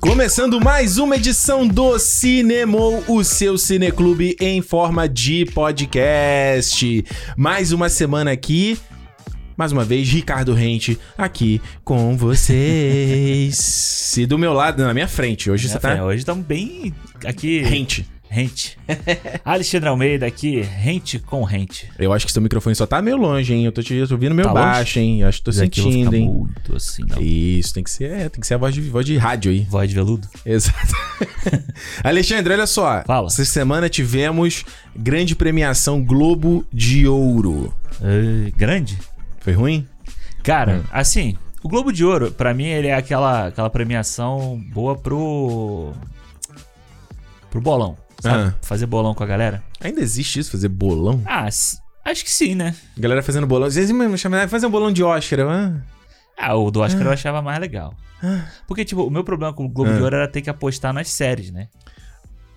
começando mais uma edição do Cinemou, o seu cineclube em forma de podcast. Mais uma semana aqui. Mais uma vez, Ricardo Rente aqui com vocês. e do meu lado, na minha frente, hoje você Minha tá fé, É, Hoje estamos bem aqui. rente. Rente. Alexandre Almeida aqui, rente com rente. Eu acho que seu microfone só tá meio longe, hein? Eu tô te eu tô ouvindo meio Tá longe? baixo, hein? Eu acho que tô Isso aqui eu vou sentindo, ficar hein? Muito assim, não. Isso, tem que ser, é, tem que ser a voz de, voz de rádio aí. Voz de veludo. Exato. Alexandre, olha só. Fala. Essa semana tivemos grande premiação Globo de Ouro. Ah, grande. Foi ruim? Cara, assim, o Globo de Ouro, pra mim, ele é aquela, aquela premiação boa pro. pro bolão. Ah. Sabe? Fazer bolão com a galera? Ainda existe isso, fazer bolão? Ah, s- acho que sim, né? Galera fazendo bolão. Às vezes me chama, "Ah, fazer um bolão de Oscar. Ah. Ah, o do Oscar eu achava mais legal. Porque, tipo, o meu problema com o Globo Ah. de Ouro era ter que apostar nas séries, né?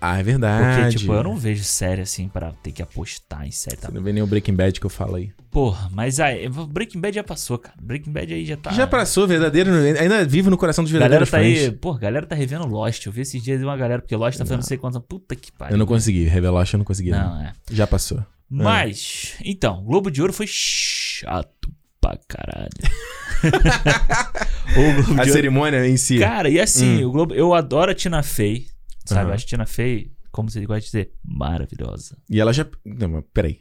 Ah, é Porque, verdade. tipo, eu não vejo série assim pra ter que apostar em série. Tá? Você não vê nem o Breaking Bad que eu falo aí. Porra, mas aí, Breaking Bad já passou, cara. Breaking Bad aí já tá. Já passou, verdadeiro. Ainda vivo no coração dos Galera verdadeiros tá fãs. aí, pô, galera tá revendo Lost. Eu vi esses dias de uma galera, porque Lost tá fazendo não sei quantos anos. Puta que pariu. Eu não consegui. Revelar, eu não consegui. não. Não, é. Já passou. Mas, então, Globo de Ouro foi chato pra caralho. o Globo A de Ouro. cerimônia em si. Cara, e assim, o Globo, eu adoro a Tina Fey, sabe? Aham. Eu acho a Tina Fey, como você gosta de dizer, maravilhosa. E ela já. Não, mas peraí.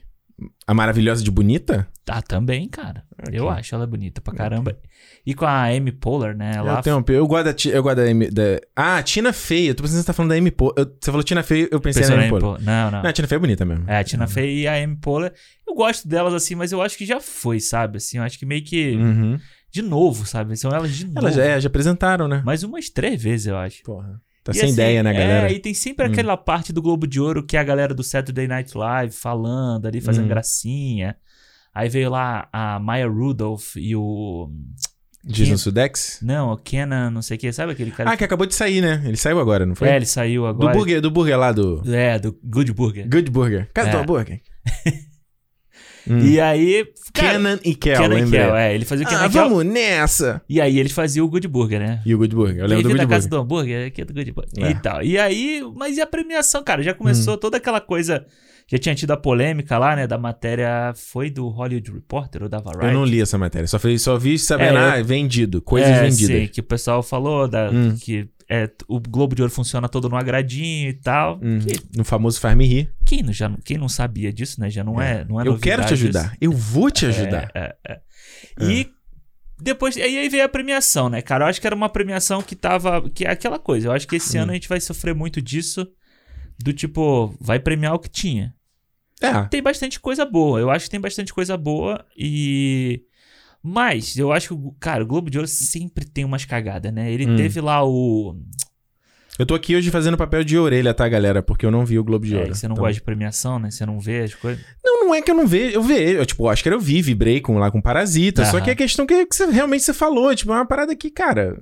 A maravilhosa de bonita? Ah, também, cara. Eu Ok. acho ela bonita pra caramba. E com a Amy Poehler, né? Ela Eu, tenho, um eu gosto da, Ti- eu gosto da, M, da- Ah, Tina Fey. Eu tô pensando que você tá falando da Amy Po. eu- Você falou Tina Fey, eu pensei pensou na na Amy Amy Poehler. Poehler. Não, não. Não, a Tina Fey é bonita mesmo. É, a Tina Fey e a Amy Poehler. Eu gosto delas assim, mas eu acho que já foi, sabe? Assim, eu acho que meio que Uhum. de novo, sabe? São elas de novo. Elas já, é, já apresentaram, né? Mais umas três vezes, eu acho. Porra. Tá E, sem assim, ideia, né, galera? É, e tem sempre aquela parte do Globo de Ouro que é a galera do Saturday Night Live falando ali, fazendo Hum. gracinha. Aí veio lá a Maya Rudolph e o. Diz no que- Sudex? Não, o Kenan, não sei o que, sabe aquele cara? Ah, que acabou de sair, né? Ele saiu agora, não foi? é, ele saiu do agora. burger, do burger lá do. É, do Good Burger. Good Burger. Cadê É. tua burger? Hum. E aí. Cara, Kenan e Kel, Kenan e lembrei. Kel, é, ele fazia o Kenan Ah, e Kel. vamos nessa! E aí eles faziam o Good Burger, né? E o Good Burger. Eu lembro do Good Vive da Burger. casa do hambúrguer, aqui é do Good Burger. É. Hum. E tal. E aí, mas e a premiação, cara? Já começou toda aquela coisa. Já tinha tido a polêmica lá, né? Da matéria. Foi do Hollywood Reporter ou da Variety? Eu não li essa matéria. Só, falei, só vi sabendo, É, eu- ah, vendido. Coisas é, vendidas. Sim, que o pessoal falou da, Hum. que é, o Globo de Ouro funciona todo no agradinho e tal. Uhum. Que- No famoso faz-me rir. quem, não, já, não- quem não sabia disso, né? Já não é. não é eu quero te novidade isso. É, ajudar. Eu vou te ajudar. É. E depois, e aí veio a premiação, né, cara? Eu acho que era uma premiação que tava. Que é aquela coisa. Eu acho que Hum. esse ano a gente vai sofrer muito disso. Do tipo, vai premiar o que tinha. É. Tem bastante coisa boa. Eu acho que tem bastante coisa boa e. Mas, eu acho que, o- cara, o Globo de Ouro sempre tem umas cagadas, né? Ele Hum. teve lá o. Eu tô aqui hoje fazendo papel de orelha, tá, galera? Porque eu não vi o Globo de É, Ouro. você não Então- gosta de premiação, né? Você não vê as coisas. Não, não é que eu não vejo. Eu vejo. Eu, tipo, eu acho que eu vi, vibrei com, lá com Parasita. Só Aham. que é questão que, que você, realmente você falou. Tipo, é uma parada que, cara,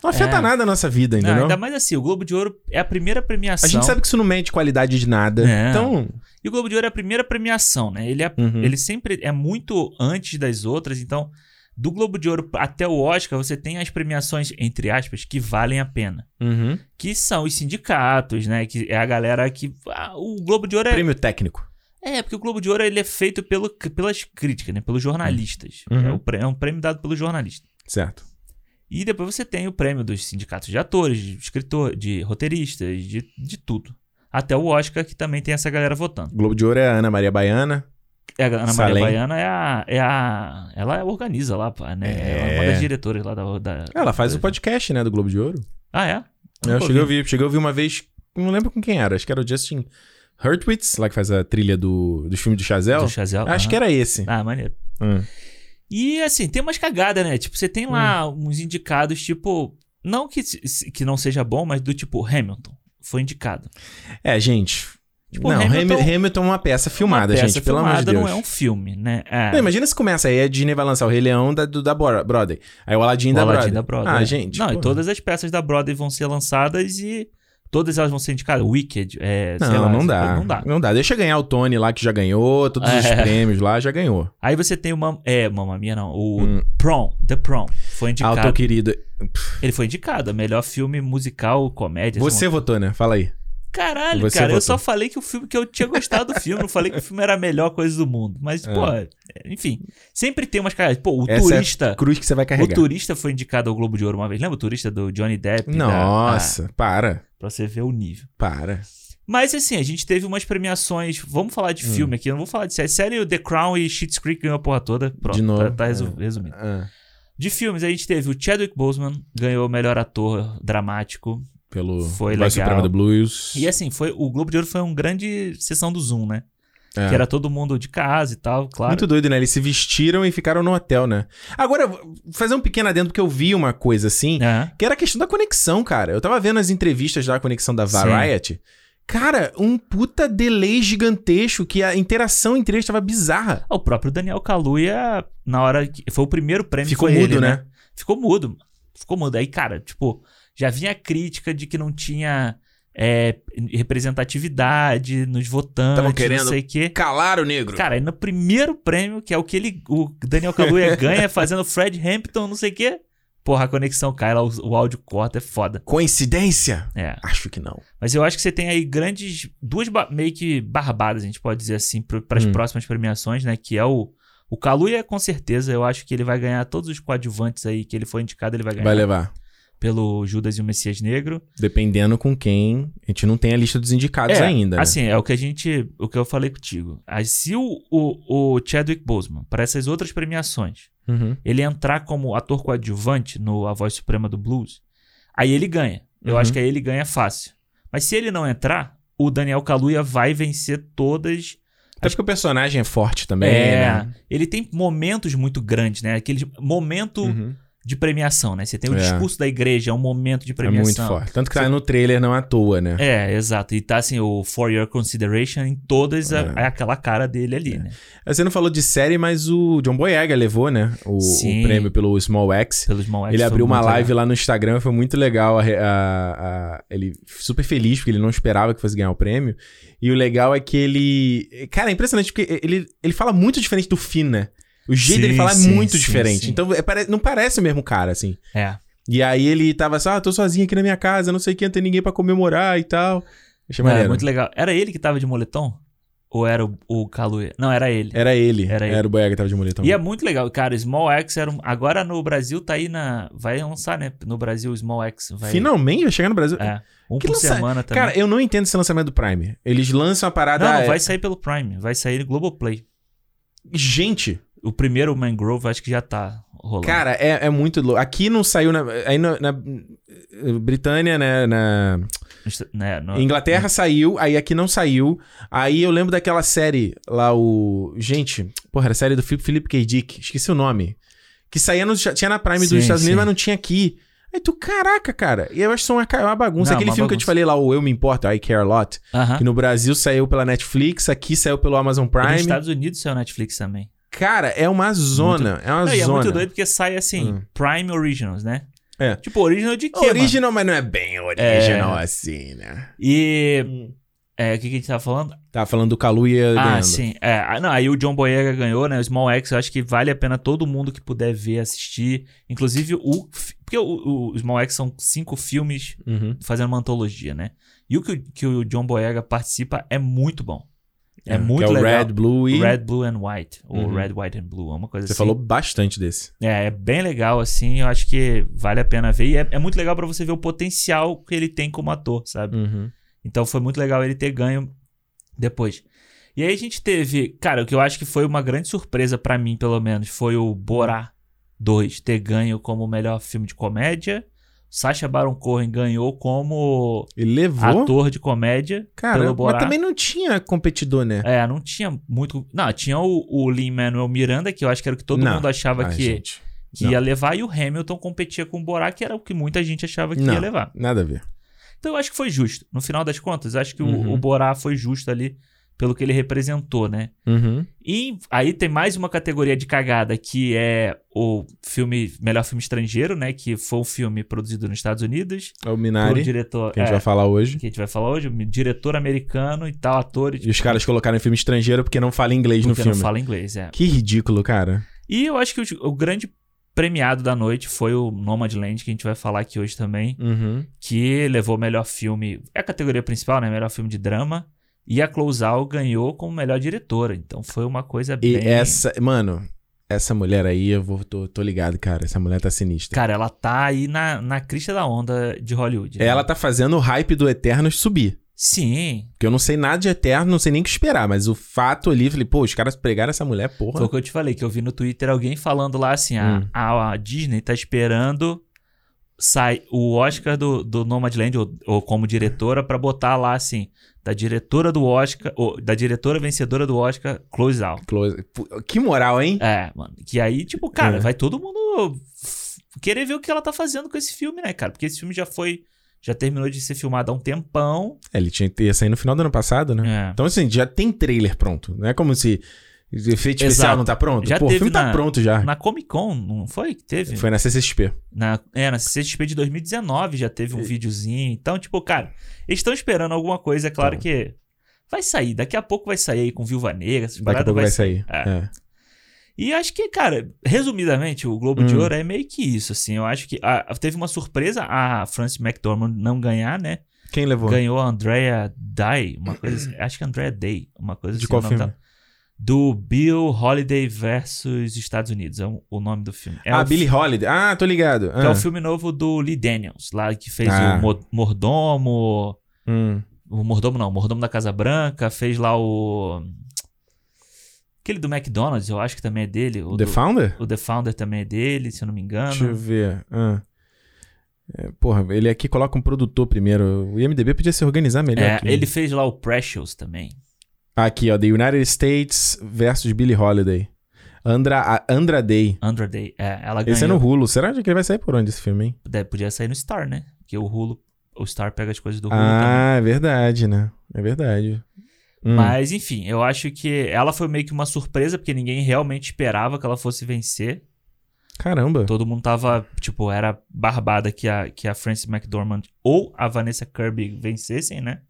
não afeta É. nada a nossa vida, Não, entendeu? ainda mais assim, o Globo de Ouro é a primeira A premiação. gente sabe que isso não mede qualidade de nada. É. Então. E o Globo de Ouro é a primeira premiação, né? Ele é a uhum. Ele sempre é muito antes das outras, então do Globo de Ouro até o Oscar você tem as premiações, entre aspas, que valem a pena. Uhum. Que são os sindicatos, né? Que é a galera que. ah, o Globo de Ouro é. Prêmio técnico. É, porque o Globo de Ouro ele é feito pelo, pelas críticas, né? Pelos jornalistas. Uhum. É, o prê- é um prêmio dado pelos jornalistas. Certo. E depois você tem o prêmio dos sindicatos de atores, de escritor, de roteiristas, de, de tudo. Até o Oscar, que também tem essa galera votando. Globo de Ouro é a Ana Maria Baiana. É, a Ana Maria Salem. Baiana é a, é a. Ela organiza lá, pá, né? É. É uma das diretoras lá da. da- Ela faz o da- podcast, né, do Globo de Ouro. Ah, é? Eu Nunca cheguei a ouvi. ouvir, cheguei a ouvir uma vez, não lembro com quem era, acho que era o Justin Hurtwitz, lá que faz a trilha do, dos filmes do Chazel. Do Chazel. acho que era esse. Ah, maneiro. Hum. E assim, tem umas cagadas, né? Tipo, você tem lá Hum. uns indicados, tipo. Não que, se- que não seja bom, mas do tipo Hamilton. Foi indicado. É, gente. Tipo, não, Hamilton, Hamilton- Hamilton é uma peça filmada, Uma peça gente, pelo amor de filmada Deus. não é um filme, né? É. Não, imagina se começa aí, a Disney vai lançar o Rei Leão da, do, da Bro- Broadway. Aí o Aladdin, o da, Aladdin Broadway. da Broadway. Ah, é. gente. Não, pô. e todas as peças da Broadway vão ser lançadas e todas elas vão ser indicadas. Wicked, é, sei Não, lá, não, essas dá, coisas. não dá. Deixa ganhar o Tony lá que já ganhou, todos os É. prêmios lá já ganhou. Aí você tem o Mam... É, Mamma Mia não. O Hum. Ah, Prom. The Prom. Foi indicado. Auto querido. Ele foi indicado. a Melhor filme musical, comédia. Você sei lá. votou, né? Fala aí. Caralho, você cara. Eu votou. só falei que o filme que eu tinha gostado do filme. Não falei que o filme era a melhor coisa do mundo. Mas, É. pô, enfim. Sempre tem umas caras. Pô, o Essa é a turista. Cruz que você vai O carregar. turista foi indicado ao Globo de Ouro uma vez. Lembra o turista do Johnny Depp? da- Nossa, para. Ah, pra você ver o nível. Para. Mas assim, a gente teve umas premiações. Vamos falar de Hum. filme aqui, eu não vou falar de série. Série The Crown e Schitt's Creek ganhou a porra toda. Pronto, De novo, tá, tá resu- é. resumido. Ah, De filmes, a gente teve o Chadwick Boseman, ganhou o melhor ator dramático. pelo Foi Voz legal. Suprema do Blues. E assim, foi o Globo de Ouro foi uma grande sessão do Zoom, né? É. Que era todo mundo de casa e tal, claro. Muito doido, né? Eles se vestiram e ficaram no hotel, né? Agora, vou fazer um pequeno adendo, porque eu vi uma coisa assim, É. que era a questão da conexão, cara. Eu tava vendo as entrevistas da conexão da Sim. Variety. Cara, um puta delay gigantesco que a interação entre eles tava bizarra. Ah, O próprio Daniel Kaluuya, na hora que. Foi o primeiro prêmio Ficou foi mudo, ele, né? Ficou mudo. Ficou mudo. Aí, cara, tipo, já vinha a crítica de que não tinha é, representatividade nos votantes, Tavam querendo- não sei o quê. Calaram o negro. Cara, aí no primeiro prêmio, que é o que ele, o Daniel Kaluuya ganha fazendo Fred Hampton, não sei o quê. Porra, a conexão cai lá, o, o áudio corta, é foda. Coincidência? É. Acho que não. Mas eu acho que você tem aí grandes. duas ba- meio que barbadas, a gente pode dizer assim, para as Hum. próximas premiações, né? Que é o. O Kaluuya, com certeza, eu acho que ele vai ganhar todos os coadjuvantes aí que ele foi indicado, ele vai ganhar Vai levar. pelo Judas e o Messias Negro. Dependendo com quem. A gente não tem a lista dos indicados É, ainda. né? Assim, é o que a gente. O que eu falei contigo. Aí, se o, o, o Chadwick Boseman, para essas outras premiações, Uhum. ele entrar como ator coadjuvante no A Voz Suprema do Blues, aí ele ganha. Eu Uhum. acho que aí ele ganha fácil. Mas se ele não entrar, o Daniel Kaluuya vai vencer todas. Até porque o personagem é forte também. É, Né? Ele tem momentos muito grandes, né? Aquele momento Uhum. de premiação, né? Você tem o É. discurso da igreja, é um momento de É muito premiação. forte. Tanto que tá no trailer não à toa, né? É, exato. E tá assim, o For Your Consideration em todas, a- é aquela cara dele ali, É. né? Você não falou de série, mas o John Boyega levou, né? O, o Sim. prêmio pelo Small X. Pelos Mão X, ele foi abriu uma muito live legal. lá no Instagram, foi muito legal. a re- a- a- ele super feliz, porque ele não esperava que fosse ganhar o prêmio. E o legal é que ele. Cara, é impressionante, porque ele, ele fala muito diferente do Finn, né? O jeito Sim, dele falar é sim, muito sim, diferente. sim. Então, é, pare- não parece o mesmo cara, assim. É. E aí ele tava assim, ah, tô sozinho aqui na minha casa, não sei quem, não tem ninguém pra comemorar e tal. Achei É, maneiro. muito legal. Era ele que tava de moletom? Ou era o, o Kaluuya? Não, era ele. Era ele. Era, Era ele. o Boyega que tava de moletom. E é muito legal, cara. Small X era um... agora no Brasil tá aí na. Vai lançar, né? No Brasil, o Small X. Vai... Finalmente vai chegar no Brasil. É. Um Que por lança- semana também. Cara, eu não entendo esse lançamento do Prime. Eles lançam a parada. não, não é, vai sair pelo Prime. Vai sair no Globoplay. Gente, O primeiro Mangrove acho que já tá rolando. cara, é, é muito louco. Aqui não saiu na. Aí na, na- Britânia, né? Na Insta- né, no- Inglaterra saiu, aí aqui não saiu. Aí eu lembro daquela série lá, o. Gente, porra, era a série do Philip, Philip K. Dick, esqueci o nome. Que saía no. Tinha na Prime Sim, dos Estados sim. Unidos, mas não tinha aqui. Aí tu, caraca, cara. E eu acho que isso é uma, ca- uma bagunça. Não, Aquele uma filme que eu te bagunça. falei lá, o Eu Me Importo, I Care a Lot, Aham. que no Brasil saiu pela Netflix, aqui saiu pelo Amazon E Nos Prime. Estados Unidos saiu Netflix também. Cara, é uma zona. É uma Não, e é zona. muito doido porque sai assim, Prime Originals, né? Hum. É. Tipo, original de quê, mano? É. original, mas não é bem original assim, né? E. É, o que, que a gente tava falando? Tá falando do Kaluuya ah, ganhando. sim. É, ah, não, aí o John Boyega ganhou, né? O Small X, eu acho que vale a pena todo mundo que puder ver, assistir. Inclusive o. fi- Porque o, o- o Small X são cinco filmes Uhum. fazendo uma antologia, né? E o que, o- que o John Boyega participa é muito bom. É, muito que é o legal. Red, Blue e... Red, Blue and White. Ou Uhum. Red, White and Blue, é uma coisa Você assim. falou bastante desse. É, é bem legal, assim. Eu acho que vale a pena ver. E é, é muito legal pra você ver o potencial que ele tem como ator, sabe? Uhum. Então foi muito legal ele ter ganho depois. E aí a gente teve, cara, o que eu acho que foi uma grande surpresa pra mim, pelo menos, foi o Borá 2 ter ganho como melhor filme de comédia. Sacha Baron Cohen ganhou como Ele levou... ator de comédia. Cara, pelo mas Borá. também não tinha competidor, né? É, não tinha muito. Não, tinha o, o Lin-Manuel Miranda, que eu acho que era o que todo Não. mundo achava Ai, que, gente. que não. ia levar, e o Hamilton competia com o Borá, que era o que muita gente achava que Não. ia levar. Nada a ver. Então eu acho que foi justo. No final das contas, eu acho que o- Uhum. o, Borá foi justo ali pelo que ele representou, né? Uhum. E aí tem mais uma categoria de cagada que é o filme melhor filme estrangeiro, né? Que foi um filme produzido nos Estados Unidos É o por um Minari, diretor que a gente é, vai falar hoje. que a gente vai falar hoje, um diretor americano e tal, atores E os caras colocaram filme estrangeiro porque não fala inglês porque no filme. não fala inglês, é. Que ridículo, cara. E eu acho que o, o grande premiado da noite foi o Nomadland, que a gente vai falar aqui hoje também, Uhum. que levou o melhor filme, é a categoria principal, né? Melhor filme de drama. E a Clouzal ganhou como melhor diretora. Então foi uma coisa bem... E essa, mano, essa mulher aí, eu vou, tô, tô ligado, cara. Essa mulher tá sinistra. Cara, ela tá aí na, na crista da onda de Hollywood. né? Ela tá fazendo o hype do Eternos subir. Sim, Porque eu não sei nada de Eterno, não sei nem o que esperar, mas o fato ali, falei, pô, os caras pegaram essa mulher, foi porra. o que eu te falei, que eu vi no Twitter alguém falando lá assim, a- Hum. a, a Disney tá esperando sai o Oscar do, do Nomadland, ou, ou como diretora, pra botar lá assim, da diretora do Oscar, ou da diretora vencedora do Oscar, Close Out. Close- Pô, Que moral, hein? É, mano. Que aí, tipo, cara, É. vai todo mundo f- querer ver o que ela tá fazendo com esse filme, né, cara? Porque esse filme já foi. Já terminou de ser filmado há um tempão. É, ele tinha, ia sair no final do ano passado, né? É. Então, assim, já tem trailer pronto. Não é como se o efeito especial Exato. não tá pronto. Já Pô, o teve filme tá na- pronto já. É. Na Comic Con, não foi? que Teve? Foi na CCXP. Na, é, na CCXP de 2019 já teve um videozinho. Então, tipo, cara, eles estão esperando alguma coisa, é claro Então. que. Vai sair, daqui a pouco vai sair aí com Viúva Negra, essas Daqui a paradas pouco vai vai sair. sair. É. É. E acho que, cara, resumidamente, o Globo de Hum. Ouro é meio que isso, assim. Eu acho que ah, teve uma surpresa a Frances McDormand não ganhar, né? Quem levou? Ganhou a Andrea Day, uma coisa assim. Acho que Andrea Day, uma coisa De assim. qual o nome filme? dela. Do Bill Holiday versus Estados Unidos, é o o nome do filme. É ah, o Billy Holiday. Ah, tô ligado. que é Ah. o filme novo do Lee Daniels, lá que fez Ah. o Mo- Mordomo. Hum. O Mordomo não, o Mordomo da Casa Branca, fez lá o. Aquele do McDonald's, eu acho que também é dele. O The do- Founder? o The Founder também é dele, se eu não me engano. Deixa eu ver. Ah. É, porra, ele aqui coloca um produtor primeiro. O IMDB podia se organizar melhor. É, aqui. Ah, ele fez lá o Precious também. Aqui, ó. The United States versus Billy Holiday. Andra, a- Andra Day. Andra Day. É, ela Esse é no ganhou. Hulu. Será que ele vai sair por onde esse filme, hein? Deve- É, Podia sair no Star, né? Porque o Hulu, o Star pega as coisas do Hulu também. Ah, é verdade, né? É verdade. Hum. Mas, enfim, eu acho que ela foi meio que uma surpresa, porque ninguém realmente esperava que ela fosse vencer. Caramba. Todo mundo tava, tipo, era barbada que a, que a Frances McDormand ou a Vanessa Kirby vencessem, né?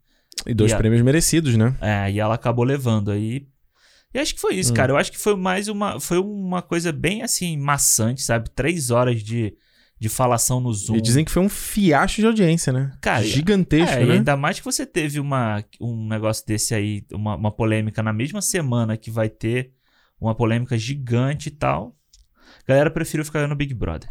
E dois e a- prêmios merecidos, né? É, e ela acabou levando aí. E acho que foi isso, Hum. cara. Eu acho que foi mais uma. Foi uma coisa bem assim, maçante, sabe? Três horas de, de falação no Zoom. E dizem que foi um fiasco de audiência, né? Cara, Gigantesco, é, e né? ainda mais que você teve uma, um negócio desse aí, uma, uma polêmica na mesma semana que vai ter uma polêmica gigante e tal. Galera, prefiro ficar no Big Brother,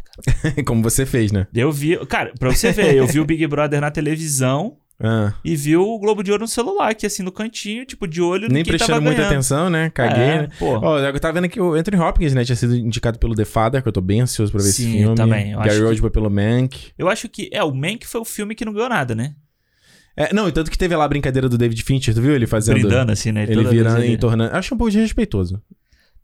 cara. Como você fez, né? Eu vi. Cara, pra você ver, eu vi o Big Brother na televisão Ah. e vi o Globo de Ouro no celular, que assim, no cantinho, tipo, de olho no Nem que tava prestando muita ganhando. atenção, né? Caguei, É, né? Pô. Ó, eu tava vendo que o Anthony Hopkins, né, tinha sido indicado pelo The Father, que eu tô bem ansioso pra ver esse Sim, filme. também, eu acho Gary que- Oldman pelo Mank. Eu acho que. É, o Mank foi o filme que não ganhou nada, né? É, não, e tanto que teve lá a brincadeira do David Fincher, tu viu ele fazendo? Brindando, assim, né? Ele Toda vez virando ele- e tornando. Acho um pouco desrespeitoso.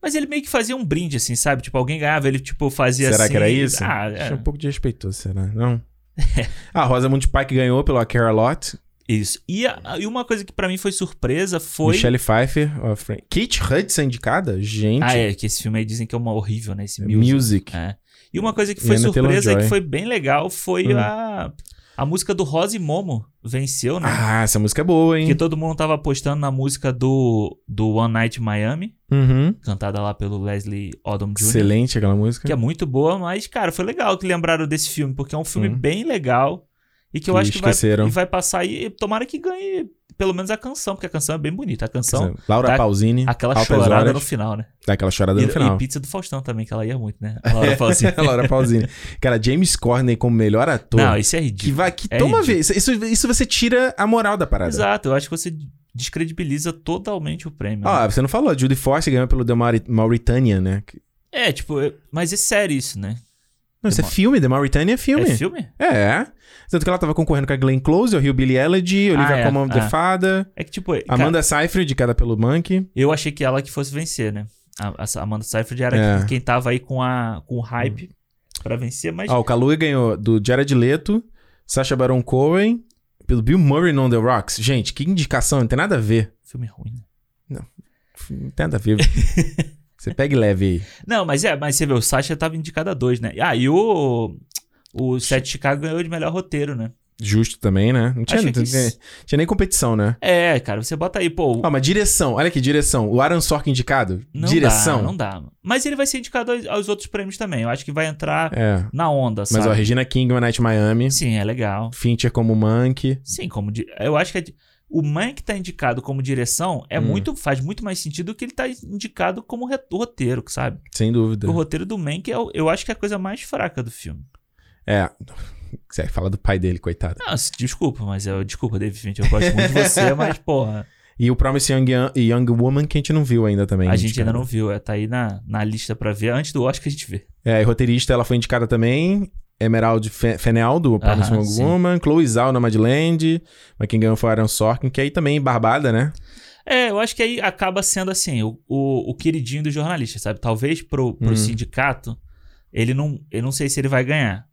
Mas ele meio que fazia um brinde, assim, sabe? Tipo, alguém ganhava, ele, tipo, fazia será assim. que era isso? Ah, é. Acho um pouco desrespeitoso, será? Não. Ah, a Rosa Pike ganhou pelo A Carolot. Isso. E, a- e uma coisa que pra mim foi surpresa foi. Uhum. Michelle Pfeiffer. ó, Fran- Kate Hudson indicada? Gente. Ah, é, que esse filme aí dizem que é uma horrível, né? Esse music. Music. É. E uma coisa que foi Anna surpresa, Taylor-Joy. que foi bem legal, foi Hum. a, a música do Rose Momo venceu, né? Ah, essa música é boa, Porque hein? todo mundo tava apostando na música do, do One Night in Miami, Uhum. cantada lá pelo Leslie Odom Jr. Excelente aquela música. que é muito boa, mas, cara, foi legal que lembraram desse filme, porque é um filme Hum. bem legal e que eu Que acho que vai, esqueceram. e vai passar aí. e Tomara que ganhe pelo menos a canção, porque a canção é bem bonita. A canção, Laura dá Pausini. Tá aquela Altas chorada Horas. no final, né? Dá aquela chorada E, no Tá final. e pizza do Faustão também, que ela ia muito, né? A Laura Pausini. A Laura Pausini. Cara, James Corden como melhor ator. Não, isso é que ridículo. vai que é toma ridículo. vez. Isso, isso você tira a moral da parada. Exato, eu acho que você descredibiliza totalmente o prêmio. né? Ah, você não falou, a Judy Foster ganhou pelo The Mauri- Mauritania, né? Que- É, tipo, eu- mas é sério isso, né? Não, isso é The Ma- filme, The Mauritania é filme. É filme? É. Tanto que ela tava concorrendo com a Glenn Close, o Rio Billy Elodie, Olivia Ah, é, Colman The é. Fada, É que, tipo, cara, Amanda Seyfried, de cada pelo Monkey. eu achei que ela que fosse vencer, né? A, a Amanda Seyfried era É. Hum. quem- quem tava aí com, a, com o hype pra vencer, mas Ó, o Kaluuya ganhou do Jared Leto, Sacha Baron Cohen, pelo Bill Murray no The Rocks. Gente, que indicação, não tem nada a ver. filme ruim, né? Não tem nada a ver. você pega e leve aí. Não, mas é, mas você vê, o Sasha tava indicado a dois, né? Ah, e o. O Sete de Chicago ganhou de melhor roteiro, né? Justo também, né? Não tinha, Acho que não isso- tinha- tinha nem competição, né? É, cara, você bota aí, pô. Ó, mas direção, olha que direção. O Aaron Sorkin indicado? Não direção. dá, não dá. Mas ele vai ser indicado aos- aos outros prêmios também. Eu acho que vai entrar É. na onda, Mas ó, sabe? Regina King, One Night in Miami. Sim, é legal. Fincher como Monkey. Sim, como di- eu acho que é di- o Mank tá indicado como direção é Hum. muito faz muito mais sentido do que ele tá indicado como re- roteiro, sabe? Sem dúvida. O roteiro do Mank é, o- eu acho que é a coisa mais fraca do filme. É. Você fala do pai dele, coitado. Não, Ah, se- desculpa, mas eu desculpa, David Fincher, eu gosto muito de você, mas porra, E o Promise Young, Young Woman que a gente não viu ainda também. a gente ainda indicada. não viu, é, tá aí na, na lista pra ver antes do Oscar a gente vê. É, e roteirista ela foi indicada também. Emerald Fe- Fennell, do Promise Aham, Young sim. Woman. Chloe Zhao, Nomadland. Mas quem ganhou foi o Aaron Sorkin, que aí também barbada, né? É, eu acho que aí acaba sendo assim, o, o, o queridinho do jornalista, sabe? Talvez pro, pro Hum. sindicato, ele não. Eu não sei se ele vai ganhar.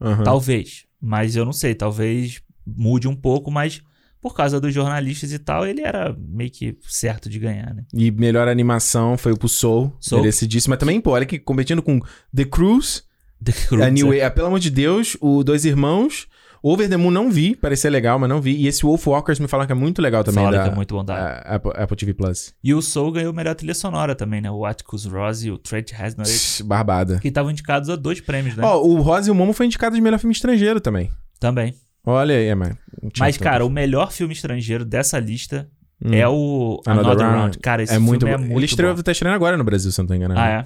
Aham. Talvez. Mas eu não sei, talvez mude um pouco, mas por causa dos jornalistas e tal, ele era meio que certo de ganhar, né? E melhor animação foi pro Soul. Soul. Merecidíssimo. Mas também, pô, olha que competindo com The Cruise, The Cruz, é. a New Way- ah, pelo amor de Deus, o Dois Irmãos. Over the Moon não vi, parecia legal, mas não vi. E esse Wolf Walkers me falaram que é muito legal também. Falaram da, que é muito bom da- a- Apple, Apple TV Plus. E o Soul ganhou melhor trilha sonora também, né? O Atticus Ross e o Trent Reznor, Pss, Barbada. que estavam indicados a dois prêmios, né? Ó, o Rosa e o Momo foi indicado de melhor filme estrangeiro também. Também. Olha aí, é, mas. não tinha Mas, tanto. cara, o melhor filme estrangeiro dessa lista Hum. é o Another Another, Round. Round. Cara, esse É filme muito é bom. muito Ele estreou, bom. tá estreando agora no Brasil, se eu não tô enganado. Ah, é? Né?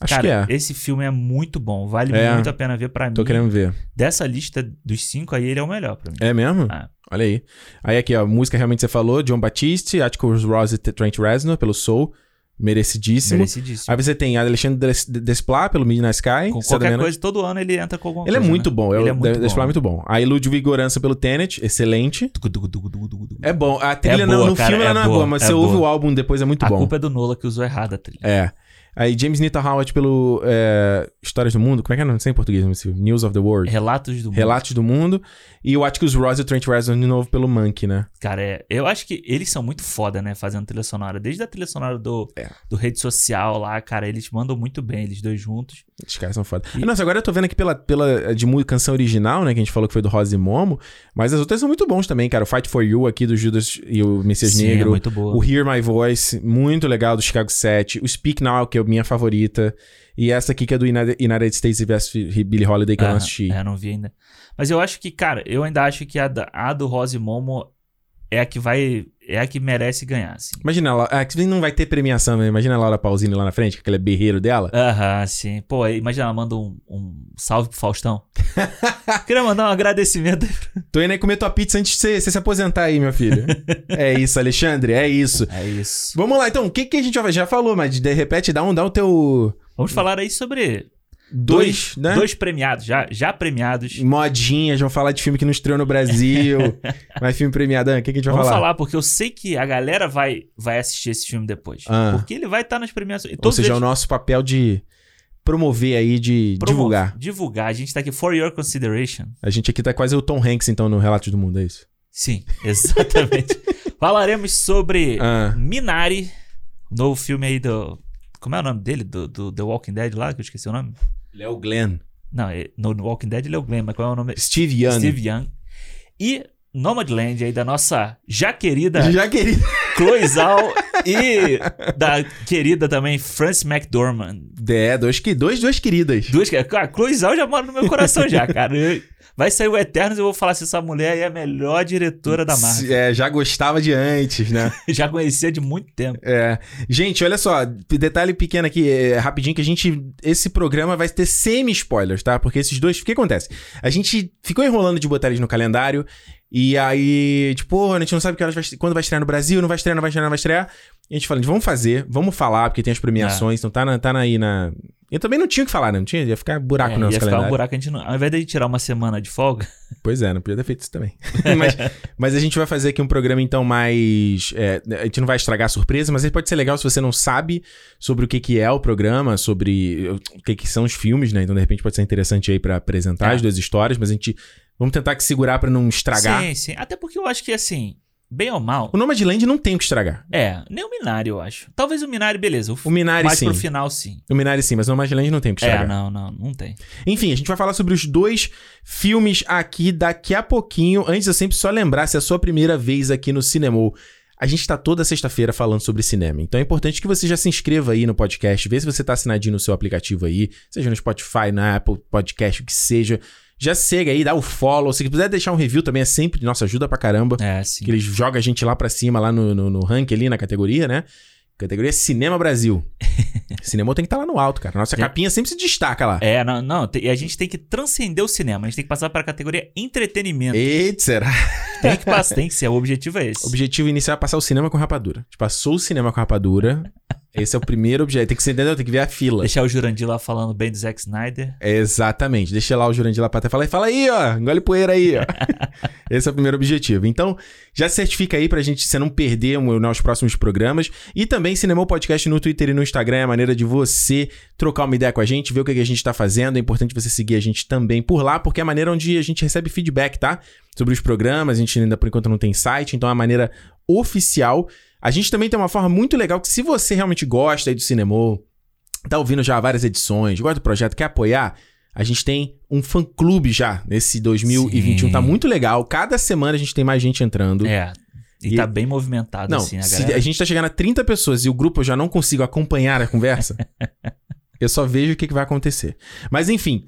Acho Cara, que é. esse filme é muito bom. Vale É. muito a pena ver pra Tô mim. querendo ver. Dessa lista dos cinco aí, ele é o melhor pra mim. É mesmo? Ah. Olha aí. Aí aqui, ó, música realmente você falou, John Batiste, Atticus Ross e Trent Reznor pelo Soul, merecidíssimo. Merecidíssimo. Aí você tem Alexandre Des- Desplat pelo Midnight Sky. Com Saturday qualquer Night- coisa, todo ano ele entra com alguma Ele é coisa. muito bom. Ele é é muito Desplat bom. é muito bom. Aí Ludwig Gorança pelo Tenet, excelente. bom. É bom. A trilha não- boa, no cara, filme ela é não é boa, boa, mas é você ouve boa. o álbum depois é muito a bom. culpa é do Nola que usou errado a trilha. É. Aí James Nathan Howard pelo é, Histórias do Mundo. Como é que é? Não sei em português, mas esse filme. News of the World. Relatos do Mundo. Relatos do Mundo. E o Atticus Ross e o Trent Reznor de novo pelo Monkey, né? Cara, é- eu acho que eles são muito foda, né? Fazendo trilha sonora. Desde a trilha sonora do, É. do Rede Social lá, cara, eles mandam muito bem, eles dois juntos. Os caras são foda. E- Ah, Nossa, agora eu tô vendo aqui pela, pela de mu- canção original, né? Que a gente falou que foi do Rosa e Momo. Mas as outras são muito bons também, cara. O Fight for You aqui do Judas e o Messias Sim, é Negro. muito boa. o Hear My Voice, muito legal, do Chicago 7. O Speak Now, que é a minha favorita. E essa aqui que é do United, United States vs Billie Holiday, que eu não Aham, assisti. é, eu não vi ainda. Mas eu acho que, cara, eu ainda acho que a, da- a do Rose Momo é a que vai. É a que merece ganhar, assim. Imagina, a Lau- ah, que não vai ter premiação, né? Imagina a Laura Pausini lá na frente, com aquele berreiro dela. Aham, sim. Pô, imagina, ela manda um, um salve pro Faustão. Queria mandar um agradecimento. Tô indo aí comer tua pizza antes de você, você se aposentar aí, meu filho. é isso, Alexandre, é isso. É isso. Vamos lá, então, o que, que a gente já- já falou, mas de repente dá um, dá o teu. Vamos falar aí sobre Dois, né? dois premiados, já, já premiados. Modinhas, vamos falar de filme que não estreou no Brasil. mas filme premiado, ah, o que, que a gente vai Vamos falar? falar. porque eu sei que a galera vai, vai assistir esse filme depois. Ah. Porque ele vai estar nas premiações. E Ou todos seja, é o eles nosso papel de promover aí, de promovem. divulgar. Divulgar. A gente tá aqui for your consideration. A gente aqui tá quase o Tom Hanks, então, no Relatos do Mundo, é isso? Sim, exatamente. Falaremos sobre Ah, Minari, o novo filme aí do. Como é o nome dele? Do, do The Walking Dead lá, que eu esqueci o nome. ele é o Glenn. Não, é- no no Walking Dead ele é o Glenn, mas qual é o nome? Steve Young. Steve Young. E Nomadland aí da nossa já querida Já queria. Cloizal e da querida também Frances McDormand. É, dois, que- dois, duas queridas. Duas que... Cara, Cloizal já mora no meu coração já, cara. Eu- Vai sair o Eternos e eu vou falar se essa mulher aí é a melhor diretora da Marvel. É, já gostava de antes, né? Já conhecia de muito tempo. É. Gente, olha só, detalhe pequeno aqui, é, rapidinho, que a gente. Esse programa vai ter semi-spoilers, tá? Porque esses dois. O que acontece? A gente ficou enrolando de botar eles no calendário. E aí, tipo, "Pô, a gente não sabe que horas vai, quando vai estrear no Brasil, não vai estrear, não vai estrear, não vai estrear. E a gente falando, vamos fazer, vamos falar, porque tem as É. premiações, então tá, na, tá na- aí na. Eu também não tinha o que falar, né? não tinha, ia ficar buraco É, no ia nosso ficar calendário. um buraco, a gente não... Ao invés de a gente tirar uma semana de folga, Pois é, não podia ter feito isso também. mas, mas a gente vai fazer aqui um programa, então, mais. é, a gente não vai estragar a surpresa, mas ele pode ser legal se você não sabe sobre o que, que é o programa, sobre o que, que são os filmes, né? Então, de repente, pode ser interessante aí pra apresentar É. as duas histórias, mas a gente. Vamos tentar que segurar pra não estragar. Sim, sim. Até porque eu acho que, assim, bem ou mal. O Nomadland não tem o que estragar. É, nem o Minari, eu acho. Talvez o Minari, beleza. O f- O Minari mais sim. pro final, sim. O Minari sim, mas o Nomadland não tem o que estragar. É, não, não, não tem. Enfim, a gente vai falar sobre os dois filmes aqui daqui a pouquinho. Antes, eu sempre só lembrar, se é a sua primeira vez aqui no Cinemou, a gente tá toda sexta-feira falando sobre cinema. Então é importante que você já se inscreva aí no podcast, vê se você tá assinadinho no seu aplicativo aí, seja no Spotify, na Apple Podcast, o que seja. Já segue aí, dá o follow. Se quiser deixar um review também, é sempre. Nossa, ajuda pra caramba. É, sim. Que eles jogam a gente lá pra cima, lá no, no, no ranking ali, na categoria, né? Categoria Cinema Brasil. Cinema tem que estar lá no alto, cara. Nossa Tem- capinha sempre se destaca lá. É, não, não. te- E a gente tem que transcender o cinema. A gente tem que passar pra categoria entretenimento. Eita, será? Tem que passar, tem que ser. O objetivo é esse. O objetivo inicial é passar o cinema com rapadura. A gente passou o cinema com rapadura. Esse é o primeiro objetivo. Tem que ser, entendeu? Tem que ver a fila. Deixar o Jurandir lá falando bem do Zack Snyder. É, Exatamente. Deixa lá o Jurandir lá pra até falar. E fala aí, ó. Engole poeira aí, ó. Esse é o primeiro objetivo. Então, já certifica aí pra gente você não perder um, né, os próximos programas. E também Cinemou Podcast no Twitter e no Instagram é a maneira de você trocar uma ideia com a gente, ver o que que a gente tá fazendo. É importante você seguir a gente também por lá, porque é a maneira onde a gente recebe feedback, tá? Sobre os programas. A gente ainda por enquanto não tem site, então é a maneira oficial. A gente também tem uma forma muito legal que se você realmente gosta aí do Cinemou, tá ouvindo já várias edições, gosta do projeto, quer apoiar, a gente tem um fã-clube já nesse 2021. Sim. Tá muito legal. Cada semana a gente tem mais gente entrando. É. E, E- tá bem movimentado, Não, assim, a se galera. a gente tá chegando a 30 pessoas e o grupo eu já não consigo acompanhar a conversa, eu só vejo o que, que vai acontecer. Mas enfim,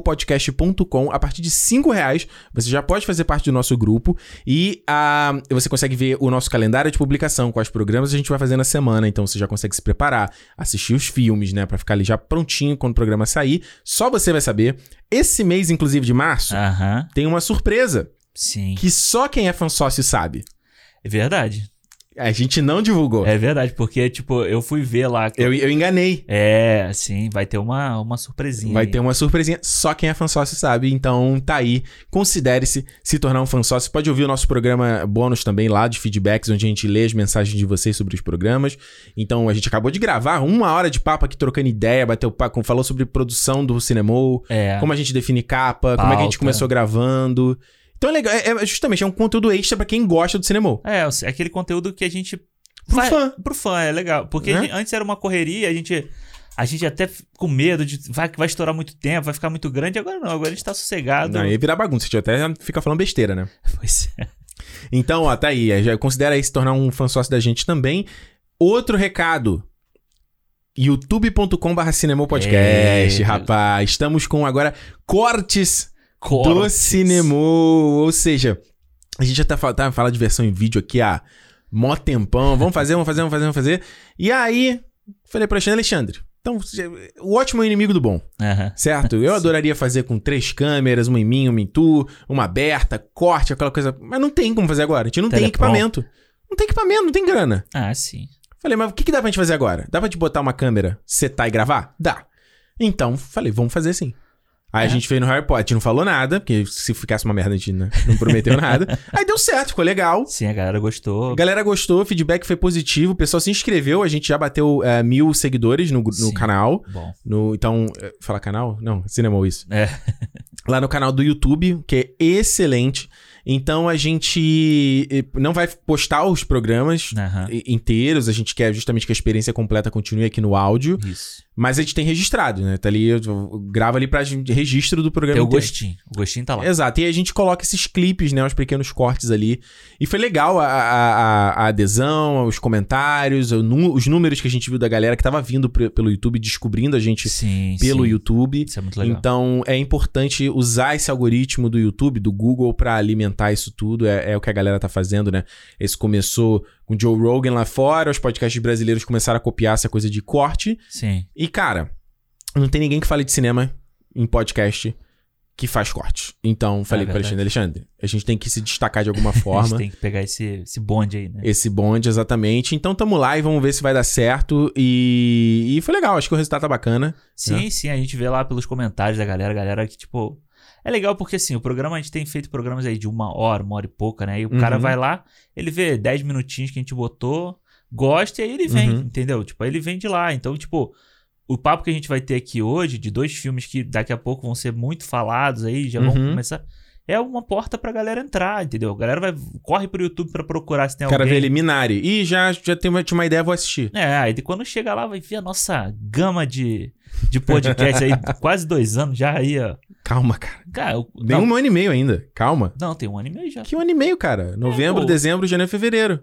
clube.cinemopodcast.com, a partir de 5 reais, você já pode fazer parte do nosso grupo e ah, você consegue ver o nosso calendário de publicação, quais programas a gente vai fazer na semana, então você já consegue se preparar, assistir os filmes, né, Pra ficar ali já prontinho quando o programa sair. Só você vai saber. Esse mês, inclusive, de março, Aham, tem uma surpresa sim. que só quem é fã sócio sabe. É verdade. A gente não divulgou. É verdade, porque, tipo, eu fui ver lá. que- Eu, eu enganei. É, assim, vai ter uma, uma surpresinha. Vai aí. ter uma surpresinha. Só quem é fã sócio sabe. Então tá aí. Considere-se se tornar um fã sócio. Pode ouvir o nosso programa bônus também lá de feedbacks, onde a gente lê as mensagens de vocês sobre os programas. Então a gente acabou de gravar uma hora de papo aqui trocando ideia, bateu papo, falou sobre produção do Cinemou, É. como a gente define capa, como é que a gente Pauta. começou gravando. Então é legal. É, é justamente é um conteúdo extra pra quem gosta do Cinemou. É, assim, aquele conteúdo que a gente. Pro faz- fã. Pro fã, é legal. Porque a Né? gente- antes era uma correria, a gente. A gente até f- com medo de. Vai, que vai estourar muito tempo, vai ficar muito grande. Agora não, agora a gente tá sossegado. Não, ia virar bagunça, a gente até fica falando besteira, né? Pois é. Então, ó, tá aí. É, Já considera aí se tornar um fã sócio da gente também. Outro recado. youtube.com.br cinemopodcast, Eita. rapaz. Estamos com agora cortes, do Cortes. Cinemou. Ou seja, a gente já tá, fa- tá falando de versão em vídeo aqui há mó tempão. Vamos fazer, vamos fazer, vamos fazer, vamos fazer. E aí, falei pra Alexandre, Alexandre, então, o ótimo é inimigo do bom. Aham. Certo? Eu adoraria fazer com três câmeras, uma em mim, uma em tu, uma aberta, corte, aquela coisa. Mas não tem como fazer agora. A gente não tem Teleprompter. equipamento. Não tem equipamento, não tem grana. Ah, sim. Falei, mas o que, que dá pra gente fazer agora? Dá pra te botar uma câmera, setar e gravar? Dá. Então, falei, vamos fazer sim. Aí a É. gente veio no Harry Potter, não falou nada, porque se ficasse uma merda a gente né, não prometeu nada. Aí deu certo, ficou legal. Sim, a galera A gostou. galera gostou, o feedback foi positivo, o pessoal se inscreveu, a gente já bateu eh, mil seguidores no, gru- no Sim. canal. Bom. No, então, eh, fala canal? Não, cinema isso É. lá no canal do YouTube, que é excelente. Então a gente eh, não vai postar os programas Aham. i- inteiros, a gente quer justamente que a experiência completa continue aqui no áudio, Isso. mas a gente tem registrado, né? Tá ali, eu- eu gravo ali pra gente- registro do programa. Tem o inteiro. gostinho. O gostinho tá lá. Exato, e aí a gente coloca esses clipes, né? Os pequenos cortes ali. E foi legal a, a, a- a adesão, os comentários, o nu- os números que a gente viu da galera que tava vindo pre- pelo YouTube, descobrindo a gente Sim, pelo sim. YouTube. Isso é muito legal. Então é importante usar esse algoritmo do YouTube, do Google, pra alimentar isso tudo. É, é o que a galera tá fazendo, né? Esse começou com o Joe Rogan lá fora, os podcasts brasileiros começaram a copiar essa coisa de corte. Sim. E, cara, não tem ninguém que fale de cinema em podcast que faz corte. Então, falei pro É verdade. Alexandre, Alexandre, a gente tem que se destacar de alguma A gente forma. tem que pegar esse, esse bonde aí, né? Esse bonde, exatamente. Então tamo lá e vamos ver se vai dar certo. E, e foi legal, acho que o resultado tá bacana. Sim, sim, a gente vê lá pelos comentários da galera, a galera que, tipo. É legal porque assim, o programa, a gente tem feito programas aí de uma hora, uma hora e pouca, né? E o Uhum. cara vai lá, ele vê 10 minutinhos que a gente botou, gosta e aí ele vem, Uhum. entendeu? Tipo, aí ele vem de lá. Então, tipo, o papo que a gente vai ter aqui hoje, de dois filmes que daqui a pouco vão ser muito falados aí, já vão Uhum. começar. é uma porta pra galera entrar, entendeu? A galera vai, corre pro YouTube pra procurar se tem O cara vê É alguém. Eliminari. Ih, já, já tem uma, tinha uma ideia, vou assistir. É, aí de- quando chega lá vai ver a nossa gama de, de podcast aí, quase dois anos já aí, ó. Calma, cara. Cara, eu- Nem um ano e meio ainda. Calma. não, não, tem um ano e meio já. Que um ano e meio, cara? Novembro, pô. dezembro, janeiro, fevereiro.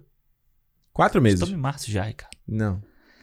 Quatro meses. Estamos em março já, Ricardo. Não.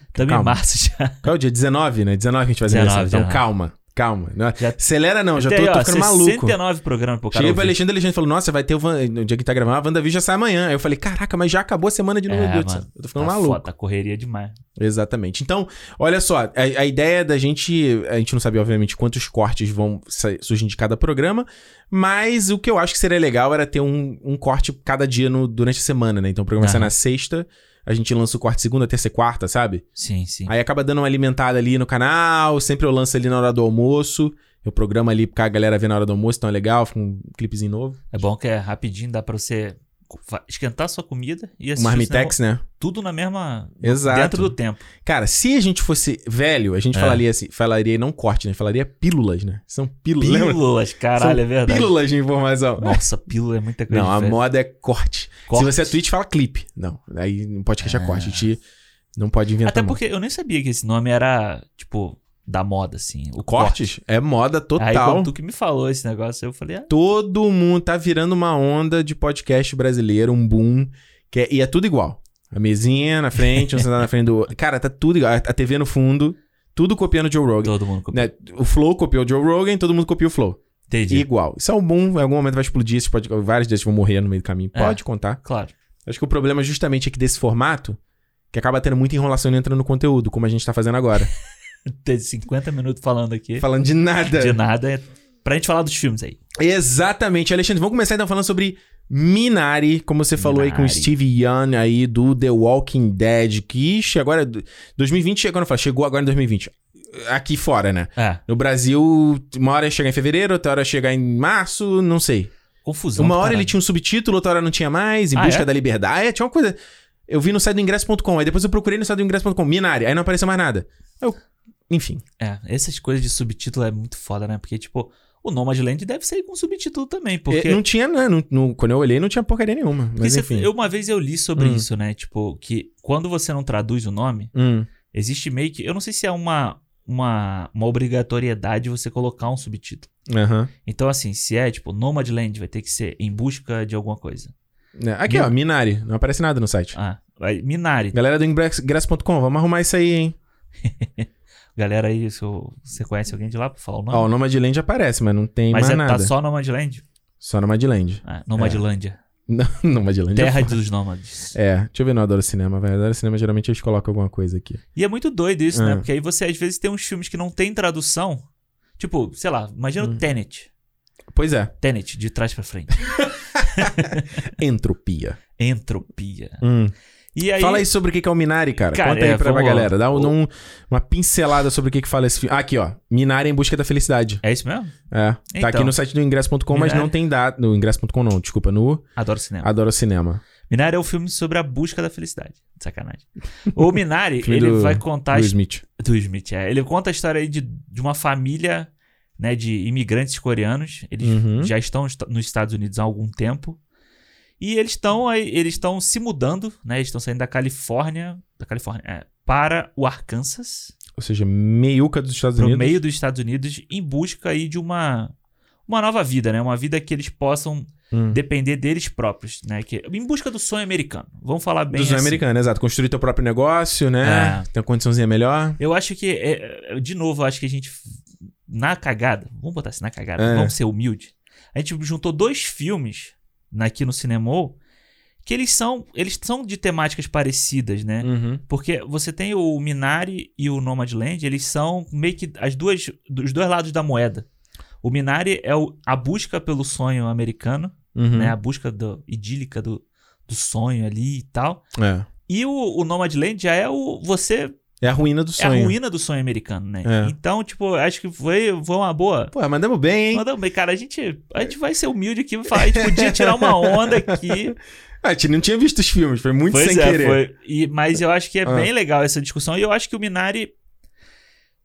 Estamos em Calma. março já. Qual é o dia? 19, né? 19 que a gente vai fazer 19, isso. Então 19. calma, calma. Não, é- Já- Acelera não, já tô, Tem, tô ó, ficando maluco. 69 programas pro cara Cheguei pra ouvir. Alexandre, Alexandre falou, nossa, vai ter o Van... no dia que tá gravando, a WandaVision já sai amanhã. Aí eu falei, caraca, mas já acabou a semana de novo, É, meu Deus do mano, céu. Eu tô ficando tá maluco. Foda, tá correria demais. Exatamente. Então, olha só, a, a ideia da gente. A gente não sabe, obviamente, quantos cortes vão sa- surgir de cada programa, mas o que eu acho que seria legal era ter um, um corte cada dia no, durante a semana, né? Então o programa sai Aham. na sexta, a gente lança o corte segunda, terça e quarta, sabe? Sim, sim. Aí acaba dando uma alimentada ali no canal, sempre eu lanço ali na hora do almoço. Eu programa ali pra galera ver na hora do almoço, então é legal, fica um clipezinho novo. É bom que é rapidinho, dá pra você fa- esquentar sua comida e Um assistir o marmitex, né? cinema tudo na mesma... Exato. é um, Dentro do tempo. Cara, se a gente fosse velho, a gente É. falaria assim, falaria não corte, né? Falaria pílulas, né? São pílulas. lembra? Pílulas, caralho, São é verdade. Pílulas de informação. Nossa, pílula é muita coisa Não, a diferente. moda é corte. Corte. É. Se você é Twitch, fala clipe. Não, aí não pode queixar corte. A gente não pode inventar Até moda. porque eu nem sabia que esse nome era, tipo, da moda, assim. O corte. Cortes é moda Aí total. quando tu que me falou esse negócio, eu falei, ah, Todo mundo tá virando uma onda de podcast brasileiro, um boom. Que é- e é tudo igual. A mesinha na frente, um sentado na frente do... outro. Cara, tá tudo igual. A a TV no fundo, tudo copiando o Joe Rogan. todo mundo copiou. Né, O Flow copiou o Joe Rogan, todo mundo copia o Flow. Entendi. Igual. Isso é um boom, em algum momento vai explodir, esses podcasts- vários desses vão morrer no meio do caminho. É. Pode contar. Claro. Acho que o problema justamente é que desse formato, que acaba tendo muita enrolação e entrando no conteúdo, como a gente tá fazendo agora. Ter 50 minutos falando aqui, Falando de nada. de nada, é- pra gente falar dos filmes aí. Exatamente. Alexandre, vamos começar então falando sobre Minari, como você falou aí com o Minari. Steve Young aí do The Walking Dead, que ixi, agora... é 2020 chegou, não fala, chegou agora em 2020. Aqui fora, né? É, No Brasil, uma hora chega em fevereiro, outra hora chega em março, não sei. confusão. uma do hora caralho. ele tinha um subtítulo, outra hora não tinha mais, em Ah, busca é? da liberdade. Ah, é, tinha uma coisa. Eu vi no site do ingresso.com, aí depois eu procurei no site do ingresso.com, Minari, aí não apareceu mais nada. Eu, enfim. É, essas coisas de subtítulo é muito foda, né? Porque, tipo, o Nomadland deve sair com subtítulo também, porque... Eh, Não tinha, né? Não, não- quando eu olhei, não tinha porcaria nenhuma. porque Mas você- enfim. eu, uma vez eu li sobre Hum. isso, né? Tipo, que quando você não traduz o nome, Hum, existe meio que... Eu não sei se é uma, uma, uma obrigatoriedade você colocar um subtítulo. aham. Então, assim, se é, tipo, Nomadland, vai ter que ser em busca de alguma coisa. É, Aqui, ó, Minari. Não aparece nada no site. Ah, aí, Minari. Galera do ingresso- ingresso.com, vamos arrumar isso aí, hein? Galera aí, se eu- você conhece alguém de lá pra falar o nome? Ó, o Nomadland aparece, mas não tem Mas mais é, nada. tá só Nomadland? Só Nomadland. Ah, Nomadlândia. Não, Nomadland. é Terra foda. dos Nômades. É, deixa eu ver no Adoro Cinema, vai. Adoro Cinema, geralmente eles colocam alguma coisa aqui. E é muito doido isso, Ah. né? Porque aí você às vezes tem uns filmes que não tem tradução. Tipo, sei lá, imagina Hum. o Tenet. Pois é, Tenet, de trás pra frente. entropia. Entropia. Hum. E aí. Fala aí sobre o que que é o Minari, cara. Cara, Conta aí é, pra, pra vamos- galera. Dá um- o- um- uma pincelada sobre o que que fala esse filme. Ah, aqui, ó. Minari em busca da felicidade. É isso mesmo? É. Tá Então. aqui no site do ingresso.com, mas Minari. Tá. não tem data. No ingresso.com não, desculpa. No Adoro cinema. Adoro Cinema. Minari é o filme sobre a busca da felicidade. Sacanagem. O Minari, Filme ele do- vai contar. a Do his- Smith. Do Smith, é. Ele conta a história aí de, de uma família né, de imigrantes coreanos. Eles Uhum. já estão est- nos Estados Unidos há algum tempo. E eles estão aí- eles estão se mudando, né? Eles estão saindo da Califórnia, da Califórnia, é, para o Arkansas, Ou seja, meiuca dos Estados para o Unidos. meio dos Estados Unidos, em busca aí de uma uma nova vida, né? Uma vida que eles possam Hum. depender deles próprios, né? Que, em busca do sonho americano. Vamos falar bem Do sonho assim. americano, exato. Construir teu próprio negócio, né? É. Tem uma condiçãozinha melhor. Eu acho que, é, é, de novo, eu acho que a gente, na cagada, vamos botar assim, na cagada, É. vamos ser humilde. A gente juntou dois filmes na- aqui no Cinemol que eles são, eles são de temáticas parecidas, né? Uhum. Porque você tem o Minari e o Nomadland, eles são meio que as duas, os dois lados da moeda. O Minari é o- a busca pelo sonho americano, Uhum. né? A busca do- idílica do, do sonho ali e tal. É. E o, o Nomadland já é o você É a ruína do sonho. é a ruína do sonho americano, né? É. Então, tipo, acho que foi, foi uma boa. Pô, mandamos bem, hein? Mandamos bem, cara. A gente, a gente vai ser humilde aqui. vai falar, A gente podia tirar uma onda aqui. Ah, a gente não tinha visto os filmes, foi muito pois sem é, querer. foi. E, mas eu acho que é Ah. bem legal essa discussão. E eu acho que o Minari.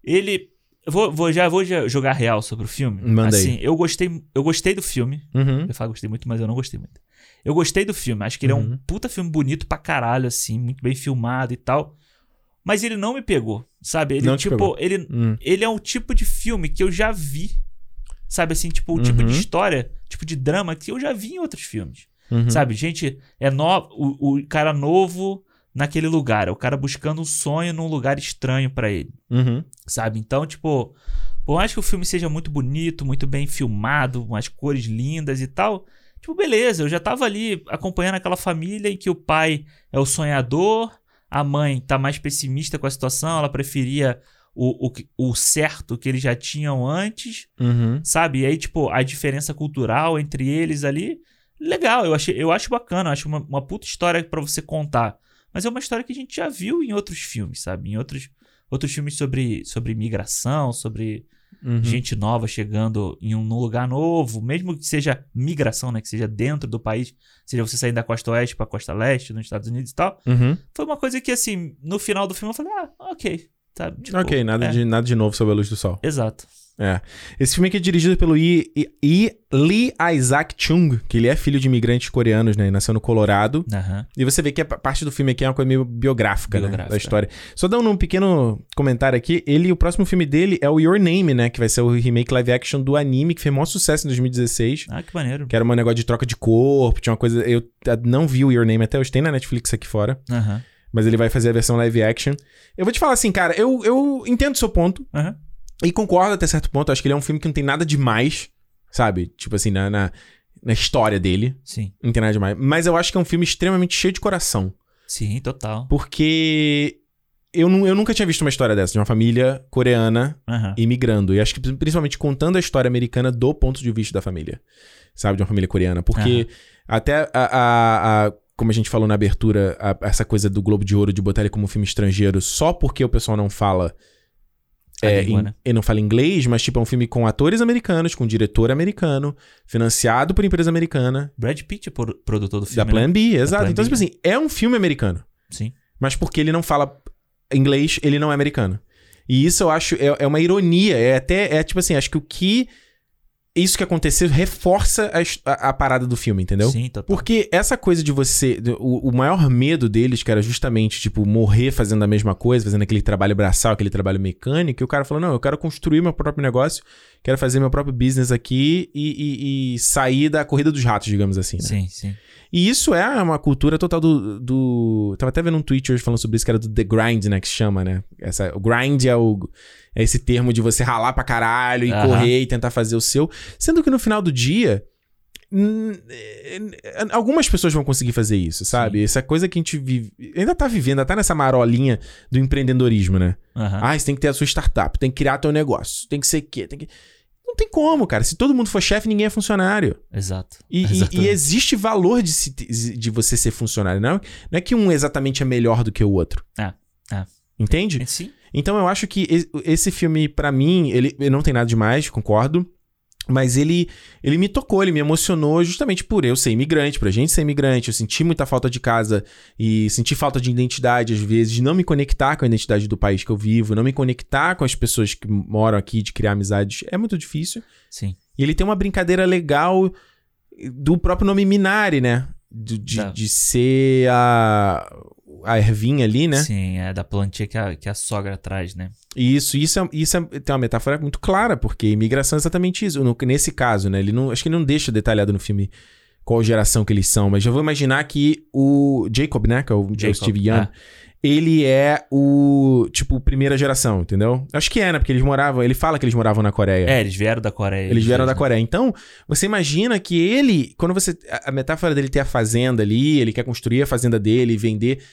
Ele. Eu vou, vou- já vou já jogar real sobre o filme. Manda aí. assim, eu gostei, eu gostei do filme. Uhum. Eu falo gostei muito, mas eu não gostei muito. Eu gostei do filme. Acho que ele é um Uhum. puta filme bonito pra caralho, assim, muito bem filmado e tal. Mas ele não me pegou, sabe? Ele, Não te tipo, pegou. ele Hum. ele é um tipo de filme que eu já vi. Sabe assim, tipo, o tipo de Uhum. história, tipo de drama que eu já vi em outros filmes. Uhum. Sabe, gente, é no... o, o cara novo naquele lugar, é o cara buscando um sonho num lugar estranho pra ele, Uhum. sabe? Então, tipo, por mais que o filme seja muito bonito, muito bem filmado, com as cores lindas e tal, tipo, beleza, eu já tava ali acompanhando aquela família em que o pai é o sonhador, a mãe tá mais pessimista com a situação, ela preferia o, o, que- o certo que eles já tinham antes, Uhum. sabe? E aí, tipo, a diferença cultural entre eles ali, legal, eu, achei, eu acho bacana, eu acho uma, uma puta história pra você contar. Mas é uma história que a gente já viu em outros filmes, sabe? Em outros, outros filmes sobre, sobre migração, sobre Uhum. gente nova chegando em um num lugar novo, mesmo que seja migração, né? Que seja dentro do país, seja você saindo da costa oeste pra costa leste, nos Estados Unidos e tal. Uhum. Foi uma coisa que, assim, no final do filme eu falei, ah, ok, sabe? Tipo, Ok, nada, é, de, nada de novo sobre a luz do sol. Exato. Esse filme aqui é dirigido pelo I, I- I- Lee Isaac Chung, que ele é filho de imigrantes coreanos, né? Ele Nasceu no Colorado. Aham. E você vê que a pa- parte do filme aqui é uma coisa meio biográfica, né? Biográfica. Da história. Só dando um pequeno comentário aqui, ele, o próximo filme dele é o Your Name, né? Que vai ser o remake live action do anime, que fez o maior sucesso em 2016. Ah, que maneiro. Que era um negócio de troca de corpo, tinha uma coisa. Eu ah, não vi o Your Name até hoje, tem na Netflix aqui fora. Aham. Mas ele vai fazer a versão live action. Eu vou te falar assim, cara, eu, eu entendo o seu ponto. Aham. E concordo até certo ponto. Acho que ele é um filme que não tem nada demais, sabe? Tipo assim, na, na, na história dele. Sim. Não tem nada demais. Mas eu acho que é um filme extremamente cheio de coração. Sim, total. Porque eu, nu- eu nunca tinha visto uma história dessa, de uma família coreana Aham. imigrando. E acho que principalmente contando a história americana do ponto de vista da família. Sabe, de uma família coreana. Porque até a, a- a- Como a gente falou na abertura, a- essa coisa do Globo de Ouro de botar ele como um filme estrangeiro só porque o pessoal não fala. A é, língua, em- né? Ele não fala inglês, mas tipo, é um filme com atores americanos, com diretor americano, financiado por empresa americana, Brad Pitt é pro- produtor do filme. da né? Plan B, exato. Plan então, B. tipo assim, é um filme americano. Sim. Mas porque ele não fala inglês, ele não é americano. E isso eu acho é, é uma ironia. É até, é tipo assim, acho que o que. Isso que aconteceu reforça a his- a, a parada do filme, entendeu? Sim, total. Porque essa coisa de você. do- O, o maior medo deles, que era justamente, tipo, morrer fazendo a mesma coisa, fazendo aquele trabalho braçal, aquele trabalho mecânico, e o cara falou: não, eu quero construir meu próprio negócio, quero fazer meu próprio business aqui e, e- e sair da corrida dos ratos, digamos assim. Né? Sim, sim. E isso é uma cultura total do, do. Tava até vendo um tweet hoje falando sobre isso, que era do The Grind, né? Que chama, né? Essa, o grind é, o, é esse termo de você ralar pra caralho e Aham. correr e tentar fazer o seu. Sendo que no final do dia. hum, eh, eh, Algumas pessoas vão conseguir fazer isso, sabe? Essa coisa que a gente vive, ainda tá vivendo, ainda tá nessa marolinha do empreendedorismo, né? Aham. Ah, você tem que ter a sua startup, tem que criar teu negócio, tem que ser o quê? Tem que... Não tem como, cara. Se todo mundo for chefe, ninguém é funcionário. Exato. E, e- Exatamente. e existe valor de, se- de você ser funcionário. Não, é- não é que um exatamente é melhor do que o outro. É, é. Entende? Sim. Então eu acho que e- esse filme, pra mim, ele, ele não tem nada demais, concordo. Mas ele, ele me tocou, ele me emocionou justamente por eu ser imigrante, por a gente ser imigrante. Eu senti muita falta de casa e senti falta de identidade, às vezes, de não me conectar com a identidade do país que eu vivo, não me conectar com as pessoas que moram aqui, de criar amizades. É muito difícil. Sim. E ele tem uma brincadeira legal do próprio nome Minari, né? De, de- Tá. de ser a, a ervinha ali, né? Sim, é da plantinha que a, que a sogra traz, né? E isso, isso, é, isso é- tem uma metáfora muito clara, porque imigração é exatamente isso. No- nesse caso, né? Ele não, acho que ele não deixa detalhado no filme qual geração que eles são, mas eu vou imaginar que o Jacob, né? Que é o, é o Jacob, Steve Young. é. Ele é o, tipo, primeira geração, entendeu? Acho que é, né? Porque eles moravam... Ele fala que eles moravam na Coreia. É, eles vieram da Coreia. Eles vieram da né? Coreia. Então, você imagina que ele, quando você. A a metáfora dele ter a fazenda ali, ele quer construir a fazenda dele e vender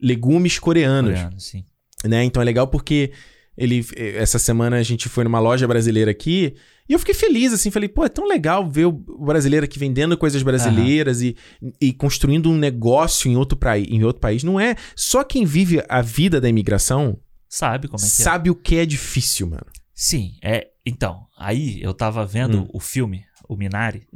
legumes coreanos, Coreano, sim. né? Então é legal porque ele. eh, Essa semana a gente foi numa loja brasileira aqui e eu fiquei feliz, assim. Falei, pô, é tão legal ver o brasileiro aqui vendendo coisas brasileiras e, e construindo um negócio em outro, praí- em outro país. Não é. Só quem vive a vida da imigração Sabe como é que é? sabe o que é difícil, mano. Sim, é. Então, aí eu tava Hum. vendo o filme, o Minari,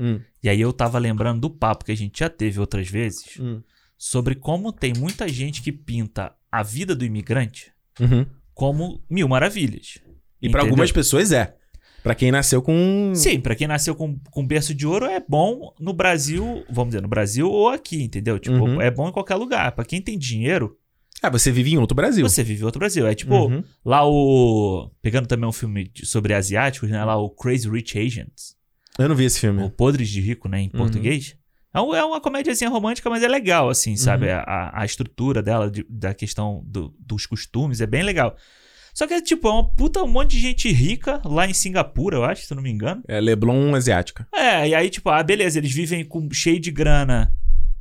e aí eu tava lembrando do papo que a gente já teve outras vezes hum. sobre como tem muita gente que pinta a vida do imigrante Uhum. como mil maravilhas. E pra Entendeu? algumas pessoas é. Pra quem nasceu com. Sim, pra quem nasceu com, com berço de ouro é bom no Brasil, vamos dizer, no Brasil ou aqui, entendeu? Tipo, Uhum. é bom em qualquer lugar. Pra quem tem dinheiro, Ah, você vive em outro Brasil. você vive outro Brasil. É tipo, Uhum. lá o. Pegando também um filme de- sobre asiáticos, né? Lá o Crazy Rich Asians. Eu não vi esse filme. Ou Podres de Rico, Uhum. né? Em português. É, um- é uma comédiazinha romântica, mas é legal, assim, Uhum. sabe? A- A, a estrutura dela, de- da questão do- dos costumes, é bem legal. Só que é tipo, é uma puta um monte de gente rica lá em Singapura, eu acho, se eu não me engano. É Leblon Asiática. É, e aí, tipo, ah, beleza, eles vivem com cheio de grana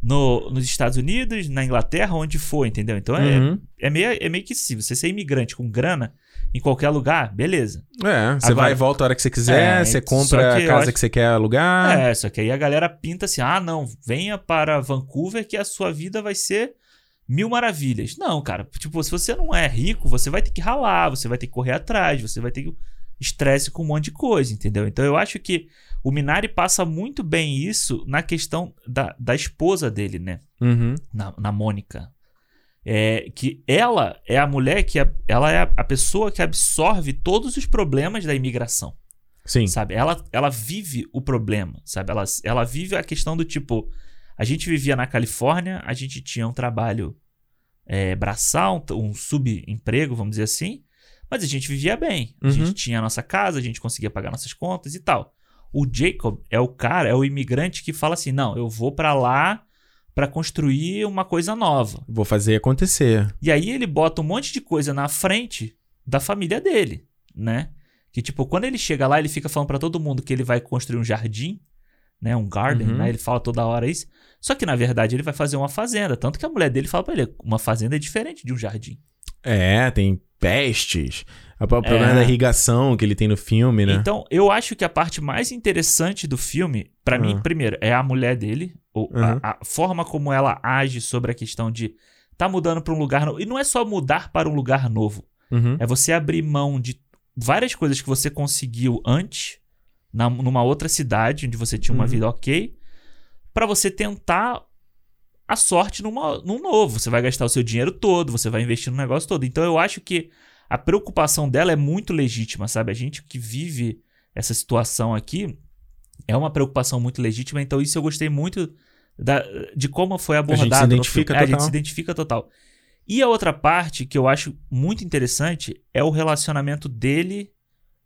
no, nos Estados Unidos, na Inglaterra, onde for, entendeu? Então é, Uhum. é, meio, é meio que se você ser imigrante com grana em qualquer lugar, beleza. É, você Agora- vai e volta a hora que você quiser, É, você só compra que a eu casa acho- que você quer alugar. É, só que aí a galera pinta assim: ah, não, venha para Vancouver que a sua vida vai ser mil maravilhas. Não, cara, tipo, se você não é rico, você vai ter que ralar, você vai ter que correr atrás, você vai ter que estresse com um monte de coisa, entendeu? Então eu acho que o Minari passa muito bem isso na questão da, da esposa dele, né? Uhum. na, na Mônica. É, que ela é a mulher que a- ela é a, a pessoa que absorve todos os problemas da imigração, Sim. sabe? Ela, ela vive o problema, sabe? Ela, ela vive a questão do tipo, a gente vivia na Califórnia, a gente tinha um trabalho é, braçal, um t- um, subemprego, vamos dizer assim, mas a gente vivia bem. A Uhum. gente tinha a nossa casa, a gente conseguia pagar nossas contas e tal. O Jacob é o cara, é o imigrante que fala assim: "Não, eu vou pra lá pra construir uma coisa nova". Vou fazer acontecer. E aí ele bota um monte de coisa na frente da família dele, né? Que tipo, quando ele chega lá, ele fica falando pra todo mundo que ele vai construir um jardim, né, um garden, Uhum. né? Ele fala toda hora isso. Só que na verdade ele vai fazer uma fazenda, tanto que a mulher dele fala pra ele, uma fazenda é diferente de um jardim. É, tem pestes. O problema É. da irrigação que ele tem no filme, né? Então, eu acho que a parte mais interessante do filme, pra mim, Ah. primeiro, é a mulher dele, ou a- Uhum. a, forma como ela age sobre a questão de tá mudando pra um lugar novo. E não é só mudar para um lugar novo. Uhum. É você abrir mão de várias coisas que você conseguiu antes, na- numa outra cidade, onde você tinha uma Uhum. vida ok, pra você tentar a sorte numa, num novo. Você vai gastar o seu dinheiro todo, você vai investir no negócio todo. Então eu acho que a preocupação dela é muito legítima, sabe? A gente que vive essa situação aqui é uma preocupação muito legítima, então isso eu gostei muito da- de como foi se abordado. no identifica filme. É, a gente total. se identifica total. E a outra parte que eu acho muito interessante é o relacionamento dele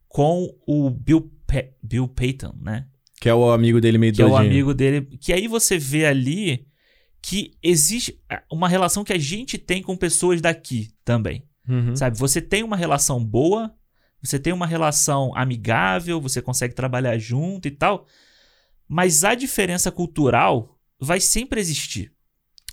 com o Bill, Pe- Bill Payton, né? Que é o amigo dele meio que é o doidinho. amigo dele. Que aí você vê ali que existe ah, uma relação que a gente tem com pessoas daqui também. Uhum. Sabe? Você tem uma relação boa, você tem uma relação amigável, você consegue trabalhar junto e tal. Mas a diferença cultural vai sempre existir.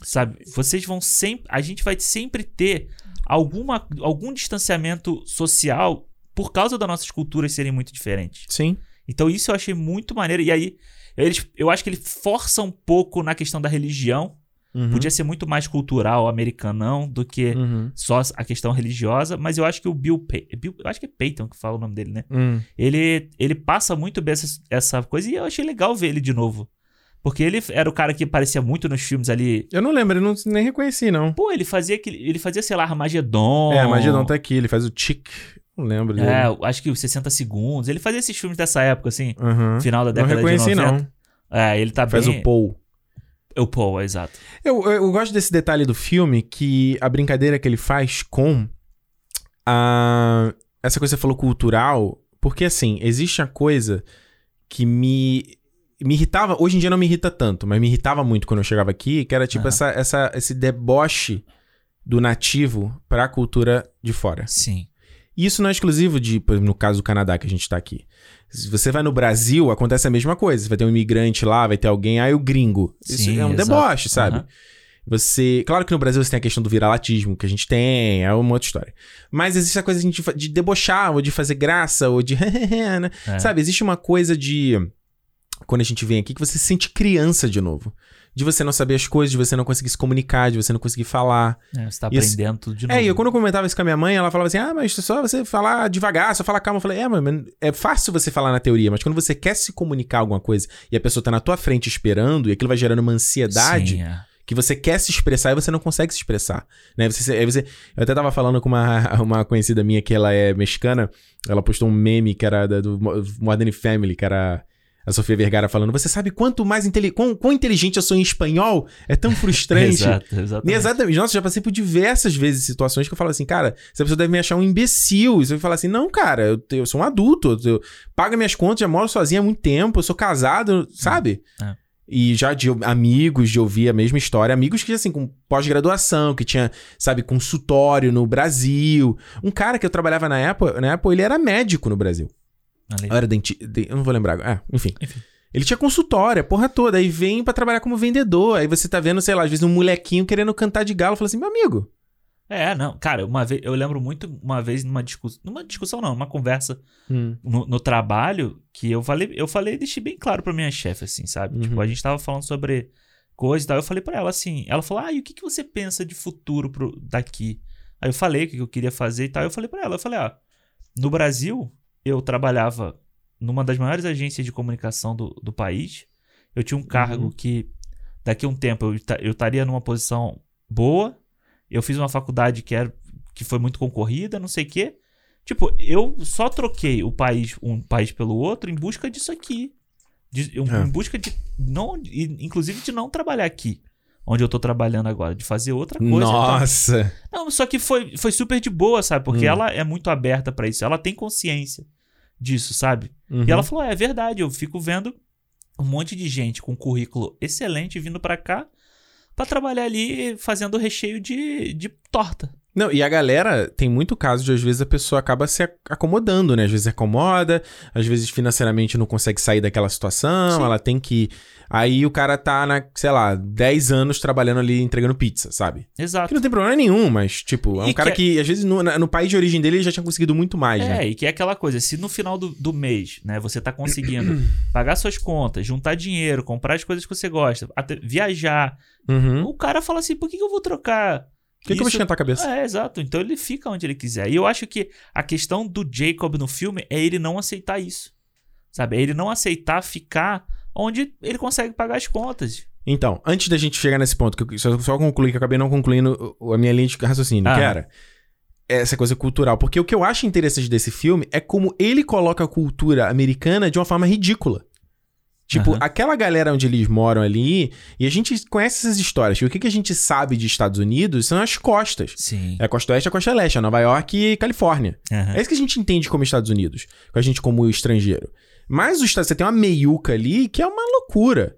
Sabe? Vocês vão sempre. A gente vai sempre ter alguma, algum distanciamento social por causa das nossas culturas serem muito diferentes. Sim. Então isso eu achei muito maneiro. E aí, eles, eu acho que ele força um pouco na questão da religião. Uhum. Podia ser muito mais cultural, americanão, do que Uhum. só a questão religiosa. Mas eu acho que o Bill, Pay- Bill- Eu acho que é Peyton que fala o nome dele, né? Hum. Ele, ele passa muito bem essa, essa coisa e eu achei legal ver ele de novo. Porque ele era o cara que aparecia muito nos filmes ali. Eu não lembro, eu não, nem reconheci, não. Pô, ele fazia aquele, ele fazia, sei lá, Armagedon. É, a magia não tá aqui, ele faz o tic. Não lembro dele. Oh. É, eu acho que os 60 segundos. Ele fazia esses filmes dessa época, assim, Uhum. final da Não década reconheci, de 90. não. É, ele tá Faz bem. o Paul. O Paul, é, exato. Eu, eu, eu gosto desse detalhe do filme que a brincadeira que ele faz com a essa coisa que você falou cultural, porque assim, existe uma coisa que me me irritava, hoje em dia não me irrita tanto, mas me irritava muito quando eu chegava aqui, que era tipo Aham. essa, essa esse deboche do nativo pra cultura de fora. Sim. E isso não é exclusivo de, por exemplo, no caso do Canadá que a gente tá aqui. Se você vai no Brasil, acontece a mesma coisa. Você vai ter um imigrante lá, vai ter alguém, aí o gringo. Isso Sim, é um exato. deboche, sabe? Aham. Você. Claro que no Brasil você tem a questão do viralatismo que a gente tem, é uma outra história. Mas existe a coisa de, fa- de debochar, ou de fazer graça, ou de. né? É. Sabe, existe uma coisa de. Quando a gente vem aqui, que você se sente criança de novo. De você não saber as coisas, de você não conseguir se comunicar, de você não conseguir falar. É, você tá Isso- aprendendo tudo de novo. É, e eu, quando eu comentava isso com a minha mãe, ela falava assim: ah, mas só você falar devagar, só falar calma. Eu falei: é, mãe, mas é fácil você falar na teoria, mas quando você quer se comunicar alguma coisa e a pessoa tá na tua frente esperando e aquilo vai gerando uma ansiedade Sim, é. que você quer se expressar e você não consegue se expressar, né? Você, aí você, eu até tava falando com uma, uma conhecida minha que ela é mexicana, ela postou um meme que era da- do Mo- Modern Family, que era a Sofia Vergara falando, você sabe quanto mais intele quão, quão inteligente eu sou em espanhol? É tão frustrante. Exato, exatamente. Exatamente. Nossa, já passei por diversas vezes situações que eu falo assim, cara, essa pessoa deve me achar um imbecil. E você vai falar assim, não, cara, eu, te- eu sou um adulto, eu, te- eu pago minhas contas, já moro sozinho há muito tempo, eu sou casado, sabe? É. E já de ou- amigos, de ouvir a mesma história, amigos que, assim, com pós-graduação, que tinha, sabe, consultório no Brasil. Um cara que eu trabalhava na Apple, na Apple ele era médico no Brasil. Olha aí. Eu era dentista. Eu não vou lembrar agora. É, enfim. Enfim. Ele tinha consultório, a porra toda. Aí vem pra trabalhar como vendedor. Aí você tá vendo, sei lá, às vezes um molequinho querendo cantar de galo. Fala assim, meu amigo. É, não. Cara, uma vez, eu lembro muito uma vez numa discussão. Numa discussão, não, numa conversa no, no trabalho que eu falei, eu falei, deixei bem claro pra minha chefe, assim, sabe? Uhum. Tipo, a gente tava falando sobre coisa e tal. Eu falei pra ela assim, ela falou, ah, e o que, que você pensa de futuro pro, daqui? Aí eu falei o que, que eu queria fazer e tal. Eu falei pra ela, eu falei, ah, no Brasil, eu trabalhava numa das maiores agências de comunicação do, do país. Eu tinha um cargo Uhum. que daqui a um tempo eu esta- eu estaria numa posição boa. Eu fiz uma faculdade que, era, que foi muito concorrida, não sei o quê. Tipo, eu só troquei o país, um país pelo outro em busca disso aqui. De- em É. busca de. Não, e- inclusive de não trabalhar aqui. Onde eu tô trabalhando agora, de fazer outra coisa. então- Nossa. não, só que foi, foi super de boa, sabe? Porque Hum. ela é muito aberta pra isso. Ela tem consciência disso, sabe? Uhum. E ela falou: é, verdade, eu fico vendo um monte de gente com currículo excelente vindo pra cá pra trabalhar ali fazendo recheio de, de torta. Não, e a galera tem muito caso de às vezes a pessoa acaba se ac- acomodando, né? Às vezes acomoda, às vezes financeiramente não consegue sair daquela situação, Sim. ela tem que. Aí o cara tá, na, sei lá, 10 anos trabalhando ali entregando pizza, sabe? Exato. Que não tem problema nenhum, mas, tipo, é um E cara que, às vezes, no, na- no país de origem dele, ele já tinha conseguido muito mais, né? É, e que é aquela coisa, se no final do, do mês, né, você tá conseguindo pagar suas contas, juntar dinheiro, comprar as coisas que você gosta, até viajar, Uhum. o cara fala assim, por que, que eu vou trocar? Por que, que eu vou isso esquentar a cabeça? É, exato. Então ele fica onde ele quiser. E eu acho que a questão do Jacob no filme é ele não aceitar isso. Sabe? É ele não aceitar ficar onde ele consegue pagar as contas. Então, antes da gente chegar nesse ponto, que eu só, só concluir que eu acabei não concluindo o- a minha linha de raciocínio, Ah. que era essa coisa cultural. Porque o que eu acho interessante desse filme é como ele coloca a cultura americana de uma forma ridícula. Tipo, Aham. aquela galera onde eles moram ali, e a gente conhece essas histórias. E o que, que a gente sabe de Estados Unidos são as costas. Sim. É a costa oeste, a costa leste, é Nova York e Califórnia. É isso que a gente entende como Estados Unidos, com a gente como estrangeiro. Mas o Estado, você tem uma meiuca ali que é uma loucura.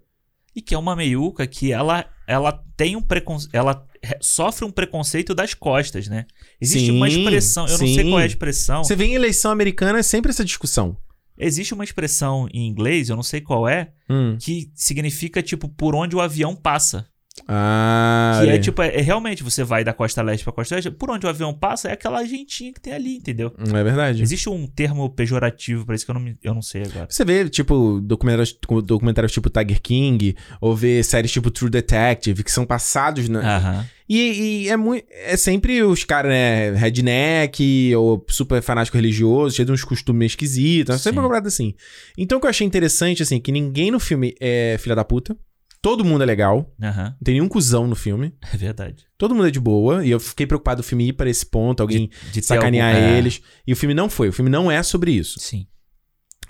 E que é uma meiuca que ela, ela tem um preconceito. Ela re- sofre um preconceito das costas, né? Existe Sim, uma expressão, eu não sei sim. qual é a expressão. Você vê em eleição americana é sempre essa discussão. Existe uma expressão em inglês, eu não sei qual é, Hum. que significa, tipo, por onde o avião passa. Ah, Que olha é aí. tipo, é, é realmente você vai da costa leste pra costa leste, por onde o avião passa é aquela gentinha que tem ali, entendeu? Hum, é verdade. Existe um termo pejorativo pra isso que eu não, me- eu não sei agora. Você vê, tipo, documentários, documentários tipo Tiger King, ou vê séries tipo True Detective, que são passados na, Aham. E, e é muito. É sempre os caras, né? Redneck, ou super fanático religioso, cheio de uns costumes esquisitos. É sempre Sim. uma parada assim. Então o que eu achei interessante, assim, que ninguém no filme é filha da puta. Todo mundo é legal. Aham. Não tem nenhum cuzão no filme. É verdade. Todo mundo é de boa. E eu fiquei preocupado do filme ir pra esse ponto, alguém De ter sacanear algum- é, eles. E o filme não foi. O filme não é sobre isso. Sim.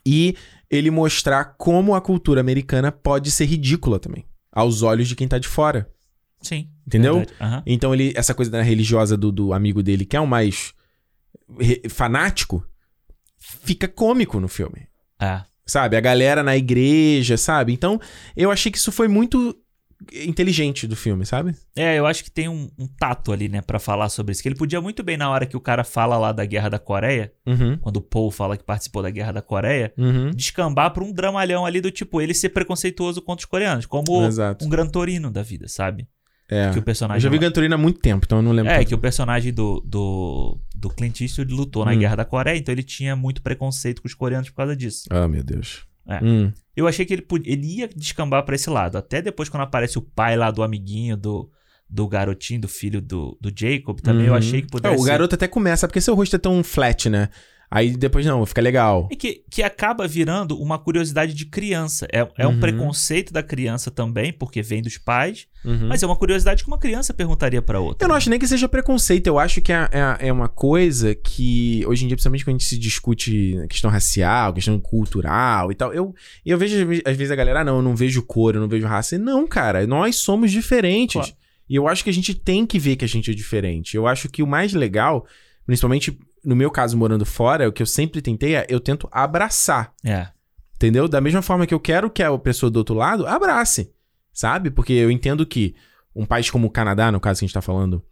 E ele mostrar como a cultura americana pode ser ridícula também. Aos olhos de quem tá de fora. Sim. Entendeu? verdade. Aham. Então ele, essa coisa da religiosa do, do amigo dele, que é o mais re- fanático, fica cômico no filme. Ah, Sabe? A galera na igreja, sabe? Então, eu achei que isso foi muito inteligente do filme, sabe? É, eu acho que tem um, um tato ali, né, pra falar sobre isso. Que ele podia muito bem, na hora que o cara fala lá da Guerra da Coreia, Uhum. quando o Paul fala que participou da Guerra da Coreia, Uhum. descambar pra um dramalhão ali do tipo, ele ser preconceituoso contra os coreanos, como Exato. um Gran Torino da vida, sabe? É. Que o Eu personagem já vi lá- Ganturina há muito tempo, então eu não lembro. É, tanto. que o personagem do, do, do Clint Eastwood lutou na Hum. Guerra da Coreia, então ele tinha muito preconceito com os coreanos por causa disso. Ah, meu Deus. É. Hum. Eu achei que ele, pod- ele ia descambar pra esse lado. Até depois, quando aparece o pai lá do amiguinho do, do garotinho, do filho do, do Jacob, também eu Uhum. achei que É, pudesse. o garoto até começa, porque seu rosto é tão flat, né? Aí depois, não, fica legal. É que, que acaba virando uma curiosidade de criança. É, é um Uhum. preconceito da criança também, porque vem dos pais, Uhum. mas é uma curiosidade que uma criança perguntaria pra outra. Eu não acho nem que seja preconceito, eu acho que é, é- é uma coisa que, hoje em dia, principalmente quando a gente se discute questão racial, questão cultural e tal, eu, eu vejo às vezes a galera, ah, não, eu não vejo cor, eu não vejo raça. E Não, cara, nós somos diferentes. Claro. E eu acho que a gente tem que ver que a gente é diferente. Eu acho que o mais legal, principalmente no meu caso morando fora, o que eu sempre tentei é, eu tento abraçar. É. Entendeu? Da mesma forma que eu quero que a pessoa do outro lado abrace, sabe? Porque eu entendo que um país como o Canadá, no caso que a gente tá falando,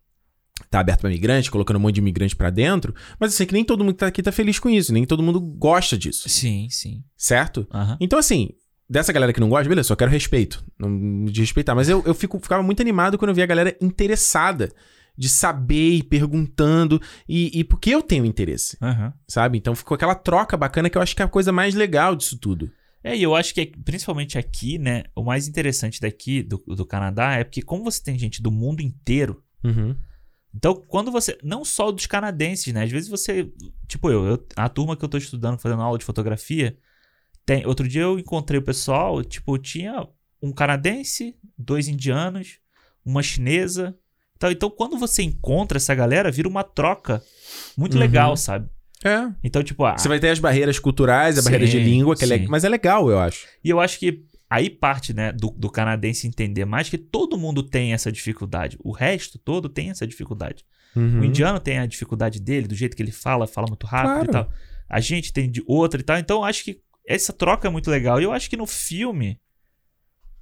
tá aberto pra migrante, colocando um monte de imigrante pra dentro, mas eu sei que nem todo mundo que tá aqui tá feliz com isso, nem todo mundo gosta disso, Sim, sim. certo? Aham. Então, assim, dessa galera que não gosta, beleza, só quero respeito, não me desrespeitar, mas eu, eu fico, ficava muito animado quando eu via a galera interessada de saber e perguntando, e, e porque eu tenho interesse, Aham. sabe? Então ficou aquela troca bacana que eu acho que é a coisa mais legal disso tudo. É, e eu acho que principalmente aqui, né? O mais interessante daqui do, do Canadá é porque como você tem gente do mundo inteiro, Uhum. então quando você. Não só dos canadenses, né? Às vezes você. Tipo eu, eu- a turma que eu tô estudando, fazendo aula de fotografia, tem, outro dia eu encontrei o pessoal, tipo, tinha um canadense, dois indianos, uma chinesa. Então, então quando você encontra essa galera, vira uma troca muito Uhum. legal, sabe? É. Então, tipo, ah, Você vai ter as barreiras culturais, a Sim, barreira de língua, que é le- sim. mas é legal, eu acho. E eu acho que aí parte, né, do, do canadense entender mais que todo mundo tem essa dificuldade. O resto todo tem essa dificuldade. Uhum. O indiano tem a dificuldade dele, do jeito que ele fala, fala muito Claro. rápido e tal. A gente tem de outra e tal. Então eu acho que essa troca é muito legal. E eu acho que no filme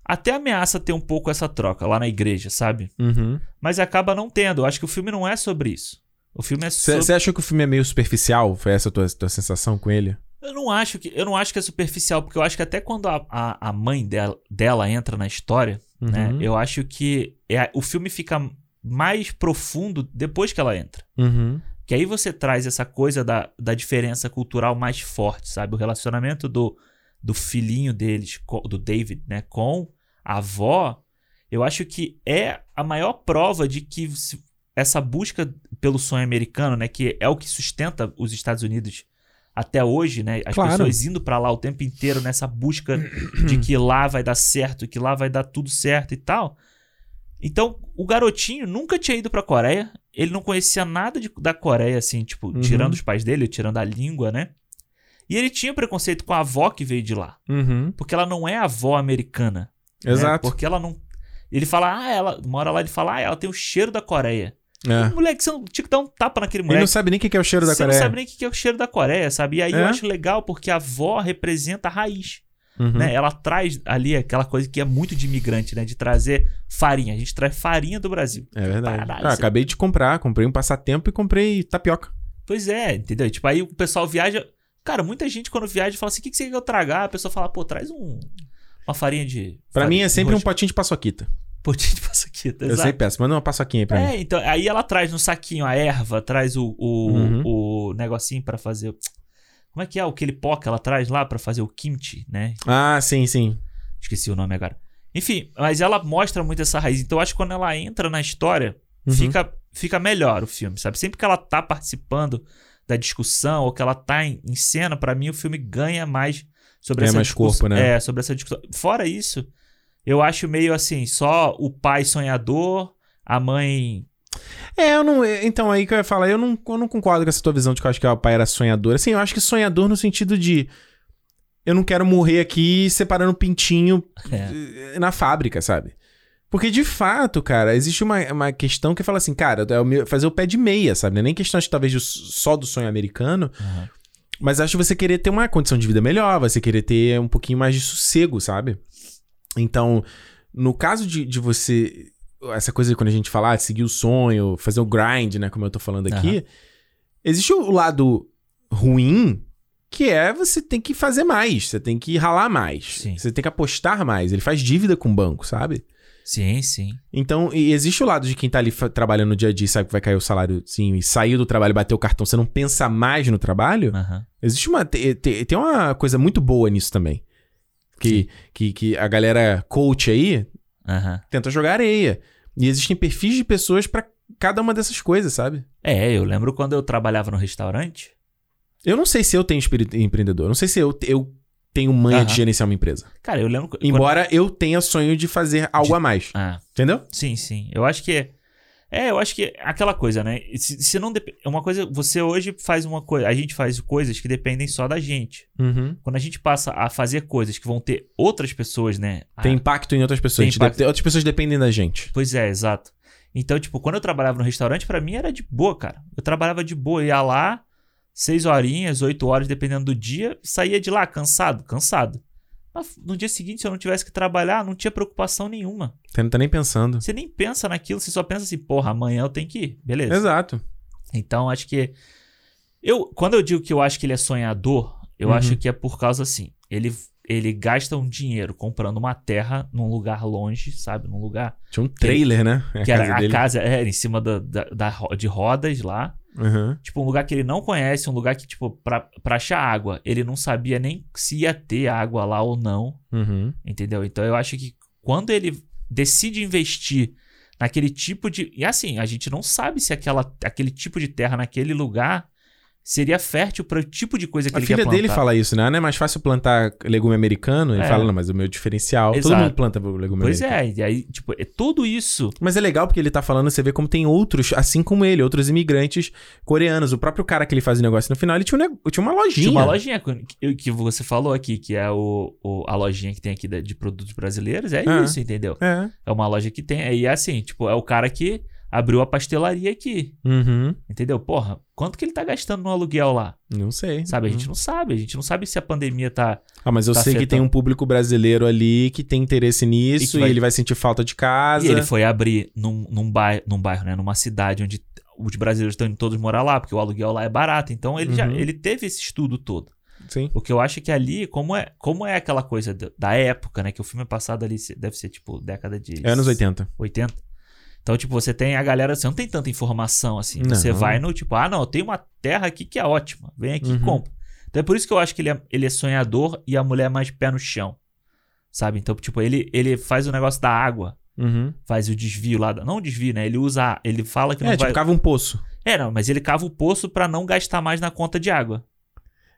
até ameaça ter um pouco essa troca lá na igreja, sabe? Uhum. Mas acaba não tendo. Eu acho que o filme não é sobre isso. O filme é Você sobre achou que o filme é meio superficial? Foi essa a tua, tua sensação com ele? Eu não acho que eu não acho que é superficial, porque eu acho que até quando a, a, a mãe dela, dela entra na história, né? Uhum. Eu acho que é, o filme fica mais profundo depois que ela entra. Uhum. Que aí você traz essa coisa da, da diferença cultural mais forte, sabe? O relacionamento do, do filhinho deles, co- do David, né, com a avó, eu acho que é a maior prova de que se- essa busca pelo sonho americano, né, que é o que sustenta os Estados Unidos até hoje, né? As Claro. pessoas indo pra lá o tempo inteiro nessa busca de que lá vai dar certo, que lá vai dar tudo certo e tal. Então, o garotinho nunca tinha ido pra Coreia. Ele não conhecia nada de- da Coreia, assim, tipo, Uhum. tirando os pais dele, tirando a língua, né? E ele tinha preconceito com a avó que veio de lá. Uhum. Porque ela não é avó americana. né? Exato. Porque ela não. Ele fala, ah, ela mora lá, ele fala, ah, ela tem o cheiro da Coreia. É. Moleque, você não tinha que dar um tapa naquele Ele não moleque. sabe nem o que que é o cheiro da você Coreia. não sabe nem o que que é o cheiro da Coreia, sabe? E aí É. eu acho legal porque a avó representa a raiz Uhum. né? Ela traz ali aquela coisa que é muito de imigrante, né? De trazer farinha. A gente traz farinha do Brasil. É verdade. Parada, Ah, você- acabei de comprar, comprei um passatempo e comprei tapioca. Pois é, entendeu? Tipo, aí o pessoal viaja. Cara, muita gente quando viaja fala assim: o que, que você quer que eu tragar? A pessoa fala, pô, traz um, uma farinha de. Pra mim farinha é de sempre um rosca." potinho de paçoquita. potinho de paçoquita. Eu Exato. sempre peço, manda uma paçoquinha aí pra mim. É, então, aí ela traz no saquinho a erva, traz o, o, Uhum. o negocinho pra fazer. Como é que é? O aquele pó que ela traz lá pra fazer o kimchi, né? Ah, sim, sim. Esqueci o nome agora. Enfim, mas ela mostra muito essa raiz. Então eu acho que quando ela entra na história, Uhum. fica, fica melhor o filme, sabe? Sempre que ela tá participando da discussão ou que ela tá em, em cena, pra mim o filme ganha mais sobre Ganha essa mais discussão. corpo, né? É, sobre essa discussão. Fora isso, eu acho meio assim, só o pai sonhador, a mãe. É, eu não. é, Então, aí que eu ia falar, eu não, eu não concordo com essa tua visão de que eu acho que o pai era sonhador. Assim, eu acho que sonhador no sentido de. Eu não quero morrer aqui separando um pintinho É. eh, na fábrica, sabe? Porque de fato, cara, existe uma, uma questão que fala assim, cara, é o meu- fazer o pé de meia, sabe? Não é nem questão acho, talvez de s- só do sonho americano, Aham. mas acho que você querer ter uma condição de vida melhor, você querer ter um pouquinho mais de sossego, sabe? Então, no caso de, de você. Essa coisa de quando a gente falar, seguir o sonho, fazer o grind, né? Como eu tô falando aqui. Existe o lado ruim, que é você tem que fazer mais, você tem que ralar mais, Sim. você tem que apostar mais. Ele faz dívida com o banco, sabe? Sim, sim. Então, e existe o lado de quem tá ali fa- trabalhando no dia a dia, e sabe que vai cair o salário, sim, e saiu do trabalho, bateu o cartão, você não pensa mais no trabalho? Aham. Existe uma. te- te- Tem uma coisa muito boa nisso também. Que, que, que a galera coach aí Aham. tenta jogar areia. E existem perfis de pessoas pra cada uma dessas coisas, sabe? É, eu lembro quando eu trabalhava no restaurante. Eu não sei se eu tenho espírito empreendedor. Não sei se eu, eu tenho manha de Aham. gerenciar uma empresa. Cara, eu lembro. quando- Embora eu tenha sonho de fazer algo a mais. Ah, Entendeu? sim, sim. Eu acho que. É, eu acho que é aquela coisa, né? Se, se não dep... Uma coisa. Você hoje faz uma coisa. A gente faz coisas que dependem só da gente. Uhum. Quando a gente passa a fazer coisas que vão ter outras pessoas, né? A- Tem impacto em outras pessoas. Tem A gente impacto. dep- Outras pessoas dependem da gente. Pois é, exato. Então, tipo, quando eu trabalhava no restaurante, pra mim era de boa, cara. Eu trabalhava de boa, ia lá, seis horinhas, oito horas, dependendo do dia, saía de lá cansado, cansado. Mas no dia seguinte, se eu não tivesse que trabalhar, não tinha preocupação nenhuma. Você não tá nem pensando. Você nem pensa naquilo, você só pensa assim, porra, amanhã eu tenho que ir, beleza. Exato. Então, acho que. Eu, quando eu digo que eu acho que ele é sonhador, eu Uhum. acho que é por causa assim. Ele, ele gasta um dinheiro comprando uma terra num lugar longe, sabe? Num lugar Tinha um trailer, né? A que casa era a dele. casa era em cima da, da- da ro- de rodas lá. Uhum. Tipo, um lugar que ele não conhece, um lugar que, tipo, pra, pra achar água, ele não sabia nem se ia ter água lá ou não, Uhum. entendeu? Então eu acho que quando ele decide investir naquele tipo de. E assim, a gente não sabe se aquela, aquele tipo de terra naquele lugar seria fértil para o tipo de coisa que A ele filha quer plantar. dele fala isso, né? Não é mais fácil plantar legume americano? Ele É. fala, não, mas o meu diferencial. Todo Exato. mundo planta legume Pois americano. é, e aí, tipo, é tudo isso. Mas é legal porque ele tá falando, você vê como tem outros, assim como ele, outros imigrantes coreanos. O próprio cara que ele faz o negócio no final, ele tinha, um nego- tinha uma lojinha. Tinha uma lojinha que, que você falou aqui, que é o, o- a lojinha que tem aqui da- de, produtos brasileiros. É Ah. isso, entendeu? É. É uma loja que tem. E é assim, tipo, é o cara que abriu a pastelaria aqui, Uhum. entendeu? Porra, quanto que ele tá gastando no aluguel lá? Não sei. Sabe? A gente não sabe. A gente não sabe se a pandemia tá. Ah, mas eu tá sei que tem afetando. um público brasileiro ali que tem interesse nisso E e, que vai- ele vai sentir falta de casa. E ele foi abrir num, num, bairro, num bairro, né? Numa cidade onde os brasileiros estão indo todos morar lá, porque o aluguel lá é barato. Então ele já Uhum. ele teve esse estudo todo. Sim. O que eu acho é que ali, como é, como é aquela coisa da- da época, né? Que o filme é passado ali, se- deve ser tipo década de. É anos 80. 80. Então, tipo, você tem a galera, você não tem tanta informação assim. Não. Você vai no tipo, ah, não, tem uma terra aqui que é ótima, vem aqui Uhum. e compra. Então é por isso que eu acho que ele é, ele é sonhador e a mulher é mais pé no chão. Sabe? Então, tipo, ele, ele faz o negócio da água, Uhum. faz o desvio lá, da- não o desvio, né? Ele usa, ele fala que não É, vai. tipo, cava um poço. É, não, mas ele cava o poço pra não gastar mais na conta de água.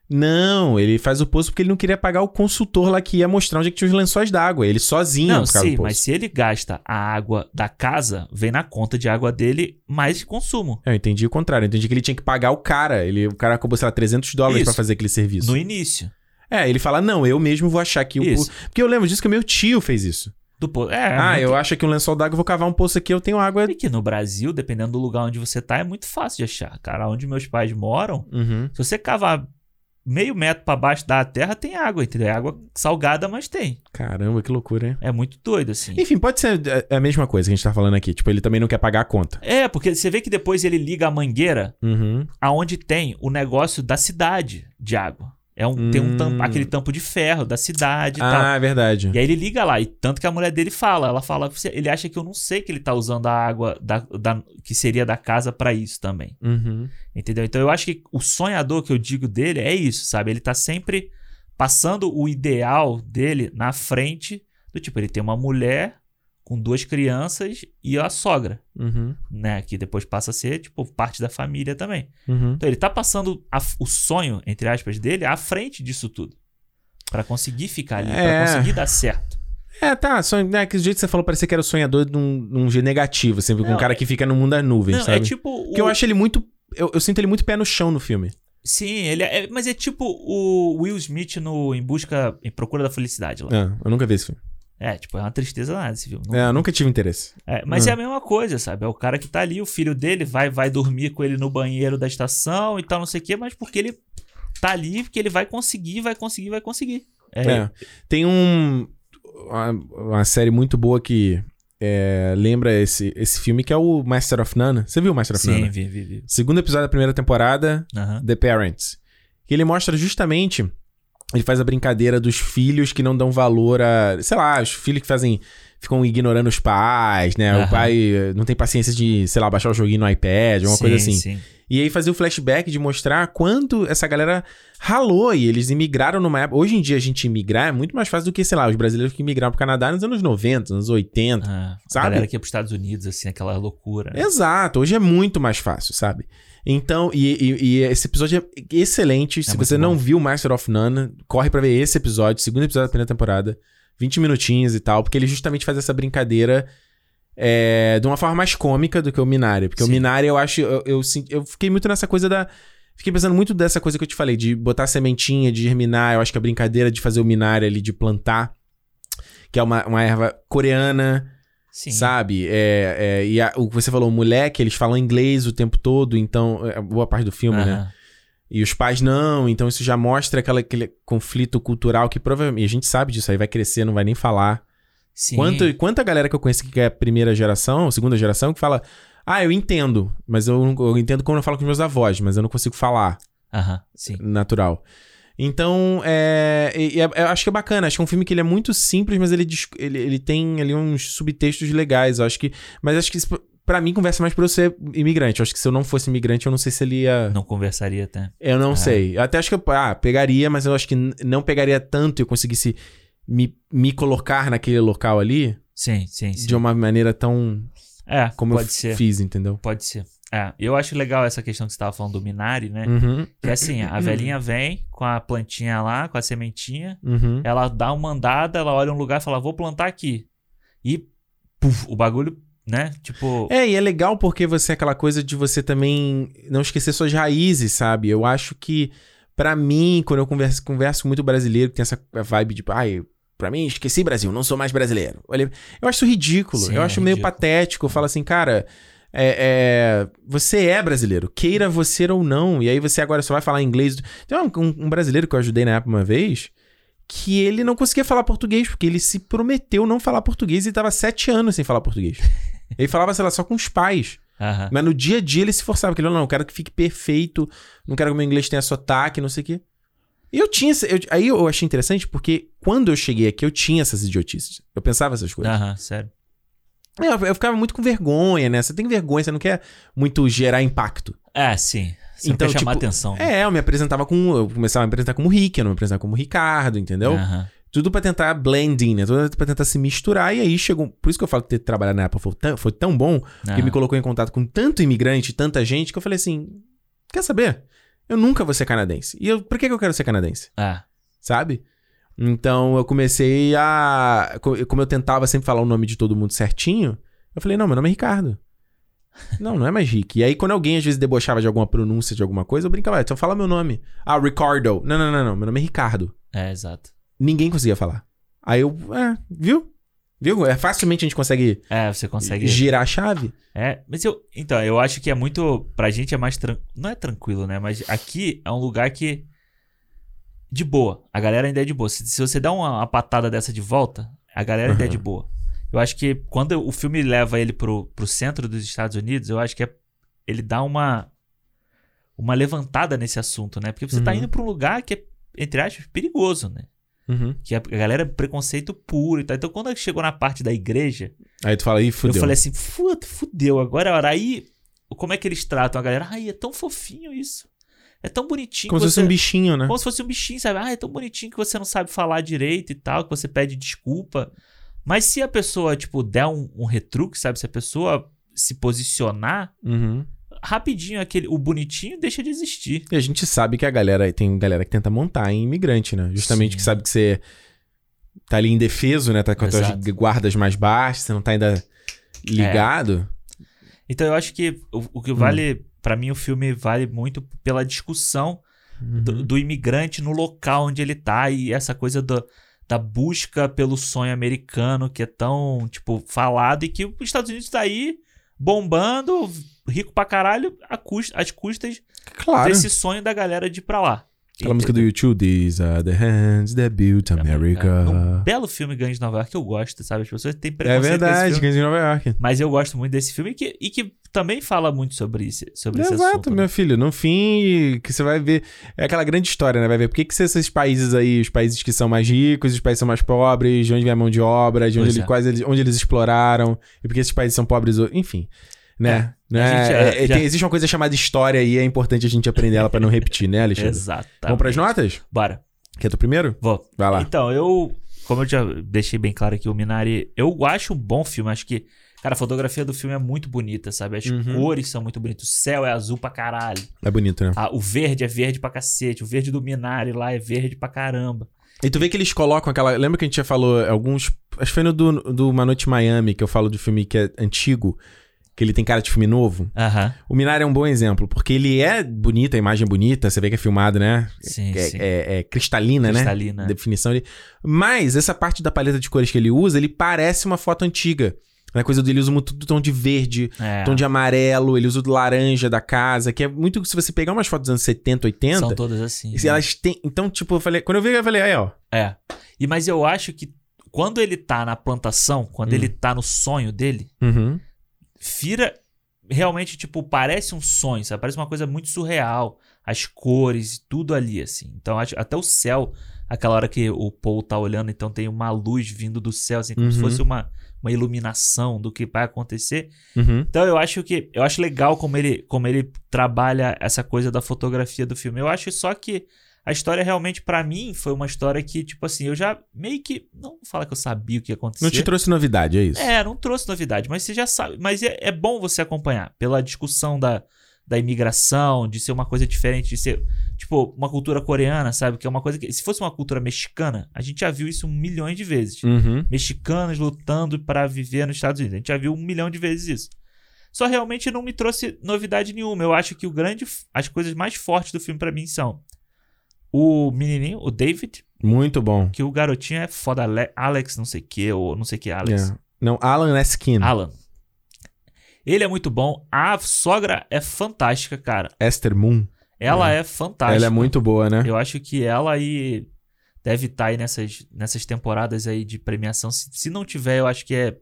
Não, ele faz o poço porque ele não queria pagar o consultor lá que ia mostrar onde é que tinha os lençóis d'água. Ele sozinho Não, cava o sim, poço. mas se ele gasta a água da casa, vem na conta de água dele mais consumo. É, Eu entendi o contrário. Eu entendi que ele tinha que pagar o cara. Ele, o cara cobrou, sei lá, 300 dólares Isso. pra fazer aquele serviço. No início. É, ele fala, não, eu mesmo vou achar aqui o... Isso. po- Porque eu lembro disso que meu tio fez isso. Do poço. É, ah, muito- eu acho aqui um lençol d'água, eu vou cavar um poço aqui, eu tenho água... E que no Brasil, dependendo do lugar onde você tá, é muito fácil de achar. Cara, onde meus pais moram, Uhum. se você cavar meio metro pra baixo da terra, tem água, entendeu? É água salgada, mas tem. Caramba, que loucura, hein? É muito doido, assim. Enfim, pode ser a- a mesma coisa que a gente tá falando aqui. Tipo, ele também não quer pagar a conta. É, porque você vê que depois ele liga a mangueira Uhum. aonde tem o negócio da cidade de água. É um, Tem um tampo- Hum. aquele tampo de ferro da cidade e tal. Ah, é verdade. E aí ele liga lá, e tanto que a mulher dele fala, ela fala, "Você- ele acha que eu não sei que ele tá usando a água da, da- que seria da casa pra isso também. Uhum. Entendeu? Então eu acho que o sonhador que eu digo dele é isso, sabe? Ele tá sempre passando o ideal dele na frente do tipo, ele tem uma mulher com duas crianças e a sogra, Uhum. né? Que depois passa a ser, tipo, parte da família também. Uhum. Então ele tá passando a- o sonho, entre aspas, dele à frente disso tudo. Pra conseguir ficar É. ali, pra conseguir dar certo. É, tá. Só, né, que do jeito que você falou, parecia que era o sonhador de um, num jeito negativo. Sempre um Não, cara é- que fica no mundo das nuvens, Não, sabe? é tipo. Porque eu acho ele muito... Eu, eu sinto ele muito pé no chão no filme. Sim, ele é, é- mas é tipo o Will Smith no Em Busca, em Procura da Felicidade lá. É, eu nunca vi esse filme. É, tipo, é uma tristeza nada esse filme. Não- É, eu nunca tive interesse. É, mas Hum. é a mesma coisa, sabe? É o cara que tá ali, o filho dele vai vai dormir com ele no banheiro da estação e tal, não sei o quê, mas porque ele tá ali, porque ele vai conseguir, vai conseguir, vai conseguir. É, É. Tem um. Uma, uma série muito boa que é, lembra esse, esse filme, que é o Master of None. Você viu o Master of Sim, None? vi, vi, vi. Segundo episódio da primeira temporada, Aham. The Parents. Que ele mostra justamente. Ele faz a brincadeira dos filhos que não dão valor a. Sei lá, os filhos que fazem ficam ignorando os pais, né? Aham. O pai eh, não tem paciência de, sei lá, baixar o joguinho no iPad, alguma coisa assim. Sim. E aí fazia o flashback de mostrar quanto essa galera ralou e eles imigraram numa época. Hoje em dia a gente imigrar é muito mais fácil do que, sei lá, os brasileiros que imigraram pro Canadá nos anos 90, anos 80. Ah, a Sabe? galera que ia pros Estados Unidos, assim, aquela loucura. né? Exato, hoje é muito mais fácil, sabe? Então, e, e- e esse episódio é excelente. Se muito você bom. não viu Master of None, corre pra ver esse episódio, segundo episódio da primeira temporada, 20 minutinhos e tal, porque ele justamente faz essa brincadeira é, de uma forma mais cômica do que o Minari. Porque o Sim. Minari, eu acho, eu, eu, senti- eu fiquei muito nessa coisa da. Fiquei pensando muito dessa coisa que eu te falei, de botar a sementinha, de germinar. Eu acho que a brincadeira de fazer o Minari ali, de plantar, que é uma, uma erva coreana. Sim. Sabe? É, é, e a- o que você falou, o moleque, eles falam inglês o tempo todo, então. É boa parte do filme, né? Aham. E os pais não, então isso já mostra aquela, aquele conflito cultural que provavelmente. E a gente sabe disso, aí vai crescer, não vai nem falar. Sim. Quanto, quanta galera que eu conheço que é a primeira geração, segunda geração, que fala. Ah, eu entendo, mas eu, não- eu entendo como eu falo com os meus avós, mas eu não consigo falar Aham, sim. natural. Então, é, e- e é- eu acho que é bacana. Acho que é um filme que ele é muito simples, mas ele, dis- ele, ele tem ali uns subtextos legais. Eu acho que, mas acho que isso, pra mim conversa mais pra você imigrante. Eu acho que se eu não fosse imigrante, eu não sei se ele ia. Não conversaria até. Eu não Ah. sei. Eu até acho que eu ah, pegaria, mas eu acho que n- não pegaria tanto e eu conseguisse me, me colocar naquele local ali Sim, sim, sim. de uma maneira tão É, como pode eu ser. fiz, entendeu? Pode ser. É, eu acho legal essa questão que você tava falando do Minari, né? Uhum, Que assim, a velhinha vem com a plantinha lá, com a sementinha, uhum. ela dá uma andada, ela olha um lugar e fala, vou plantar aqui. E puf, o bagulho, né? Tipo, É, e é legal porque você é aquela coisa de você também não esquecer suas raízes, sabe? Eu acho que, pra mim, quando eu converso, converso com muito brasileiro, que tem essa vibe de, ai, pra mim, esqueci Brasil, não sou mais brasileiro. Olha, eu acho isso ridículo, Sim, eu é acho meio ridículo. patético. Eu falo assim, cara, é, é, você é brasileiro, queira você ou não, e aí você agora só vai falar inglês. Tem um, um brasileiro que eu ajudei na época uma vez. Que ele não conseguia falar português, porque ele se prometeu não falar português e tava sete anos sem falar português. Ele falava, sei lá, só com os pais. aham. Mas no dia a dia ele se forçava. Porque ele falou, não, eu quero que fique perfeito. Não quero que o meu inglês tenha sotaque, não sei o quê. E eu tinha... esse- eu- aí eu achei interessante porque quando eu cheguei aqui, eu tinha essas idiotices. Eu pensava essas coisas. Aham, sério. É, Eu, eu ficava muito com vergonha, né? Você tem vergonha, você não quer muito gerar impacto. É, sim. Você Então, não quer chamar tipo, atenção. né? É, eu me apresentava com... Eu começava a me apresentar como Rick, eu não me apresentava como Ricardo, entendeu? Aham. Tudo pra tentar blending, né? Tudo pra tentar se misturar. E aí chegou... Por isso que eu falo que ter trabalhado na Apple foi tão- foi tão bom, que aham. me colocou em contato com tanto imigrante, tanta gente, que eu falei assim: quer saber? Eu nunca vou ser canadense. E eu, por que, que eu quero ser canadense? É, Sabe? Então eu comecei a. co- Como eu tentava sempre falar o nome de todo mundo certinho, eu falei: não, meu nome é Ricardo. Não, não é mais Rick. E aí, quando alguém às vezes debochava de alguma pronúncia de alguma coisa, eu brincava, então fala meu nome. Ah, Ricardo. Não, não, não, não. Meu nome é Ricardo. é, exato. Ninguém conseguia falar. Aí eu, é, viu? Viu? É, facilmente a gente consegue, É, você consegue. girar a chave. É, mas eu. Então, eu acho que é muito. Pra gente é mais. Tran... Não é tranquilo, né? Mas aqui é um lugar que. De boa. A galera ainda é de boa. Se, se você dá uma, uma patada dessa de volta, a galera ainda é de boa. Eu acho que quando o filme leva ele pro, pro centro dos Estados Unidos, eu acho que é, ele dá uma. Uma levantada nesse assunto, né? Porque você tá Uhum. indo pra um lugar que é, entre aspas, perigoso, né? Uhum. Que a a galera é preconceito puro e tal. Então, quando chegou na parte da igreja, Aí tu fala, ih, fudeu. eu falei assim, puta, fudeu, agora é hora. Aí, como é que eles tratam a galera? Ai, é tão fofinho isso. É tão bonitinho. Como que se fosse você- um bichinho, né? Como se fosse um bichinho, sabe? Ah, é tão bonitinho que você não sabe falar direito e tal, que você pede desculpa. Mas se a pessoa, tipo, der um, um retruque, sabe? Se a pessoa se posicionar, Uhum. rapidinho aquele, o bonitinho deixa de existir. E a gente sabe que a galera, tem galera que tenta montar em imigrante, né? Justamente Sim. que sabe que você tá ali indefeso, né? Tá com as tuas Exato. guardas mais baixas, você não tá ainda ligado. Então eu acho que o, Hum. o que vale, pra mim, o filme vale muito pela discussão Uhum. do, do imigrante no local onde ele tá e essa coisa da- da busca pelo sonho americano que é tão, tipo, falado e que os Estados Unidos tá aí bombando, rico pra caralho, a cus- às custas Claro. tipo desse sonho da galera de ir pra lá. Aquela música do YouTube, These are the hands that built Um America. belo filme Gangs de Nova York que eu gosto, sabe? As pessoas têm É preconceito com esse verdade, filme. Gangs de Nova York. Mas eu gosto muito desse filme e que, e que também fala muito sobre isso. Sobre esse Exato, assunto, né? meu filho. No fim, que você vai ver. É aquela grande história, né? Vai ver por que, que esses países aí, os países que são mais ricos, os países que são mais pobres, de onde vem a mão de obra, de onde, Pois ele, é. quais eles, onde eles exploraram, e por que esses países são pobres, ho- enfim. Né? né? gente já- É- é- já- tem- existe uma coisa chamada história e é importante a gente aprender ela pra não repetir, né, Alexandre? Exato. Tá Vamos pras notas? Bora. Quer tu primeiro? Vou. Vai lá. Então, eu. Como eu já deixei bem claro aqui, o Minari, eu acho um bom filme. Acho que, cara, a fotografia do filme é muito bonita, sabe? As Uhum. cores são muito bonitas. O céu é azul pra caralho. É bonito, né? Ah, o verde é verde pra cacete. O verde do Minari lá é verde pra caramba. E tu vê que eles colocam aquela. Lembra que a gente já falou alguns. Acho que foi no do, do Uma Noite em Miami, que eu falo de filme que é antigo, que ele tem cara de filme novo. Aham. O Minari é um bom exemplo, porque ele é bonito, a imagem é bonita, você vê que é filmado, né? Sim, É, sim. é- é cristalina, né? Cristalina. Definição ali. Mas essa parte da paleta de cores que ele usa, ele parece uma foto antiga. Na coisa dele, ele usa muito tom de verde, É. tom de amarelo, ele usa o do laranja da casa, que é muito. Se você pegar umas fotos dos anos 70, 80, São todas assim. se né? elas têm. Então, tipo, eu falei. Quando eu vi, eu falei, aí, ó. É. E, mas eu acho que quando ele tá na plantação, quando Hum. ele tá no sonho dele, Uhum. vira realmente, tipo, parece um sonho, sabe? Parece uma coisa muito surreal. As cores, tudo ali, assim. Então, acho- até o céu, aquela hora que o Paul tá olhando, então tem uma luz vindo do céu, assim, como se Uhum. fosse uma, uma iluminação do que vai acontecer. Uhum. Então eu acho que eu acho legal como ele como ele trabalha essa coisa da fotografia do filme. Eu acho só que a história realmente pra mim foi uma história que tipo assim, eu já meio que não vou falar que eu sabia o que ia acontecer. Não te trouxe novidade, é isso? É, não trouxe novidade, mas você já sabe, mas é, é bom você acompanhar pela discussão da da imigração, de ser uma coisa diferente, de ser tipo uma cultura coreana, sabe, que é uma coisa que se fosse uma cultura mexicana, a gente já viu isso milhões de vezes Uhum. mexicanos lutando para viver nos Estados Unidos. A gente já viu um milhão de vezes isso. Só realmente não me trouxe novidade nenhuma. Eu acho que o grande, as coisas mais fortes do filme pra mim são o menininho, o David, Muito bom. que o garotinho é foda, Ale- Alex, não sei o que, ou não sei o que, Alex. É. Não, Alan Eskin. Alan. Ele é muito bom. A sogra é fantástica, cara. Esther Moon. Ela é, fantástica. Ela é muito boa, né? Eu acho que ela aí deve estar aí nessas, nessas temporadas aí de premiação. Se, se não tiver, eu acho que é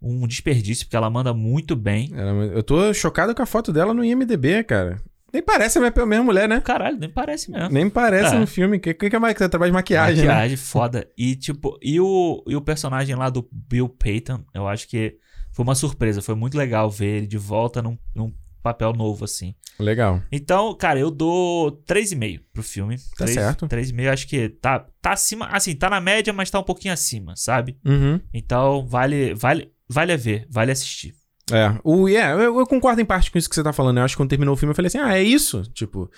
um desperdício, porque ela manda muito bem. Ela é mu- Eu tô chocado com a foto dela no IMDB, cara. Nem parece a minha a mesma mulher, né? Caralho, nem parece mesmo. Nem parece É. no filme. O que, que, que é mais que trabalho de maquiagem, né? Maquiagem, foda. E tipo, e o, e o personagem lá do Bill Payton, eu acho que foi uma surpresa. Foi muito legal ver ele de volta num, num papel novo, assim. Legal. Então, cara, eu dou 3,5 pro filme. Tá Três- certo. 3,5, eu acho que tá, tá acima. Assim, tá na média, mas tá um pouquinho acima, sabe? Uhum. Então, vale, vale, vale a ver, vale assistir. É. O, yeah, eu, eu concordo em parte com isso que você tá falando. Eu acho que quando terminou o filme, eu falei assim: ah, é isso? Tipo.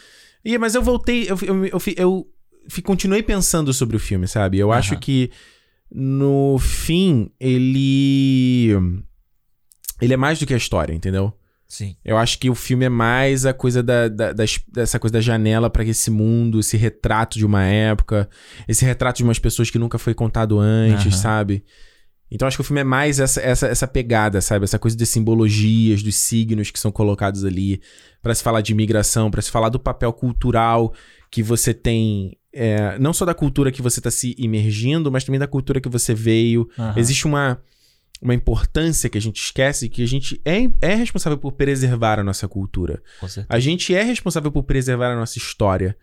E, mas eu voltei. Eu, fi- eu, eu, fi- eu fi- continuei pensando sobre o filme, sabe? Eu acho Aham. que no fim, ele. Ele é mais do que a história, entendeu? Sim. Eu acho que o filme é mais a coisa da, da- das- dessa coisa da janela para esse mundo, esse retrato de uma época, esse retrato de umas pessoas que nunca foi contado antes, Aham. sabe? Então acho que o filme é mais essa, essa, essa pegada, sabe? Essa coisa das simbologias, dos signos que são colocados ali, para se falar de imigração, para se falar do papel cultural que você tem, é, não só da cultura que você tá se imergindo, mas também da cultura que você veio, Aham. Existe uma, uma importância que a gente esquece que a gente é, é responsável por preservar a nossa cultura. Com certeza. A gente é responsável por preservar a nossa história.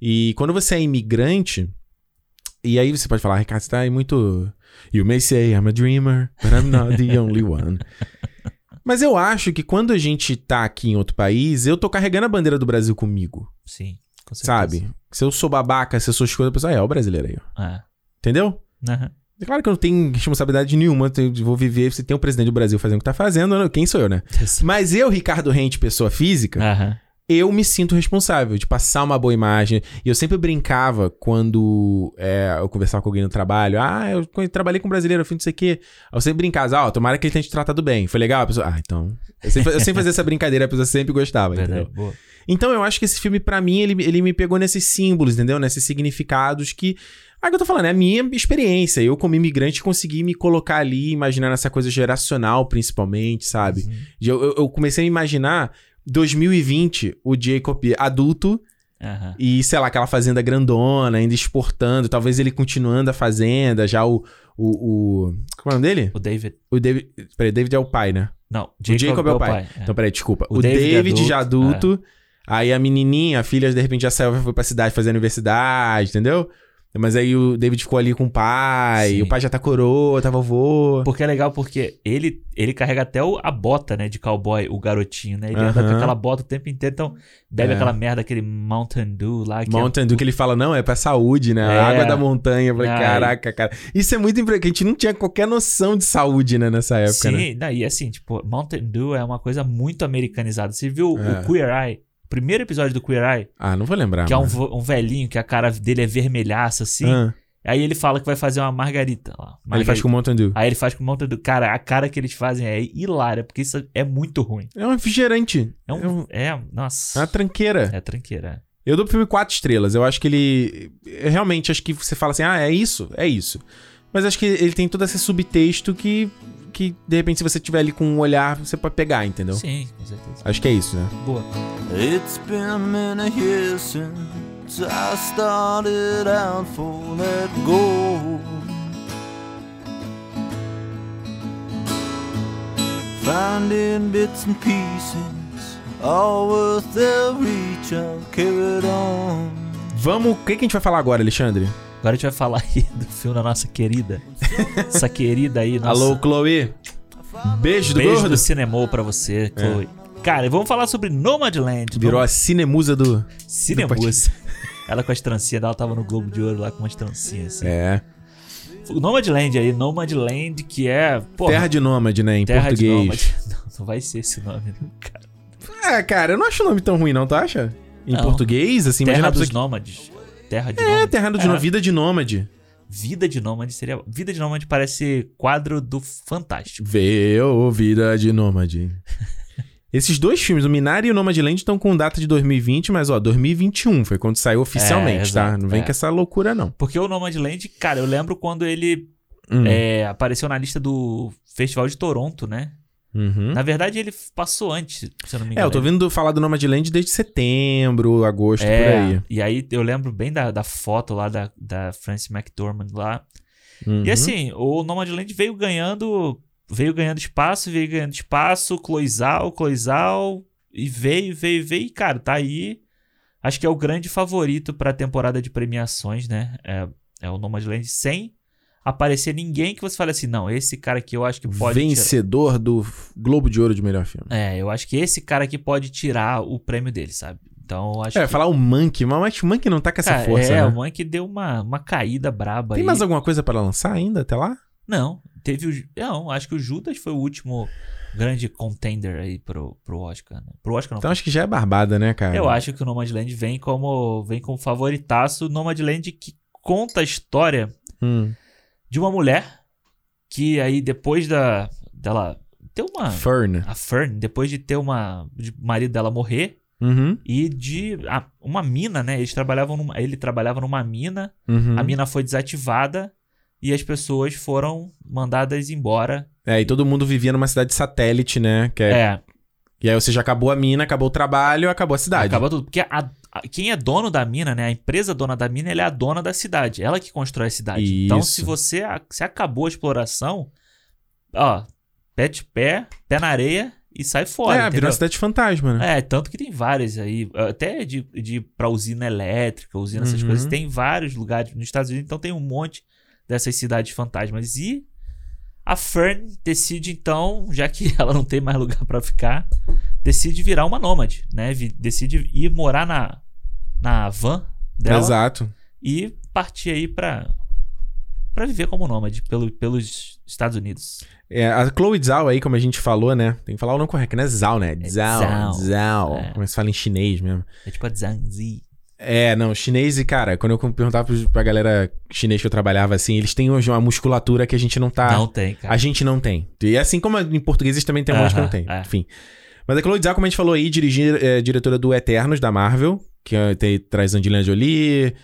E quando você é imigrante, e aí você pode falar, Ricardo, você tá aí muito. You may say I'm a dreamer, but I'm not the only one. Mas eu acho que quando a gente tá aqui em outro país, eu tô carregando a bandeira do Brasil comigo, Sim, com certeza. sabe? Se eu sou babaca, se eu sou escroto, a pessoa, "Ah, é, é o brasileiro aí, ó." É. entendeu? Aham. É Claro que eu não tenho responsabilidade nenhuma, eu tenho- vou viver, se tem o presidente do Brasil fazendo o que tá fazendo, eu- quem sou eu, né? Mas eu, Ricardo Rente, pessoa física, Aham. eu me sinto responsável de passar uma boa imagem. E eu sempre brincava quando é, eu conversava com alguém no trabalho, ah, eu co- trabalhei com um brasileiro, eu fiz não sei o quê. Eu sempre brincava, ah, ó, tomara que ele tenha te tratado bem. Foi legal? A pessoa, ah, então... Eu sempre, eu sempre fazia essa brincadeira, a pessoa sempre gostava, entendeu? Verdade. Boa. Então eu acho que esse filme, pra mim, ele, ele me pegou nesses símbolos, entendeu? Nesses significados que. Ah, que eu tô falando, é a minha experiência. Eu, como imigrante, consegui me colocar ali, imaginar essa coisa geracional, principalmente, sabe? Uhum. Eu, eu- eu comecei a imaginar 2020, o Jacob adulto, Aham. E, sei lá, aquela fazenda grandona, ainda exportando. Talvez ele continuando a fazenda, já o. O. o... Como é o nome dele? O David. O David. Peraí, David é o pai, né? Não, O Jacob, é o pai. é. Então, peraí, desculpa. O O, David David, é já adulto, é. adulto. Aí a menininha, a filha, de repente já saiu, já foi pra cidade fazer universidade, entendeu? Mas aí o David ficou ali com o pai. Sim. O pai já tá coroa, tá vovô. Porque é legal porque ele, ele carrega até o- a bota, né, de cowboy, o garotinho, né? Ele anda com Aham. aquela bota o tempo inteiro, então bebe É. aquela merda, aquele Mountain Dew lá. Que é- Mountain Dew, que ele fala, não, é pra saúde, né? É. A água da montanha. Eu falei, Ai. caraca, cara. Isso é muito importante. A gente não tinha qualquer noção de saúde, né, nessa época, né? Sim, não, e assim, tipo, Mountain Dew é uma coisa muito americanizada. Você viu É. o Queer Eye, o primeiro episódio do Queer Eye, Ah, não vou lembrar. que é um, mano. vo- um velhinho que a cara dele é vermelhaça, assim. Ah, Aí ele fala que vai fazer uma margarita lá. mas ele faz com Mountain Dew. Aí ele faz com Mountain Dew. Cara, a cara que eles fazem é hilária, porque isso é muito ruim. É um refrigerante. É, É um, um- é É uma nossa. tranqueira. É tranqueira. Eu dou pro filme quatro estrelas. Eu acho que ele. eu Realmente, acho que você fala assim, ah, é isso? É isso. Mas acho que ele tem todo esse subtexto que. que de repente, se você tiver ali com um olhar, você pode pegar, entendeu? Sim, com certeza. Acho que é isso, né? Boa. It's been many years since I started out for let go. Finding bits and pieces, all worth their reach, I've carried on. Vamos. O que, que a gente vai falar agora, Alexandre? Agora a gente vai falar aí do filme da nossa querida. Essa querida aí, nossa. Alô, Chloe. Beijo do Beijo gordo. É. do Cinemol pra você, Chloe. Cara, e vamos falar sobre Nomadland. Virou Vamos- a cinemusa do. Cinemus. Ela com as trancinhas dela tava no Globo de Ouro lá com umas trancinhas. Assim. É. O Nomadland aí, Nomadland que é... Pô, Terra de Nômade, né? Em português. de Nômade. Não, não vai ser esse nome, não, cara. É, cara, eu não acho o nome tão ruim, não, tu acha? Em Não. português, assim, Terra imagina a dos pessoa que. Nômades. Terra de É, Nômade. terra de Nômade, vida de Nômade. Vida de Nômade seria... Vida de Nômade parece quadro do Fantástico. Veu vida de nômade. Esses dois filmes, o Minari e o Nomadland, estão com data de 2020, mas ó, 2021 foi quando saiu oficialmente, É, tá? exato, Não vem é. com essa loucura, não. Porque o Nomadland, cara, eu lembro quando ele Hum, é, apareceu na lista do Festival de Toronto, né? uhum. Na verdade, ele passou antes, se eu não me É, engano. eu tô vindo falar do Nomadland desde setembro, agosto, por aí. É, E aí eu lembro bem da, da foto lá da, da Frances McDormand lá. Uhum. E assim, o Nomadland veio ganhando, veio ganhando espaço, veio ganhando espaço, Cloizal, Cloizal, e veio, veio, veio, e cara, tá aí. Acho que é o grande favorito pra temporada de premiações, né? É, é o Nomadland sem aparecer ninguém que você fale assim, não, esse cara aqui eu acho que pode tirar. Vencedor do Globo de Ouro de melhor filme. É, eu acho que esse cara aqui pode tirar o prêmio dele, sabe? Então, eu acho É, que... falar o Monkey, mas o Monkey não tá com essa Cara, força, é, né? o Monkey deu uma, uma caída braba Tem aí. mais alguma coisa pra lançar ainda até lá? Não, teve o... Ju- Não, acho que o Judas foi o último grande contender aí pro, pro Oscar. Né? Pro Oscar não. Então acho que já é barbada, né, cara? Eu acho que o Nomadland vem como, vem como favoritaço. Nomadland que conta a história Hum. de uma mulher que aí depois da... dela ter uma... Fern. A Fern, depois de ter uma... de o marido dela morrer Uhum. e de... ah, uma mina, né? Eles trabalhavam numa... Ele trabalhava numa mina Uhum. A mina foi desativada e as pessoas foram mandadas embora. É, e todo mundo vivia numa cidade satélite, né? Que é- É, E aí, ou seja, acabou a mina, acabou o trabalho, acabou a cidade. acaba tudo. Porque a- a- quem é dono da mina, né? A empresa dona da mina, ela é a dona da cidade. Ela que constrói a cidade. Então, Isso. se você a- se acabou a exploração, ó, pé de pé, pé na areia e sai fora. é, virou entendeu? uma cidade fantasma, né? É, tanto que tem várias aí, até de, de pra usina elétrica, usina essas Uhum. coisas, tem vários lugares nos Estados Unidos, então tem um monte dessas cidades fantasmas. E a Fern decide então, já que ela não tem mais lugar pra ficar, decide virar uma nômade, né? Vi- Decide ir morar na, na van É, dela Exato. e partir aí pra, pra viver como nômade pelo, pelos Estados Unidos. É, a Chloe Zhao aí, como a gente falou, né? Tem que falar o nome correto, né? Zhao, né? Zhao. Zhao, Zhao. É. Como se fala em chinês mesmo. É tipo a Zanzi. É, não, chinês e, cara, quando eu perguntava pros- pra galera chinês que eu trabalhava, assim, eles têm hoje uma musculatura que a gente não tá... Não tem, cara. A gente não tem. E assim como em português eles também tem um monte que não Aham, tem. é. Enfim. Mas a Chloe Zhao, como a gente falou aí, dirigir, é, diretora do Eternos, da Marvel, que é, tem, traz Angelina Jolie, Ah.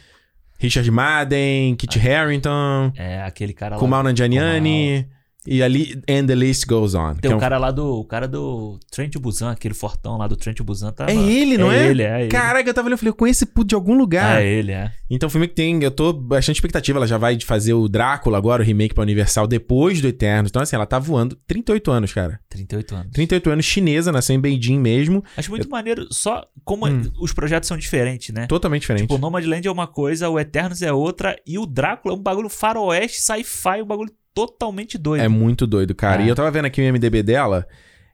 Richard Madden, Kit Harington, É aquele cara lá. Kumal Nanjiani. E ali, and the list goes on. que Tem é o um- cara lá do. O cara do Trent Busan, aquele fortão lá do Trent Busan tá. É ele, não é? É ele, é ele. Caraca, eu tava olhando eu falei, eu conheço esse puto de algum lugar. É ele, é. Então, o filme que tem, eu tô bastante expectativa. Ela já vai de fazer o Drácula agora, o remake pra Universal, depois do Eterno. Então, assim, ela tá voando 38 anos, cara. 38 anos. 38 anos, chinesa, nasceu em Beijing mesmo. Acho muito maneiro, só como os projetos são diferentes, né? Hum. Totalmente diferente. Tipo, o Nomadland é uma coisa, o Eternos é outra, e o Drácula é um bagulho faroeste, sci-fi, um bagulho totalmente doido. É muito doido, cara. É. E eu tava vendo aqui o MDB dela.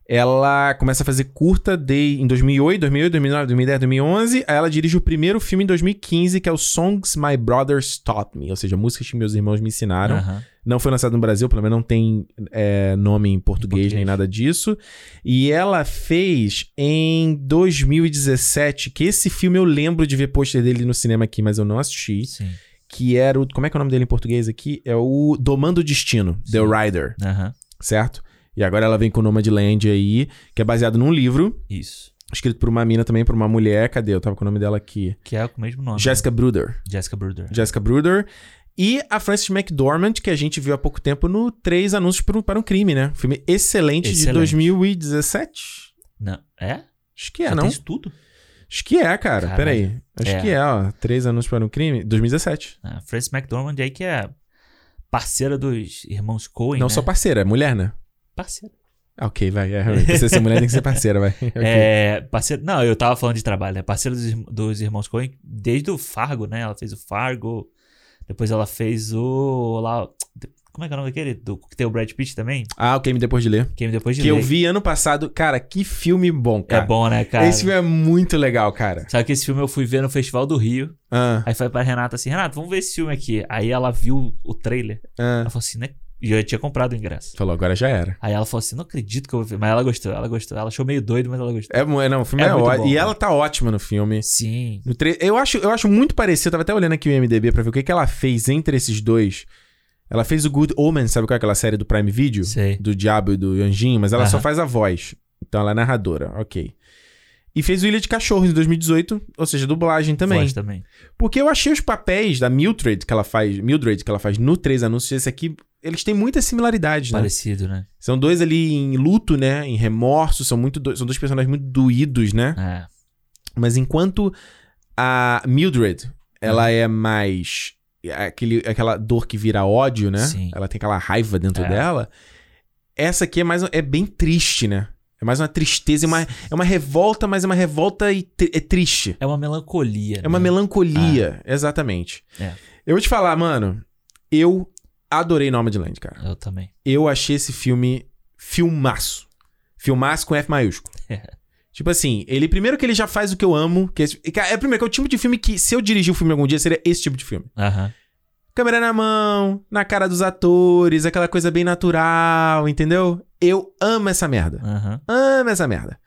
Ela começa a fazer curta de, em 2008, 2008, 2009, 2010, 2011. Aí ela dirige o primeiro filme em 2015, que é o Songs My Brothers Taught Me. Ou seja, músicas que meus irmãos me ensinaram. Aham. Não foi lançado no Brasil, pelo menos não tem é, nome em português, português. nem nada disso. E ela fez em 2017, que esse filme eu lembro de ver pôster dele no cinema aqui, mas eu não assisti. Sim. Que era o. Como é que é o nome dele em português aqui? É o Domando o Destino, The Sim. Rider, Aham. certo? E agora ela vem com o Nomadland aí, que é baseado num livro, Isso. escrito por uma mina também, por uma mulher. Cadê? Eu tava com o nome dela aqui. Que é com o mesmo nome. Jessica Bruder. né? Jessica Bruder. Jessica Bruder. E a Frances McDormand, que a gente viu há pouco tempo no Três Anúncios para um, para um Crime, né? Filme excelente, de Excelente. 2017. Não. É? Acho que é, Já não? tem isso tudo? Acho que é, cara. Caralho. Peraí. Acho É. que é, ó. Três Anúncios para um Crime, 2017. A Ah, Frances McDormand aí que é parceira dos irmãos Coen, não né? só parceira, é mulher, né? parceira. Ah, Ok, vai. É, realmente. Pra você ser mulher tem que ser parceira, vai. Ok. É, parceira... Não, eu tava falando de trabalho, né? Parceira dos, irm- dos irmãos Coen desde o Fargo, né? Ela fez o Fargo, depois ela fez o... Lá... Como é que é o nome daquele? Do... Que tem o Brad Pitt também? Ah, ok, me depois de ler. Que é depois de Que eu Lei. vi ano passado. Cara, que filme bom, É cara. bom, né, cara? Esse filme é muito legal, cara. Sabe que esse filme eu fui ver no Festival do Rio. Ah, Aí falei pra Renata assim, Renata, vamos ver esse filme aqui. Aí ela viu o trailer. ah. Ela falou assim, né? E eu tinha comprado o ingresso. Falou, agora já era. Aí ela falou assim, não acredito que eu vou ver. Mas ela gostou, ela gostou. Ela achou meio doido, mas ela gostou. É, mo- não, o filme É é, muito ótimo. bom, E cara. ela tá ótima no filme. Sim. No tre- eu, acho, eu acho muito parecido, eu tava até olhando aqui o IMDB pra ver o que, que ela fez entre esses dois. Ela fez o Good Omen, sabe qual é aquela série do Prime Video? Sei. Do Diabo e do Anjinho, mas ela só Aham. faz a voz. Então ela é narradora, ok. E fez o Ilha de Cachorros em 2018, ou seja, dublagem também. Voz também. Porque eu achei os papéis da Mildred que ela faz, Mildred que ela faz no Três Anúncios, esse aqui, eles têm muitas similaridades, né? Parecido, né? São dois ali em luto, né? Em remorso, são muito do- são dois personagens muito doídos, né? É. Mas enquanto a Mildred, Uhum. ela é mais. Aquele, aquela dor que vira ódio, né? Sim. Ela tem aquela raiva dentro É. dela. Essa aqui é mais. É bem triste, né? É mais uma tristeza, é uma, é uma revolta, mas é uma revolta e tri- é triste. É uma melancolia. É uma né? melancolia, exatamente. É. Eu vou te falar, mano. Eu adorei Nomadland, cara. Eu também. Eu achei esse filme filmaço. Filmaço com F maiúsculo. É. tipo assim, ele primeiro que ele já faz o que eu amo. Que esse- e, cara, é primeiro que é o tipo de filme que, se eu dirigir um filme algum dia, seria esse tipo de filme. Aham. Câmera na mão, na cara dos atores, aquela coisa bem natural, entendeu? Eu amo essa merda. Aham. Amo essa merda.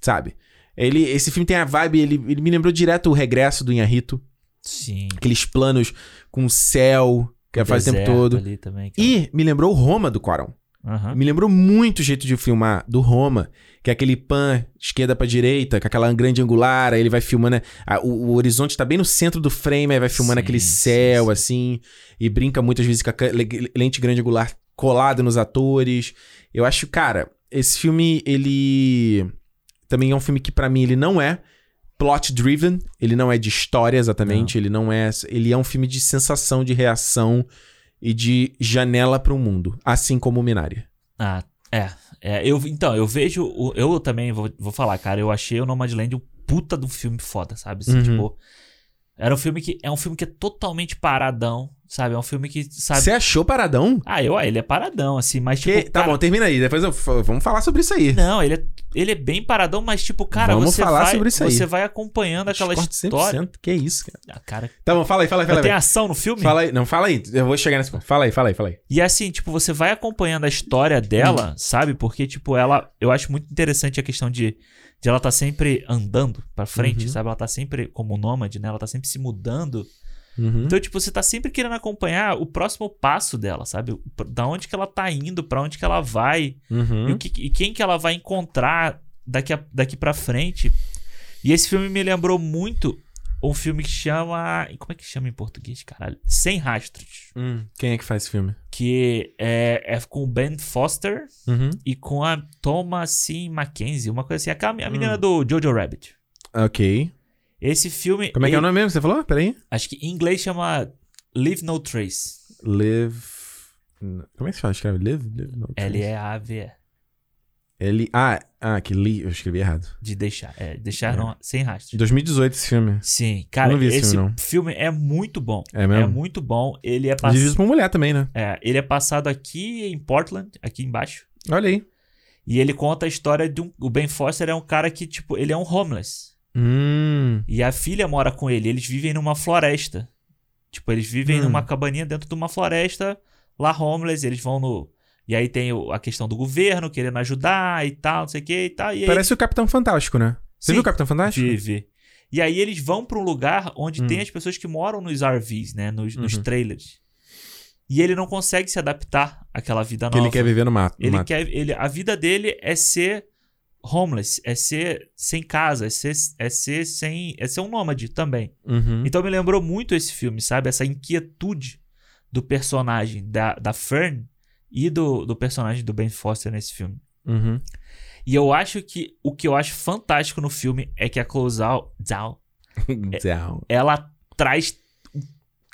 Sabe? Ele, esse filme tem a vibe, ele, ele me lembrou direto o regresso do Inharito. Sim. Aqueles planos com o céu, que ela faz o tempo Deserto né? todo. Ali também, que- E me lembrou Roma do Quaron. Aham. Me lembrou muito o jeito de filmar do Roma, que é aquele pan esquerda pra direita, com aquela grande angular, aí ele vai filmando. né? Ah, o, o horizonte tá bem no centro do frame, aí vai filmando Sim, aquele sim, céu, sim. assim, e brinca muitas vezes com a can- le- lente grande angular colada nos atores. Eu acho, cara, esse filme, ele. Também é um filme que, pra mim, ele não é plot driven, ele não é de história exatamente, ele não é, ele é um filme de sensação, de reação e de janela pro mundo, assim como o Minari. Ah, é. é eu, então, eu vejo. o- Eu também vou, vou falar, cara. Eu achei o Nomadland um puta de um filme foda, sabe? Assim, Uhum. Tipo. Era um filme que. É um filme que é totalmente paradão, sabe? É um filme que, sabe. Você achou paradão? Ah, eu, ah, ele é paradão, assim, mas tipo. Que- tá cara- bom, termina aí. Depois eu fa- vamos falar sobre isso aí. Não, ele é, ele é bem paradão, mas tipo, cara, Vamos você falar vai. sobre isso aí. Você vai acompanhando aquela Discordo 100%. história. Que isso, cara. Ah, cara, Tá bom, fala aí, fala aí, fala mas tem aí. ação no filme? Fala aí, não, fala aí. Eu vou chegar nesse ponto. Fala aí, fala aí, fala aí. E assim, tipo, você vai acompanhando a história dela, sabe? Porque, tipo, ela. Eu acho muito interessante a questão de, de ela tá sempre andando pra frente, Uhum. sabe? Ela tá sempre como nômade, né? Ela tá sempre se mudando. Uhum. Então, tipo, você tá sempre querendo acompanhar o próximo passo dela, sabe? O- Da onde que ela tá indo, pra onde que ela vai, Uhum. e, o que- e quem que ela vai encontrar daqui, a, daqui pra frente. E esse filme me lembrou muito um filme que chama. Como é que chama em português, caralho? Sem Rastros. Hum, quem é que faz filme? Que é, é com o Ben Foster Uhum. e com a Thomasin Mackenzie, uma coisa assim. Aquela, a Hum. menina do Jojo Rabbit. Ok. Esse filme. Como é que é o ele- nome mesmo que você falou? Peraí. Acho que em inglês chama Leave No Trace. Live. Como é que se fala? Escreve Live? Live não, L-E-A-V-E. L. Ah, ah, que li. Eu escrevi errado. De deixar. É, deixar não- sem De rastro. 2018 esse filme. Sim, cara, não vi esse esse filme, filme, não. é muito bom. É mesmo? É muito bom. Ele é, pass... Dirigido por uma mulher também, né? é, ele é passado aqui em Portland, aqui embaixo. Olha aí. E ele conta a história de um. O Ben Foster é um cara que, tipo, ele é um homeless. Hum. E a filha mora com ele. Eles vivem numa floresta. Tipo, eles vivem Hum. numa cabaninha dentro de uma floresta, lá homeless, eles vão no. E aí tem o- a questão do governo querendo ajudar e tal, não sei o que e tal. E aí Parece o Capitão Fantástico, né? Você Sim. viu o Capitão Fantástico? Vive. E aí eles vão pra um lugar onde Hum. tem as pessoas que moram nos RVs, né? Nos, nos Uhum. trailers. E ele não consegue se adaptar àquela vida Que nova. ele quer viver no mato. no Ele mato. quer- ele- a vida dele é ser homeless, é ser sem casa, é ser, é ser sem, é ser um nômade também. Uhum. Então me lembrou muito esse filme, sabe? Essa inquietude do personagem da, da Fern e do, do personagem do Ben Foster nesse filme. Uhum. E eu acho que o que eu acho fantástico no filme é que a Close Out, Zhao, Down. ela traz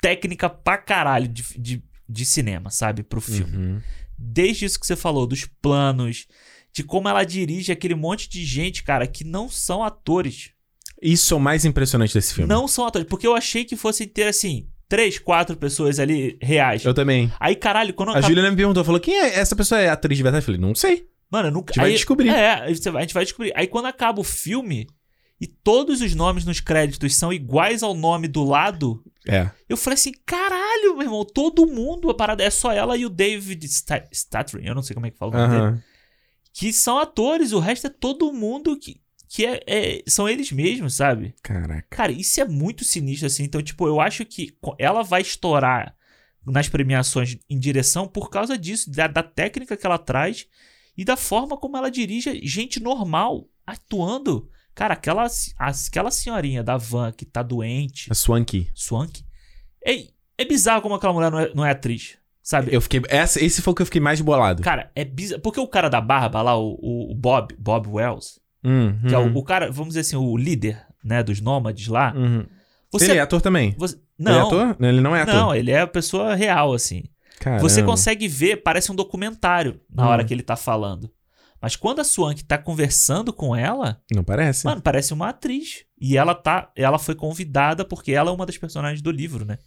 técnica pra caralho de, de, de cinema, sabe? Pro filme. Uhum. Desde isso que você falou, dos planos, de como ela dirige aquele monte de gente, cara, que não são atores. Isso é o mais impressionante desse filme. Não são atores. Porque eu achei que fosse ter, assim, três, quatro pessoas ali reais. Eu também. Aí, caralho, quando A acaba- Juliana me perguntou, falou, quem é essa pessoa? É atriz de verdade? Eu falei, não sei. Mano, eu nunca. A gente vai aí- descobrir. É, aí você vai- a gente vai descobrir. Aí quando acaba o filme e todos os nomes nos créditos são iguais ao nome do lado, É. eu falei assim: caralho, meu irmão, todo mundo, a parada é só ela e o David Sta- Statrin, eu não sei como é que fala o nome dele, Aham. que são atores, o resto é todo mundo que, que é- é- são eles mesmos, sabe? Caraca. Cara, isso é muito sinistro, assim. Então, tipo, eu acho que co- ela vai estourar nas premiações em direção por causa disso, da, da técnica que ela traz e da forma como ela dirige gente normal atuando. Cara, aquela, se- as- aquela senhorinha da van que tá doente, A Swanky. Swank, é, é bizarro como aquela mulher não é, não é atriz, sabe? Eu fiquei... essa- esse foi o que eu fiquei mais bolado. Cara, é bizarro. Porque o cara da barba lá, o, o- o Bob, Bob Wells, Hum, que é uhum, o, o cara, vamos dizer assim, o líder, né, dos nômades lá. uhum. Você, Ele é ator também? você- Ele é não, ator? Ele não é ator. Não, ele é a pessoa real, assim. Caramba. Você consegue ver, parece um documentário na Hum. hora que ele tá falando. Mas quando a Swank tá conversando com ela, Não parece? mano, parece uma atriz. E ela tá. Ela foi convidada porque ela é uma das personagens do livro, né?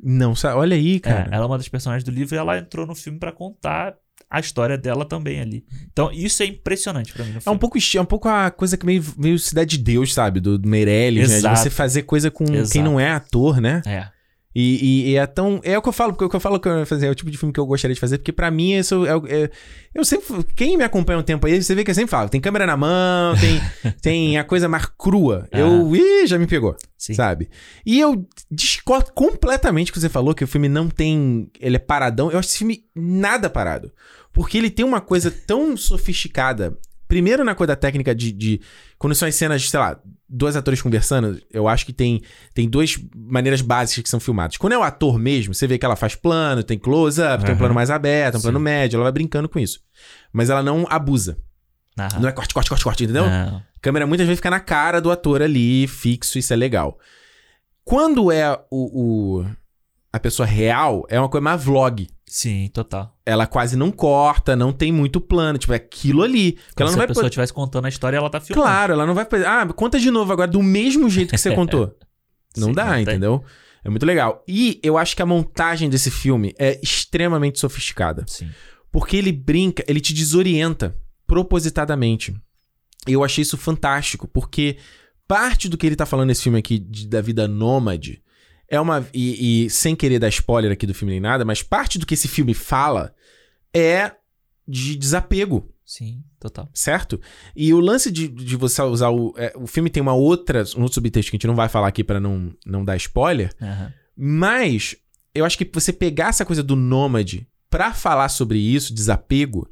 Não, sa- olha aí, É, cara. ela é uma das personagens do livro e ela entrou no filme pra contar a história dela também ali. Então, isso é impressionante pra mim. no É um filme. pouco esti- é um pouco a coisa que meio, meio Cidade de Deus, sabe? Do, do Meirelles, né? De Exato. você fazer coisa com quem Exato. não é ator, né? É. E, e- e é tão. É o que eu falo, porque o que eu falo que eu ia fazer, é o tipo de filme que eu gostaria de fazer, porque pra mim isso é. o- é- eu sempre. Quem me acompanha um tempo aí, você vê que eu sempre falo: tem câmera na mão, tem, tem a coisa mais crua. Eu. Ih, já me pegou. Sim. Sabe? E eu discordo completamente com o que você falou, que o filme não tem. Ele é paradão. Eu acho esse filme nada parado. Porque ele tem uma coisa tão sofisticada. Primeiro, na coisa da técnica de, de- Quando são as cenas, sei lá, dois atores conversando, eu acho que tem, tem duas maneiras básicas que são filmadas. Quando é o ator mesmo, você vê que ela faz plano, tem close-up, tem um Aham. plano mais aberto, um plano Sim. médio, ela vai brincando com isso. Mas ela não abusa. Aham. Não é corte, corte, corte, corte, entendeu? Não. câmera muitas vezes fica na cara do ator ali, fixo, isso é legal. Quando é o, o- a pessoa real, é uma coisa mais vlog. Sim, total. Ela quase não corta, não tem muito plano, tipo, é aquilo ali. Porque Como ela se não a vai pessoa poder. estivesse contando a história, ela tá filmando. Claro, ela não vai poder. Ah, conta de novo agora, do mesmo jeito que você contou. Não Sim, dá, não tem. entendeu? É muito legal. E eu acho que a montagem desse filme é extremamente sofisticada. Sim. Porque ele brinca, ele te desorienta propositadamente. Eu achei isso fantástico, porque parte do que ele tá falando nesse filme aqui de- da vida nômade é uma. E, e sem querer dar spoiler aqui do filme nem nada, mas parte do que esse filme fala é de desapego Sim, total. certo? E o lance de, de você usar o. é, o filme tem uma outra, um outro subtexto que a gente não vai falar aqui pra não, não dar spoiler, Aham. mas eu acho que você pegar essa coisa do nômade pra falar sobre isso, desapego,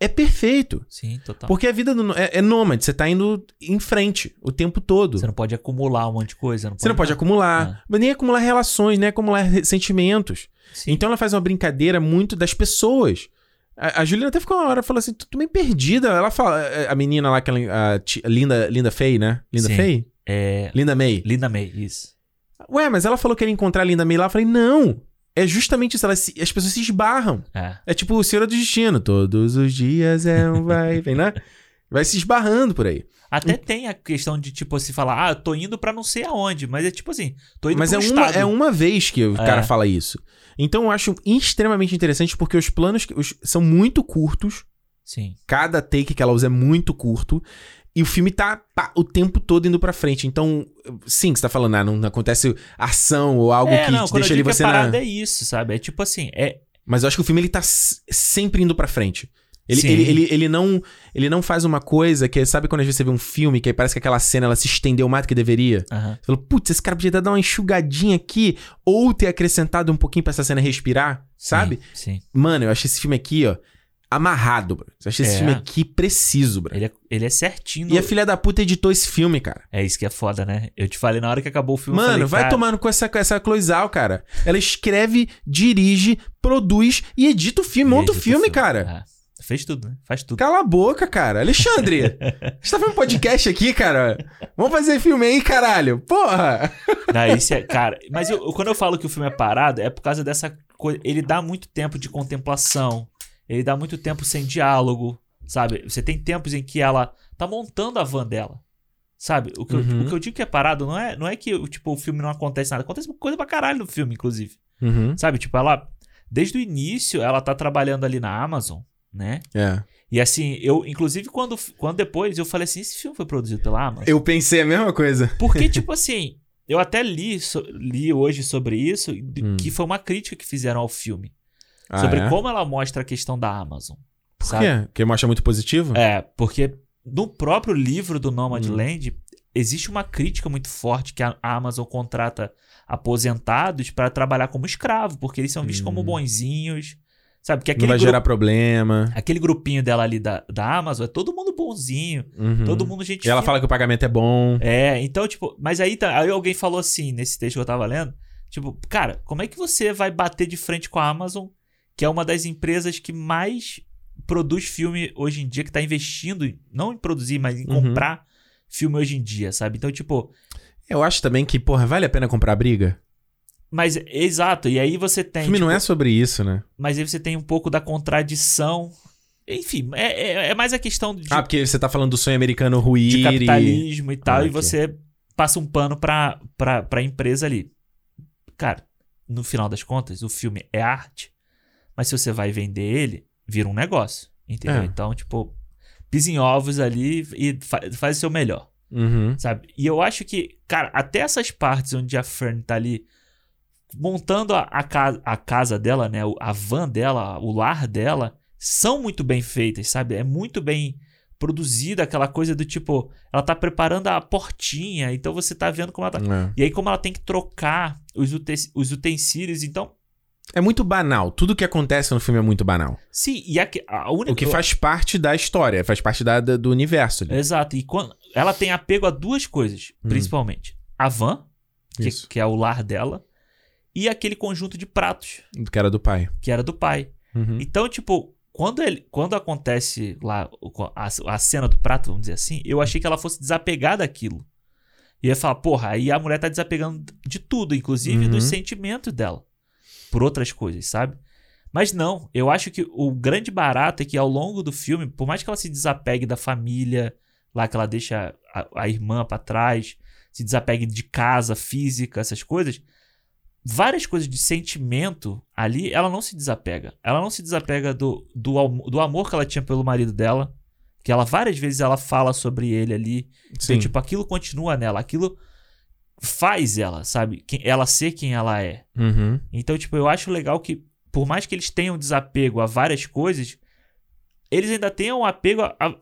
é perfeito. Sim, total. Porque a vida do nó- é, é nômade, você tá indo em frente o tempo todo. Você não É. pode acumular um monte de coisa. Você não pode acumular, mas nem acumular relações, nem acumular re- sentimentos. Sim. Então ela faz uma brincadeira muito das pessoas. A, a Juliana até ficou uma hora falou assim: tô meio perdida. Ela fala, a menina lá, aquela, a, ti- Linda, Linda Fey, né? Linda Sim. Fey? É. Linda May. Linda May, isso. Ué, mas ela falou que ia encontrar a Linda May lá. Eu falei: não. É justamente isso. elas se- as pessoas se esbarram. É. É tipo o Senhor do Destino. Todos os dias é um vai, e vem, né? Vai se esbarrando por aí. Até tem a questão de, tipo, se falar, ah, eu tô indo pra não sei aonde. Mas é tipo assim, tô indo Mas é pra um uma, estado. é uma vez que o É. cara fala isso. Então eu acho extremamente interessante porque os planos que- os- são muito curtos. Sim. Cada take que ela usa é muito curto. E o filme tá pá, o tempo todo indo pra frente. Então, sim, você tá falando, ah, não acontece ação ou algo é, que não, te quando deixa eu ali digo você que a na. parada é isso, sabe? É tipo assim, é... Mas eu acho que o filme ele tá s- sempre indo pra frente. Ele, Sim. ele, ele, ele não, ele não faz uma coisa que, sabe quando às vezes você vê um filme que aí parece que aquela cena ela se estendeu mais do que deveria? aham. Você falou, putz, esse cara podia dar uma enxugadinha aqui ou ter acrescentado um pouquinho pra essa cena respirar, sabe? Sim. sim. Mano, eu achei esse filme aqui, ó, amarrado, bro. Eu achei esse É. filme aqui preciso, bro. Ele é, ele é certinho. E a filha da puta editou esse filme, cara. É isso que é foda, né? Eu te falei na hora que acabou o filme. eu Mano, falei, vai cara, tomando com essa, com essa Cloizal, cara. Ela escreve, dirige, produz e edita o filme, monta o edita o filme, cara. É. Fez tudo, né? Faz tudo. Cala a boca, cara. Alexandre, a gente tá fazendo podcast aqui, cara. Vamos fazer filme aí, caralho. Porra. Não, isso é, cara, mas eu- eu- quando eu falo que o filme é parado, é por causa dessa coisa. Ele dá muito tempo de contemplação. Ele dá muito tempo sem diálogo. Sabe? Você tem tempos em que ela tá montando a van dela. Sabe? O que, Uhum. eu, o que eu digo que é parado não é, não é que tipo, o filme não acontece nada. Acontece coisa pra caralho no filme, inclusive. Uhum. Sabe? Tipo, ela. Desde o início, ela tá trabalhando ali na Amazon, né? É. E assim, eu, inclusive, quando, quando depois, eu falei assim: esse filme foi produzido pela Amazon. Eu pensei a mesma coisa. Porque, tipo assim, eu até li, so- li hoje sobre isso, de- Hum. que foi uma crítica que fizeram ao filme. Ah, sobre é? como ela mostra a questão da Amazon. Por sabe? quê? Porque mostra muito positivo? É, porque no próprio livro do Hum. Nomadland existe uma crítica muito forte que a a Amazon contrata aposentados pra trabalhar como escravo, porque eles são vistos Hum. como bonzinhos. Sabe? Que Não aquele, vai gru- gerar problema. aquele grupinho dela ali da, da Amazon é todo mundo bonzinho, Uhum. todo mundo gente E ela fina. fala que o pagamento é bom. É, então, tipo, mas aí, tá- aí alguém falou assim, nesse texto que eu tava lendo, tipo, cara, como é que você vai bater de frente com a Amazon, que é uma das empresas que mais produz filme hoje em dia, que tá investindo, não em produzir, mas em Uhum. comprar filme hoje em dia, sabe? Então, tipo, Eu acho também que, porra, vale a pena comprar briga? mas exato, e aí você O tem. filme não tipo, é sobre isso, né? Mas aí você tem um pouco da contradição. Enfim, é, é- é mais a questão de, Ah, porque você tá falando do sonho americano ruir de e... capitalismo e tal, Ah, ok. e você passa um pano pra, pra, pra empresa ali. Cara, no final das contas, o filme é arte, mas se você vai vender ele, vira um negócio, entendeu? É. Então, tipo, pisa em ovos ali e fa- faz o seu melhor, Uhum. sabe? E eu acho que, cara, até essas partes onde a Fern tá ali montando a, a, ca- a casa dela, né? o- A van dela, o lar dela, são muito bem feitas, sabe? É muito bem produzida aquela coisa do tipo, ela tá preparando a portinha, então você tá vendo como ela tá. É. E aí, como ela tem que trocar os, utes- os utensílios, então. É muito banal. Tudo que acontece no filme é muito banal. Sim, e a, que- a única. O que faz parte da história, faz parte da, da- do universo. ali. Exato. E quando, ela tem apego a duas coisas, Hum. principalmente. A van, que, Isso. que é o lar dela, e aquele conjunto de pratos, Do que era do pai. que era do pai. Uhum. Então, tipo, quando, ele, quando acontece lá o co- a, a cena do prato, vamos dizer assim, eu achei que ela fosse desapegar daquilo. E eu ia falar, porra, aí a mulher tá desapegando de tudo, inclusive Uhum. dos sentimentos dela. Por outras coisas, sabe? Mas não, eu acho que o grande barato é que ao longo do filme, por mais que ela se desapegue da família, lá que ela deixa a, a irmã pra trás, se desapegue de casa, física, essas coisas, várias coisas de sentimento ali, ela não se desapega. Ela não se desapega do, do, almo- do amor que ela tinha pelo marido dela, que ela várias vezes ela fala sobre ele ali. Sim. Então, tipo, aquilo continua nela, aquilo faz ela, sabe? Quem- Ela ser quem ela é. Uhum. Então, tipo, eu acho legal que, por mais que eles tenham desapego a várias coisas, um eles ainda tenham apego a, a-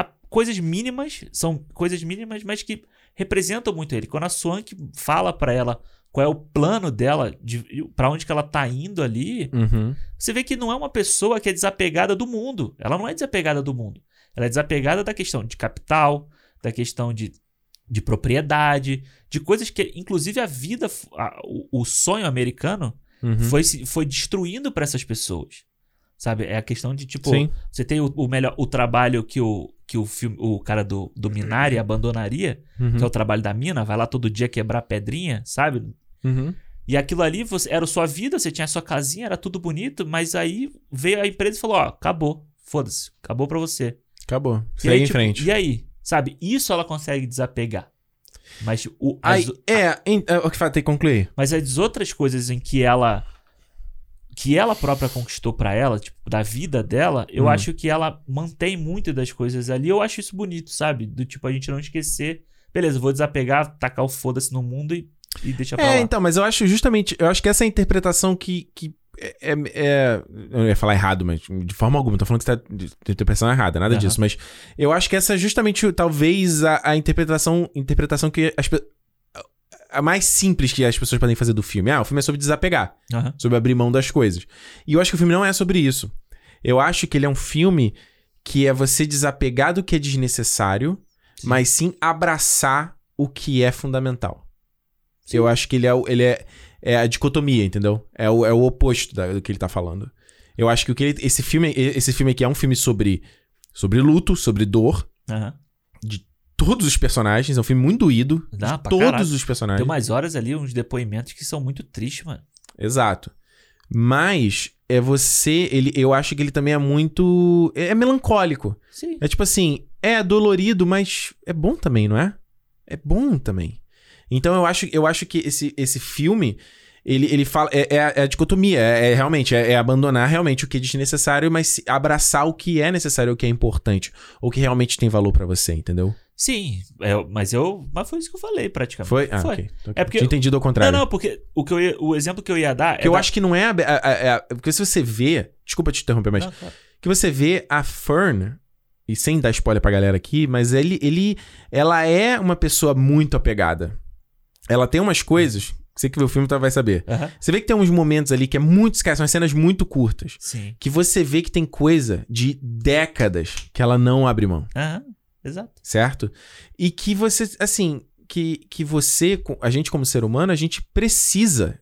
a coisas mínimas, são coisas mínimas, mas que representam muito ele. Quando a Swank fala pra ela qual é o plano dela, de, para onde que ela tá indo ali, Uhum. você vê que não é uma pessoa que é desapegada do mundo. Ela não é desapegada do mundo. Ela é desapegada da questão de capital, da questão de, de propriedade, de coisas que, inclusive, a vida, a- o, o sonho americano Uhum. foi, se- foi destruindo pra essas pessoas. Sabe? É a questão de, tipo, Sim. você tem o, o melhor o trabalho que o, que o, filme, o cara do, do Minari abandonaria, Uhum. que é o trabalho da mina, vai lá todo dia quebrar pedrinha, sabe? Uhum. E aquilo ali você, era sua vida, você tinha a sua casinha, era tudo bonito, mas aí veio a empresa e falou: ó, acabou, foda-se, acabou pra você. Acabou. E Segue aí, em tipo, frente. E aí? Sabe? Isso ela consegue desapegar. Mas o, Aí, as, é, em- é, o que fala, tem que concluir. mas as outras coisas em que ela que ela própria conquistou pra ela, tipo, da vida dela, eu Hum. acho que ela mantém muito das coisas ali. Eu acho isso bonito, sabe? Do tipo a gente não esquecer, beleza, vou desapegar, tacar o foda-se no mundo e, e deixa pra É, lá. então, mas eu acho justamente, eu acho que essa é a interpretação que, que é, é- é- eu não ia falar errado, mas de forma alguma, tô falando que você tá de- de interpretação errada, nada Aham. disso, mas eu acho que essa é justamente, o- talvez, a, a interpretação, interpretação que as pe- a mais simples que as pessoas podem fazer do filme. Ah, o filme é sobre desapegar, Aham. sobre abrir mão das coisas. E eu acho que o filme não é sobre isso. Eu acho que ele é um filme que é você desapegar do que é desnecessário, Sim. mas sim abraçar o que é fundamental. Sim. Eu acho que ele é, o- ele é, é a dicotomia, entendeu? É o, é o oposto da- do que ele tá falando. Eu acho que, o que ele- esse, filme, esse filme aqui é um filme sobre, sobre luto, sobre dor. Aham. Todos os personagens, é um filme muito doído. de Dá pra todos caralho. os Tem personagens. umas horas ali, uns depoimentos que são muito tristes, mano. Exato. Mas é você. Ele, eu acho que ele também é muito. É, é melancólico. Sim. É tipo assim, é dolorido, mas é bom também, não é? É bom também. Então eu acho, eu acho que esse, esse filme. Ele, ele fala. É, é a- é a dicotomia, é, é realmente, é, é abandonar realmente o que é desnecessário, mas se- abraçar o que é necessário, o que é importante, ou que realmente tem valor pra você, entendeu? Sim, é, mas eu. Mas foi isso que eu falei praticamente. Foi? Ah, Tá Foi. ok. Tô- É porque- Tinha entendido ao Não, contrário. não, porque o, que eu ia- o exemplo que eu ia dar. Porque eu acho que não é. a- a- a- a- porque se você vê. Desculpa te interromper, mas. tá. que você vê a Fern, e sem dar spoiler pra galera aqui, mas ele, ele ela é uma pessoa muito apegada. Ela tem umas coisas, você que vê o filme tá- vai saber. Você vê que tem uns momentos ali que é muito, cara, são as cenas muito curtas, Sim. que você vê que tem coisa de décadas que ela não abre mão, Aham. Exato. certo? E que você, assim, que, que você, co- a gente como ser humano, a gente precisa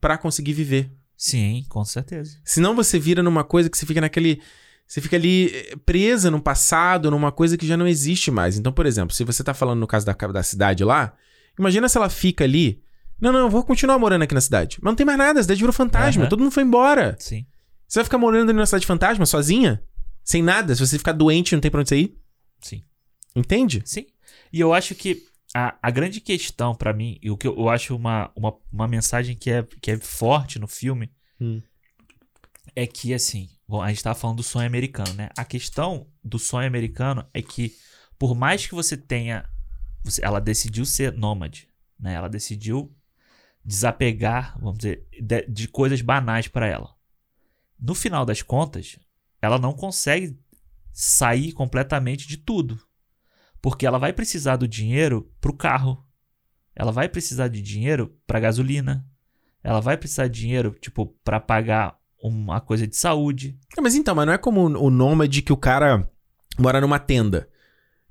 pra conseguir viver. Sim, com certeza. Senão você vira numa coisa que você fica naquele. Você fica ali eh, presa num passado, numa coisa que já não existe mais. Então, por exemplo, se você tá falando no caso da, ca- da cidade lá, imagina se ela fica ali. Não, não, eu vou continuar morando aqui na cidade. Mas não tem mais nada, a cidade virou fantasma, Aham. todo mundo foi embora. Sim. Você vai ficar morando ali na cidade fantasma, sozinha? Sem nada? Se você ficar doente, não tem pra onde você ir? Sim. Entende? Sim. E eu acho que a, a grande questão pra mim, e o que eu, eu acho uma, uma, uma mensagem que é, que é forte no filme, Hum. é que, assim, bom, a gente tava falando do sonho americano, né? A questão do sonho americano é que, por mais que você tenha. você- ela decidiu ser nômade, né? Ela decidiu desapegar, vamos dizer, de, de coisas banais pra ela. No final das contas, ela não consegue sair completamente de tudo. Porque ela vai precisar do dinheiro pro carro. Ela vai precisar de dinheiro pra gasolina. Ela vai precisar de dinheiro, tipo, pra pagar uma coisa de saúde. Não, mas então, mas não é como o o nômade que o cara mora numa tenda.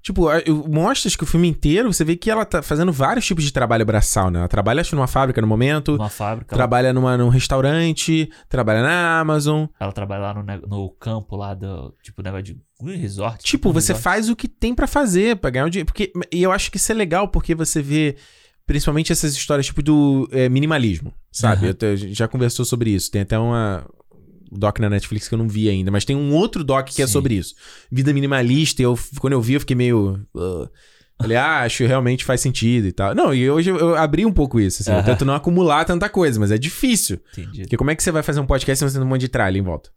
Tipo, a- eu- mostras que o filme inteiro, você vê que ela tá fazendo vários tipos de trabalho braçal, né? Ela trabalha, acho, numa fábrica no momento, Uma fábrica. Ela, trabalha numa, num restaurante, trabalha na Amazon. ela trabalha lá no, ne- no campo lá do. Tipo, negócio de. Um resort. Tipo, um você resort. faz o que tem pra fazer, pra ganhar o dinheiro. Porque, e eu acho que isso é legal, porque você vê principalmente essas histórias, tipo, do é, minimalismo, sabe? Aham. Eu te- a gente já conversou sobre isso. Tem até uma um doc na Netflix que eu não vi ainda, mas tem um outro doc que é Sim. sobre isso. Vida minimalista, e eu, quando eu vi, eu fiquei meio... "Ugh". Falei, ah, acho que realmente faz sentido e tal. Não, e hoje eu, eu abri um pouco isso, assim. Eu Aham. tento não acumular tanta coisa, mas é difícil. Entendi. Porque como é que você vai fazer um podcast se você tem um monte de tralha em volta?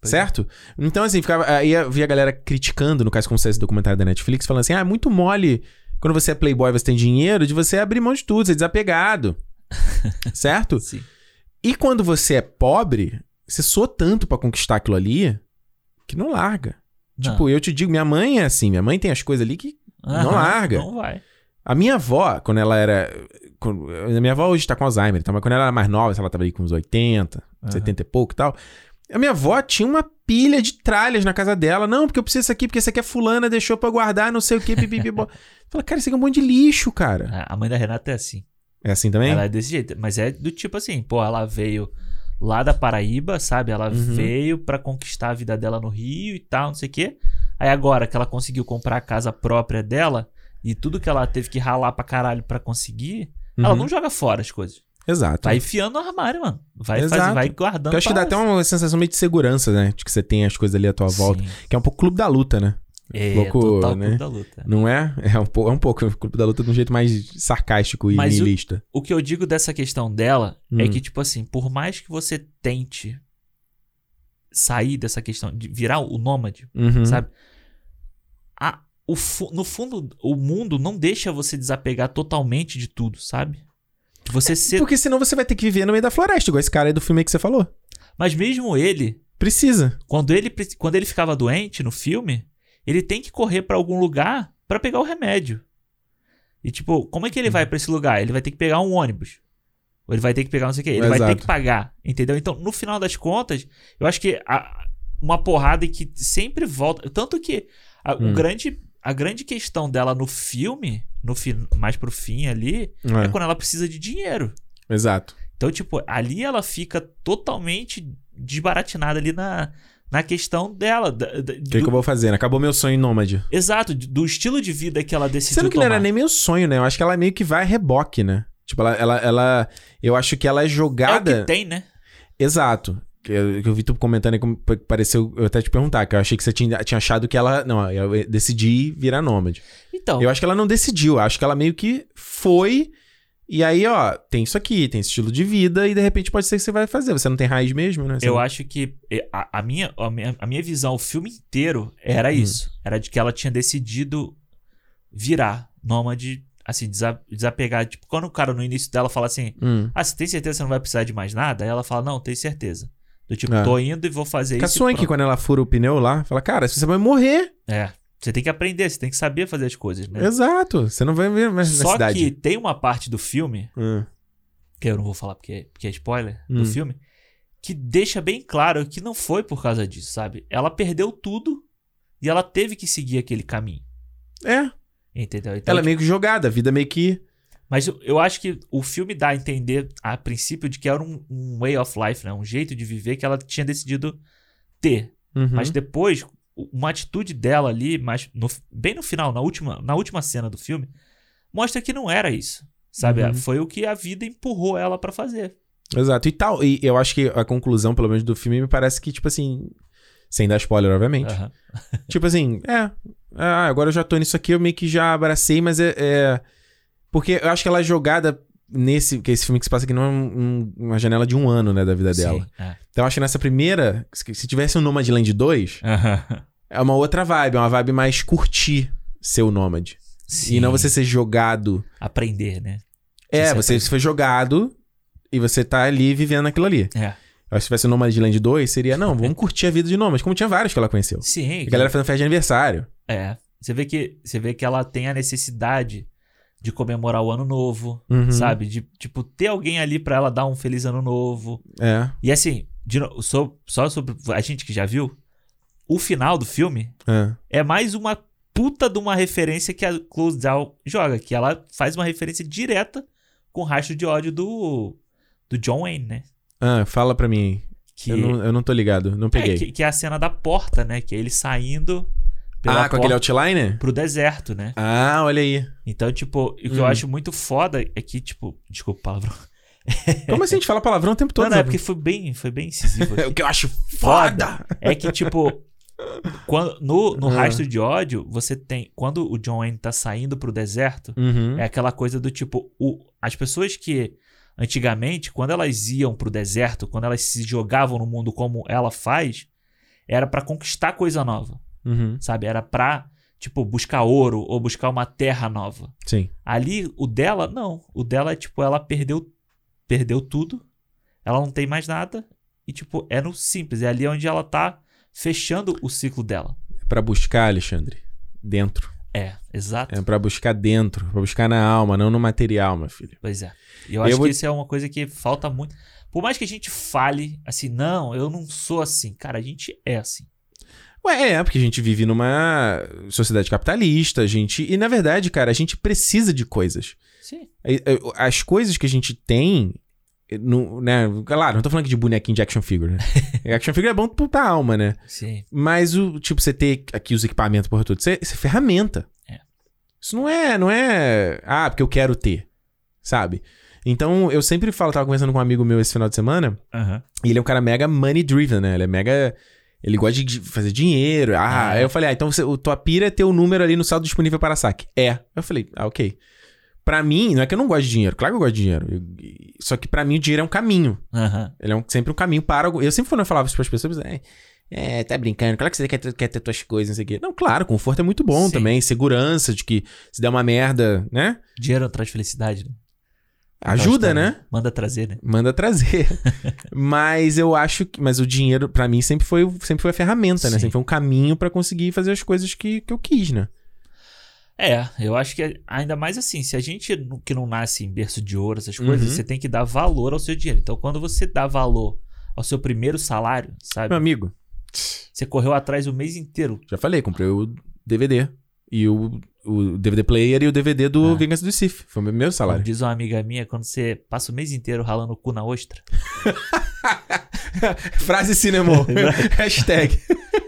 Pois é. certo? Então, assim, ficava, aí eu via a galera criticando, no caso, como saiu esse documentário da Netflix, falando assim: ah, é muito mole quando você é playboy, você tem dinheiro, de você abrir mão de tudo, você é desapegado. certo? Sim. E quando você é pobre, você soa tanto pra conquistar aquilo ali que não larga. Não. Tipo, eu te digo, minha mãe é assim, minha mãe tem as coisas ali que. Aham, larga. Não vai. A minha avó, quando ela era. quando- a minha avó hoje tá com Alzheimer, então, mas quando ela era mais nova, sei lá, tava ali com uns 80, 70 e pouco e tal. A minha avó tinha uma pilha de tralhas na casa dela. Não, porque eu preciso disso aqui, porque isso aqui é fulana, deixou pra eu guardar, não sei o que, pipipi. bo-". Fala, cara, isso aqui é um monte de lixo, cara. A a mãe da Renata é assim. É assim também? Ela é desse jeito. Mas é do tipo assim, pô, ela veio lá da Paraíba, sabe? Ela Uhum. veio pra conquistar a vida dela no Rio e tal, não sei o quê. Aí agora que ela conseguiu comprar a casa própria dela e tudo que ela teve que ralar pra caralho pra conseguir, Uhum. ela não joga fora as coisas. Exato. Vai enfiando no armário, mano. Vai, faz- Exato. vai guardando. Porque eu acho que dá pra- até uma sensação meio de segurança, né? De que você tem as coisas ali à tua Sim. volta. Que é um pouco clube da luta, né? É, pouco, total né? clube da luta. Não é? É um, pouco é um pouco. O clube da luta de um jeito mais sarcástico e Mas o- niilista. O que eu digo dessa questão dela é Hum. que, tipo assim, por mais que você tente sair dessa questão de virar o nômade, Uhum. sabe? A, o fu- no fundo, o mundo não deixa você desapegar totalmente de tudo, sabe? Você ser. Porque senão você vai ter que viver no meio da floresta, igual esse cara aí do filme aí que você falou. Mas mesmo ele, Precisa. quando ele, pre- quando ele ficava doente no filme, ele tem que correr pra algum lugar pra pegar o remédio. E tipo, como é que ele Uhum. vai pra esse lugar? Ele vai ter que pegar um ônibus. Ou ele vai ter que pegar não sei o quê. Ele vai ter Exato. que pagar, entendeu? Então, no final das contas, eu acho que a- uma porrada que sempre volta, tanto que a, o Hum. grande a grande questão dela no filme, no fi- mais pro fim ali, é É, quando ela precisa de dinheiro. Exato. Então, tipo, ali ela fica totalmente desbaratinada ali na, na questão dela. da- da- O que, do- que eu vou fazer? né? Acabou meu sonho nômade. Exato, do estilo de vida que ela decidiu Sendo que não tomar. era nem meu sonho, né? Eu acho que ela meio que vai a reboque, né? Tipo, ela, ela, ela- Eu acho que ela é é o jogada. que tem, né? Exato. Que Eu, que eu vi tu comentando aí como pa- pareceu. Eu até te perguntar, que eu achei que você tinha, tinha achado que ela. Não, eu decidi virar nômade. Então, Eu acho que ela não decidiu. eu Acho que ela meio que foi. E aí, ó, tem isso aqui, tem esse estilo de vida, e de repente pode ser que você vai fazer. Você não tem raiz mesmo, né? Você eu não- acho que eh, a, a minha, a, minha, a minha visão, o filme inteiro, era Uhum. isso. Era de que ela tinha decidido virar nômade, assim, desa- desapegar. Tipo, quando o cara no início dela fala assim, Hum. ah, você tem certeza que você não vai precisar de mais nada? Aí ela fala, não, tenho certeza. Do tipo, É. tô indo e vou fazer isso. e Caçonha que pronto. quando ela fura o pneu lá, fala, cara, você vai morrer. É. Você tem que aprender, você tem que saber fazer as coisas, né? Exato. Você não vai ver mais na Só que cidade. tem uma parte do filme, Hum. que eu não vou falar porque, é- porque é spoiler Hum. do filme, que deixa bem claro que não foi por causa disso, sabe? Ela perdeu tudo e ela teve que seguir aquele caminho. É. Entendeu? Então, Ela é meio que jogada, a vida meio que. Mas eu, eu acho que o filme dá a entender, a princípio, de que era um, um way of life, né? Um jeito de viver que ela tinha decidido ter. Uhum. Mas depois, u- uma atitude dela ali, mas no- bem no final, na última, na última cena do filme, mostra que não era isso. Sabe? Uhum. Foi o que a vida empurrou ela pra fazer. Exato. E tal. E eu acho que a conclusão, pelo menos, do filme me parece que, tipo assim. Sem dar spoiler, obviamente. Aham. Tipo assim, é. Ah, agora eu já tô nisso aqui, eu meio que já abracei, mas é. é- porque eu acho que ela é jogada nesse. Que esse filme que se passa aqui não é um- um- uma janela de um ano, né, da vida dela. Sim, é. Então eu acho que nessa primeira. Se se tivesse um Nomadland 2, Aham. é uma outra vibe, é uma vibe mais curtir ser o Nomad. Sim. E não você ser jogado. Aprender, né? É, Você você foi jogado e você tá ali vivendo aquilo ali. É. Eu acho que se tivesse um o Nomadland 2, seria, não, vamos curtir a vida de Nomad, como tinha vários que ela conheceu. Sim. A galera fazendo festa de aniversário. É. Você vê, que, você vê que ela tem a necessidade de comemorar o ano novo, Uhum. sabe? De, tipo, ter alguém ali pra ela dar um feliz ano novo. É. E assim, de no- so- só sobre a gente que já viu, o final do filme é. é mais uma puta de uma referência que a Close Down joga, que ela faz uma referência direta com o rastro de ódio do, do John Wayne, né? Ah, fala pra mim. Que, Eu, não, eu não tô ligado, não é, peguei. que, que é a cena da porta, né? Que é ele saindo pela ah, com aquele porta outliner? pro deserto, né? Ah, olha aí. Então, tipo, o que Hum. eu acho muito foda é que, tipo, desculpa o palavrão. Como assim? A gente fala palavrão o tempo todo. Não, não, é né? porque foi bem, foi bem incisivo. aqui. o que eu acho foda. É que, tipo, quando, no, no Ah. rastro de ódio, você tem. Quando o John Wayne tá saindo pro deserto, Uhum. é aquela coisa do tipo. O, as pessoas que. Antigamente, quando elas iam pro deserto, quando elas se jogavam no mundo como ela faz, era pra conquistar coisa nova, Uhum. sabe? Era pra, tipo, buscar ouro ou buscar uma terra nova. Sim. Ali, o dela, não. O dela é, tipo, ela perdeu, perdeu tudo. Ela não tem mais nada. E, tipo, é no simples. É ali onde ela tá fechando o ciclo dela. Pra buscar, Alexandre. Dentro. É, exato. É pra buscar dentro, pra buscar na alma, não no material, meu filho. Pois é. E eu acho vou- que isso é uma coisa que falta muito. Por mais que a gente fale assim, não, eu não sou assim. Cara, a gente é assim. Ué, é, porque a gente vive numa sociedade capitalista, a gente. E na verdade, cara, a gente precisa de coisas. Sim. É, é, As coisas que a gente tem. é, Não, né? Claro, não tô falando aqui de bonequinho de action figure, né? action figure é bom pro- pra alma, né? Sim. Mas o, tipo, você ter aqui os equipamentos, porra, tudo, isso é, isso é ferramenta. É. Isso não é, não é. Ah, porque eu quero ter. Sabe? Então, eu sempre falo, tava conversando com um amigo meu esse final de semana, Aham. e ele é um cara mega money driven, né? Ele é mega. Ele gosta de di- fazer dinheiro. Ah, Ah, aí é. eu falei, ah, então você, o tua pira é ter o número ali no saldo disponível para saque. É. Eu falei, ah, ok. Pra mim, não é que eu não gosto de dinheiro, claro que eu gosto de dinheiro. Eu- só que pra mim o dinheiro é um caminho. Aham. Ele é um- sempre um caminho para. algo- Eu sempre quando eu falava isso pras pessoas, é, é, tá brincando, claro que você quer ter, quer ter tuas coisas, não sei o quê. Não, claro, conforto é muito bom Sim. também, segurança de que se der uma merda, né? Dinheiro traz felicidade, né? Ajuda, Traz né? também. Manda trazer, né? Manda trazer. mas eu acho que. Mas o dinheiro, pra mim, sempre foi, sempre foi a ferramenta, né? Sim. Sempre foi um caminho pra conseguir fazer as coisas que, que eu quis, né? É, eu acho que ainda mais assim, se a gente não- que não nasce em berço de ouro, essas coisas, Uhum. você tem que dar valor ao seu dinheiro. Então, quando você dá valor ao seu primeiro salário, Meu sabe? amigo, Você correu atrás o mês inteiro. já falei, comprei o DVD e o, o DVD Player e o DVD do Ah. Vingança do Sif. Foi o meu primeiro Como salário. diz uma amiga minha, quando você passa o mês inteiro ralando o cu na ostra. Frase cinema. Hashtag.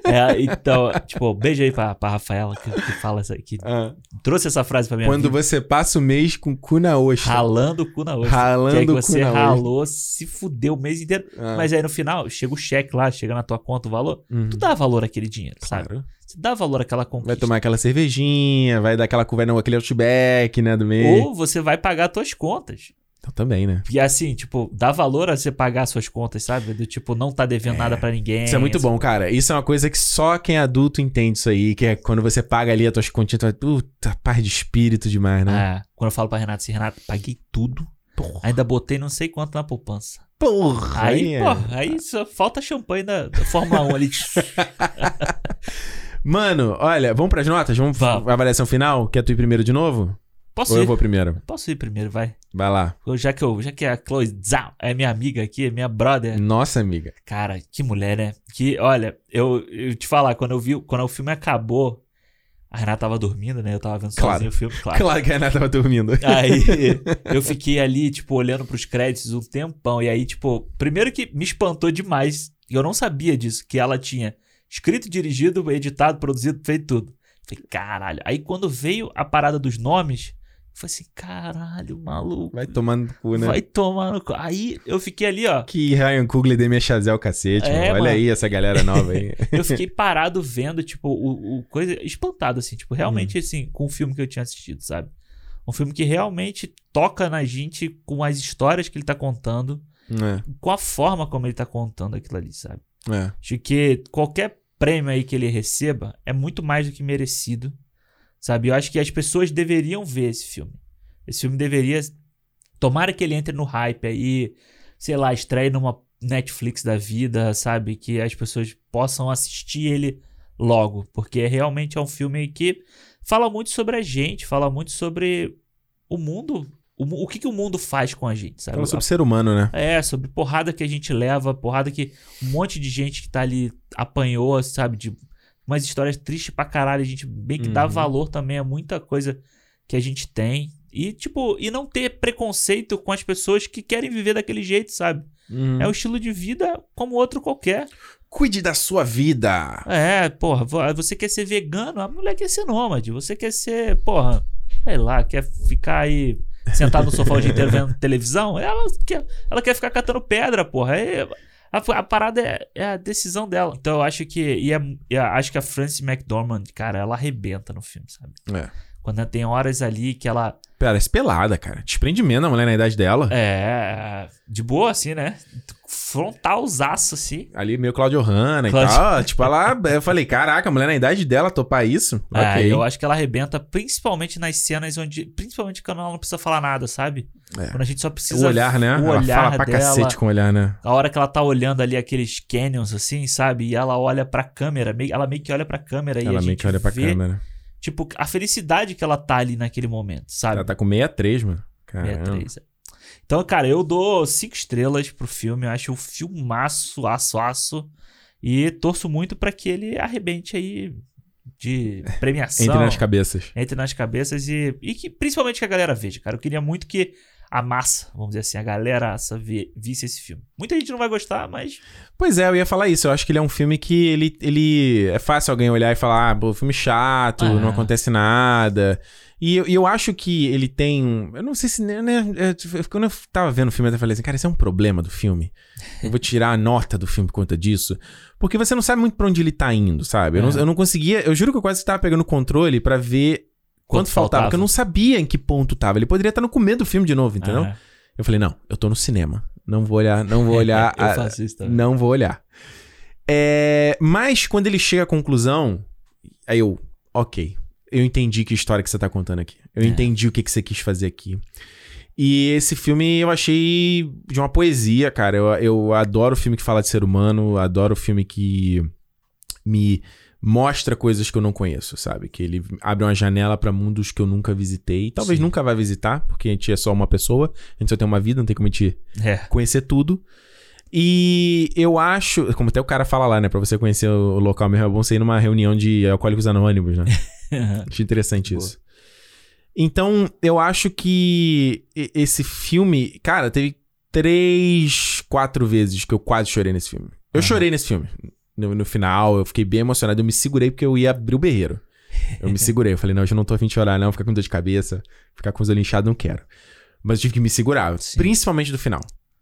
É, então, tipo, beijo aí pra, pra Rafaela que, que fala essa, que Ah. trouxe essa frase pra minha Quando vida. você passa o mês com o cu na ostra. Ralando o cu na ostra. que aí Ralando o cu você na ostra. ralou, se fudeu o mês inteiro. Ah, Mas aí no final, chega o cheque lá, chega na tua conta o valor. uhum. Tu dá valor àquele dinheiro, sabe? Claro. Você dá valor àquela É. Vai conquista. tomar aquela cervejinha, vai dar aquela cu- vai não, aquele outback, né, do mês. Ou você vai pagar tuas contas. Então também, né? E assim, tipo, dá valor a você pagar suas contas, sabe? Do tipo, não tá devendo nada pra ninguém. Isso é muito bom, cara. Isso é uma coisa que só quem é adulto entende isso aí, que é quando você paga ali as tuas continhas, tu vai, puta, paz de espírito demais, né? Ah, quando eu falo pra Renato assim, Renato, paguei tudo. Porra. Ainda botei não sei quanto na poupança. Porra! Aí, é- pô, aí só falta champanhe da, da Fórmula 1 ali. Mano, olha, vamos pras notas? Vamos, Vamos. pra avaliação final? Quer tu ir primeiro de novo? Posso Ou ir? eu vou primeiro? Posso ir primeiro, vai. Vai lá. Eu- Já que, eu, já que a Chloe Zhao é minha amiga aqui, é minha brother. Nossa, amiga. Cara, que mulher, né? Que, olha, eu, eu te falar, quando eu vi, quando o filme acabou, a Renata tava dormindo, né? Eu tava vendo Claro. sozinho o filme, claro. Claro que a Renata tava dormindo. Aí eu fiquei ali, tipo, olhando pros créditos um tempão. E aí, tipo, primeiro que me espantou demais, e eu não sabia disso, que ela tinha escrito, dirigido, editado, produzido, feito tudo. Falei, caralho. Aí quando veio a parada dos nomes, eu falei assim, caralho, maluco. Vai tomando cu, né? Vai tomar no cu. Aí eu fiquei ali, ó. Que Ryan Coogler dê minha chazé ao cacete, É, mano. Olha mano. aí essa galera nova aí. Eu fiquei parado vendo, tipo, o, o coisa. Espantado, assim, tipo, realmente, assim, com o filme que eu tinha assistido, sabe? Um filme que realmente toca na gente com as histórias que ele tá contando, é, com a forma como ele tá contando aquilo ali, sabe? é. Acho que qualquer prêmio aí que ele receba é muito mais do que merecido, sabe? Eu acho que as pessoas deveriam ver esse filme. Esse filme deveria. Tomara que ele entre no hype aí, sei lá, estreie numa Netflix da vida, sabe? Que as pessoas possam assistir ele logo, porque realmente é um filme que fala muito sobre a gente, fala muito sobre o mundo, o, mu- o que, que o mundo faz com a gente, sabe? Fala A sobre ser humano, né? é, sobre porrada que a gente leva, porrada que um monte de gente que tá ali apanhou, sabe? De umas histórias tristes pra caralho. A gente bem que dá Uhum. valor também a muita coisa que a gente tem. E, tipo, e não ter preconceito com as pessoas que querem viver daquele jeito, sabe? É Uhum. um estilo de vida como outro qualquer. Cuide da sua vida. É, porra, vo- você quer ser vegano, a mulher quer ser nômade. Você quer ser, porra, sei lá, quer ficar aí sentado no sofá o dia inteiro vendo televisão? Ela quer, ela quer ficar catando pedra, porra. É- a, a parada é, é a decisão dela. Então eu acho que. E é- e a- acho que a Frances McDormand, cara, ela arrebenta no filme, sabe? É. Quando ela tem horas ali que ela. Parece pelada, cara. Desprendimento da mulher na idade dela. É. De boa, assim, né? Frontalzaço, assim. Ali meio Claudio Hanna Claudio- e tal. Tipo, ela... Eu falei, caraca, a mulher na idade dela topar isso? Ah, ok. eu acho que ela arrebenta principalmente nas cenas onde. Principalmente quando ela não precisa falar nada, sabe? É. Quando a gente só precisa. O olhar, né? O ela olhar fala pra dela. cacete com o olhar, né? A hora que ela tá olhando ali aqueles canyons, assim, sabe? E ela olha pra câmera, meio- ela meio que olha pra câmera e a ela meio gente que olha pra vê câmera. Tipo, a felicidade que ela tá ali naquele momento, sabe? Ela tá com 63, mano. Caramba. 63. é. Então, cara, eu dou cinco estrelas pro filme. Eu acho um filmaço, aço, aço. E torço muito pra que ele arrebente aí de premiação. Entre nas cabeças. entre nas cabeças e, e que principalmente que a galera veja, cara. Eu queria muito que a massa, vamos dizer assim, a galera vê, visse esse filme. Muita gente não vai gostar, mas Pois é, eu ia falar isso. Eu acho que ele é um filme que ele, ele é fácil alguém olhar e falar, ah, pô, filme chato, Ah. não acontece nada. E eu, e eu acho que ele tem. um- Eu não sei se. Né, né, eu- quando eu tava vendo o filme, eu até falei assim, cara, esse é um problema do filme. Eu vou tirar a nota do filme por conta disso. Porque você não sabe muito pra onde ele tá indo, sabe? Eu, não, É. eu não conseguia. Eu juro que eu quase tava pegando o controle pra ver quanto, Quanto faltava, faltava. Porque eu não sabia em que ponto tava. Ele poderia estar no começo do filme de novo, entendeu? Ah, é, Eu falei, não, eu tô no cinema. Não vou olhar, não vou olhar. eu a- faço isso também. não vou olhar. É, mas quando ele chega à conclusão, aí eu, ok, eu entendi que história que você tá contando aqui. Eu É. entendi o que, que você quis fazer aqui. E esse filme eu achei de uma poesia, cara. Eu, eu adoro filme que fala de ser humano, adoro filme que me mostra coisas que eu não conheço, sabe? Que ele abre uma janela pra mundos que eu nunca visitei. Talvez Sim. nunca vai visitar, porque a gente é só uma pessoa, a gente só tem uma vida, não tem como a gente É. conhecer tudo. E eu acho, como até o cara fala lá, né? Pra você conhecer o local mesmo, é bom você ir numa reunião de alcoólicos anônimos, né? Acho interessante Boa. isso. Então, eu acho que e- esse filme, cara, teve três, quatro vezes que eu quase chorei nesse filme. Eu Aham. chorei nesse filme. No, no final, eu fiquei bem emocionado. Eu me segurei porque eu ia abrir o berreiro. Eu me segurei. Eu falei, não, hoje eu não tô afim de chorar, não. Ficar com dor de cabeça, ficar com os olhos inchados, não quero. Mas eu tive que me segurar. Sim. Principalmente do final.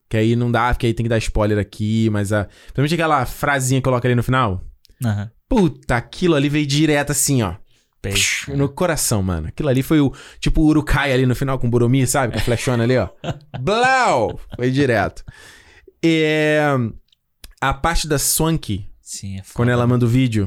Que aí não dá, porque aí tem que dar spoiler aqui, mas a. Principalmente aquela frasinha que coloca ali no final. Aham. Puta, aquilo ali veio direto assim, ó. Peixe. No coração, mano. Aquilo ali foi o tipo o Urukai ali no final com o Boromir, sabe? Com a flechona ali, ó. Blau! Foi direto. É, a parte da Swank, Sim, é foda. quando ela manda o vídeo,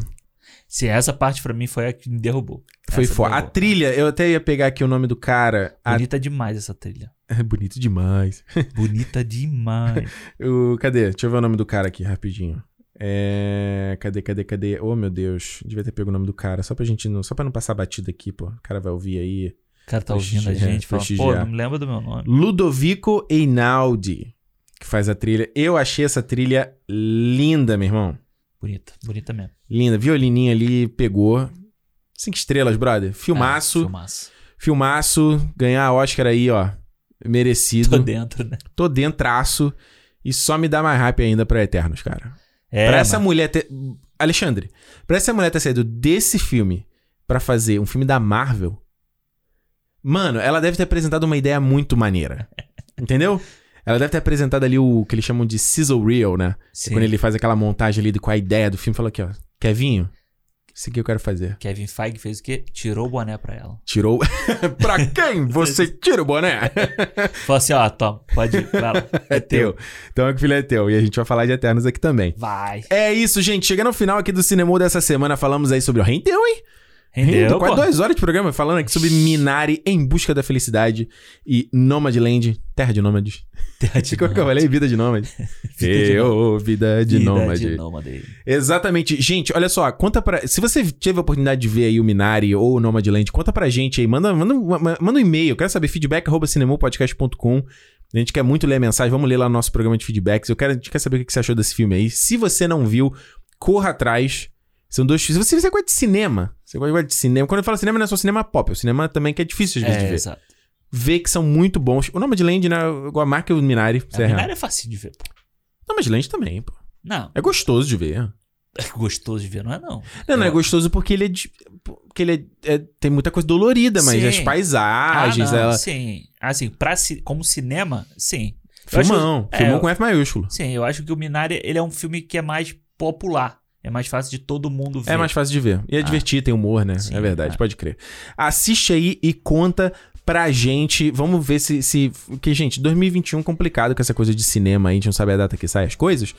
Se essa parte pra mim foi a que me derrubou. foi Essa é foda. A derrubou. trilha, eu até ia pegar aqui o nome do cara. A- Bonita demais essa trilha. É bonito demais. Bonita demais. O... Cadê? Deixa eu ver o nome do cara aqui rapidinho. É... Cadê, cadê, cadê? Oh, meu Deus. Devia ter pego o nome do cara. Só pra gente não... Só pra não passar batida aqui, pô. O cara vai ouvir aí. O cara tá ouvindo a Prestigiar, gente falando, pô, prestigiar. não me lembra do meu nome. Ludovico Einaudi, que faz a trilha. Eu achei essa trilha linda, meu irmão. Bonita, bonita mesmo. Linda. Violininha ali, pegou. Cinco estrelas, brother. É, Filmaço. filmaço. Filmaço. Ganhar Oscar aí, ó. Merecido. Tô Tô, dentro, né? dentraço. E só me dá mais hype ainda pra Eternos, cara. É, pra essa mano. mulher ter... Alexandre, pra essa mulher ter saído desse filme pra fazer um filme da Marvel... Mano, ela deve ter apresentado uma ideia muito maneira. Entendeu? Ela deve ter apresentado ali o que eles chamam de sizzle reel, né? Sim. Quando ele faz aquela montagem ali do- com a ideia do filme, falou aqui, ó. Quer vinho? Isso aqui eu quero fazer. Kevin Feige fez o quê? Tirou o boné pra ela. Tirou. pra quem você tira o É boné? Falou assim, ó, toma, pode ir, vai lá. É teu. Então é que o filho é teu. E a gente vai falar de Eternos aqui também. Vai. É isso, gente. Chegando ao final aqui do Cinema dessa semana, falamos aí sobre. ó, Rendeu, hein? Rendeu, Quase pô. duas horas de programa falando aqui sobre Minari em busca da felicidade e Nomadland, terra de nômades. Terra de Como que eu falei? Vida de nômades. Vida de Eu, vida de Vida nômade. de nômade. Exatamente. Gente, olha só, conta pra. Se você teve a oportunidade de ver aí o Minari ou o Nomadland, conta pra gente aí. Manda, manda, um- manda um e-mail. Quero saber feedback arroba cinemopodcast.com. A gente quer muito ler a mensagem. Vamos ler lá no nosso programa de feedbacks. Eu quero, a gente quer saber o que você achou desse filme aí. Se você não viu, corra atrás. São dois filmes. Se você gosta de cinema, você gosta de cinema. Quando eu falo cinema, não é só cinema pop. É o cinema também que é difícil às vezes É, de ver. exato. Vê que são muito bons. O Nomadland, né? A marca é o Minari. A É Minari é fácil de ver, pô. Nomadland também, pô. Não, É gostoso de ver. é gostoso de ver, não é não. Não, não é Eu- gostoso porque ele é. de- Porque ele é, é- tem muita coisa dolorida, mas Sim. as Ah, paisagens, não, ela. sim. Assim, pra, ci- como cinema, sim. Eu Filmão. acho- é, filmão eu- com F maiúsculo. Sim, eu acho que o Minari, ele é um filme que é mais popular. É mais fácil de todo mundo ver. É mais fácil de ver. E é Ah. divertido, tem humor, né? Sim, é verdade, é. pode crer. Assiste aí e conta pra gente. Vamos ver se. se... Porque, gente, 2021 é complicado com essa coisa de cinema aí, a gente não sabe a data que sai as coisas.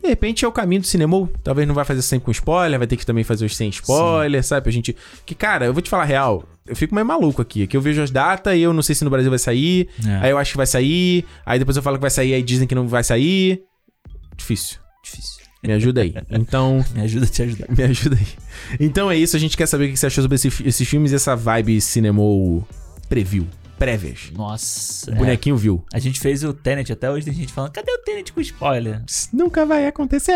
De repente é o caminho do cinema. Talvez não vai fazer sempre com spoiler, vai ter que também fazer os sem spoiler, sabe? Pra gente. Que, cara, eu vou te falar a real. Eu fico meio maluco aqui. Que eu vejo as datas e eu não sei se no Brasil vai sair. É. Aí eu acho que vai sair. Aí depois eu falo que vai sair, aí dizem que não vai sair. Difícil. difícil. Me ajuda aí. Então, Me ajuda a te ajudar. me ajuda aí. Então é isso, a gente quer saber o que você achou sobre esse fi- esses filmes e essa vibe cinema preview, prévias. Nossa. O é. bonequinho viu. A gente fez o Tenet, até hoje tem gente falando, cadê o Tenet com spoiler? Isso nunca vai acontecer.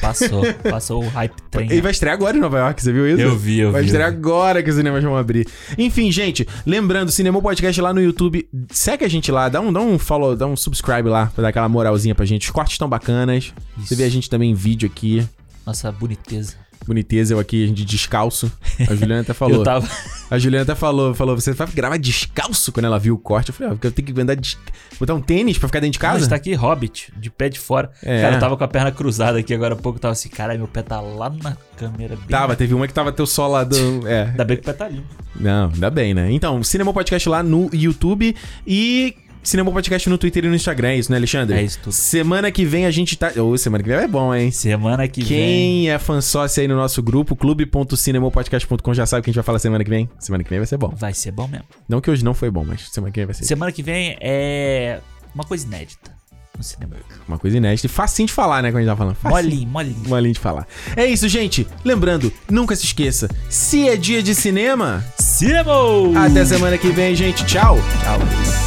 Passou, passou o hype train. Ele vai estrear agora em Nova York, você viu isso? Eu vi, eu Vai vi. estrear agora que os cinemas vão abrir. Enfim, gente, lembrando, Cinemou Podcast lá no YouTube. Segue a gente lá, dá um, dá um follow, dá um subscribe lá pra dar aquela moralzinha pra gente. Os cortes estão bacanas. Você Isso. vê a gente também em vídeo aqui. Nossa boniteza. Boniteza, eu aqui, a gente descalço. A Juliana até falou. Eu tava. A Juliana até falou, falou, você vai gravar descalço quando ela viu o corte. Eu falei, ah, porque eu tenho que andar de... botar um tênis pra ficar dentro de Cara, casa? tá aqui Hobbit, de pé de fora. É. Cara, eu tava com a perna cruzada aqui agora há pouco, tava assim, caralho, meu pé tá lá na câmera. Bem... Tava, teve uma que tava teu sol lá do... É, Ainda bem que o pé tá limpo. Não, ainda bem, né? Então, Cinema Podcast lá no YouTube e Cinema Podcast no Twitter e no Instagram, é isso, né, Alexandre? É isso tudo. Semana que vem a gente tá. Ô, semana que vem é bom, hein? Semana que vem. Quem é fã sócio aí no nosso grupo, clube.cinemopodcast.com, já sabe o que a gente vai falar semana que vem? Semana que vem vai ser bom. Vai ser bom mesmo. Não que hoje não foi bom, mas semana que vem vai ser Semana que vem é uma coisa inédita no cinema. uma coisa inédita e facinho de falar, né, quando a gente tá falando. Facinho. Molinho, molinho. Molinho de falar. É isso, gente. Lembrando, nunca se esqueça, se é dia de cinema, Cinema! até semana que vem, gente. Tchau! Tchau.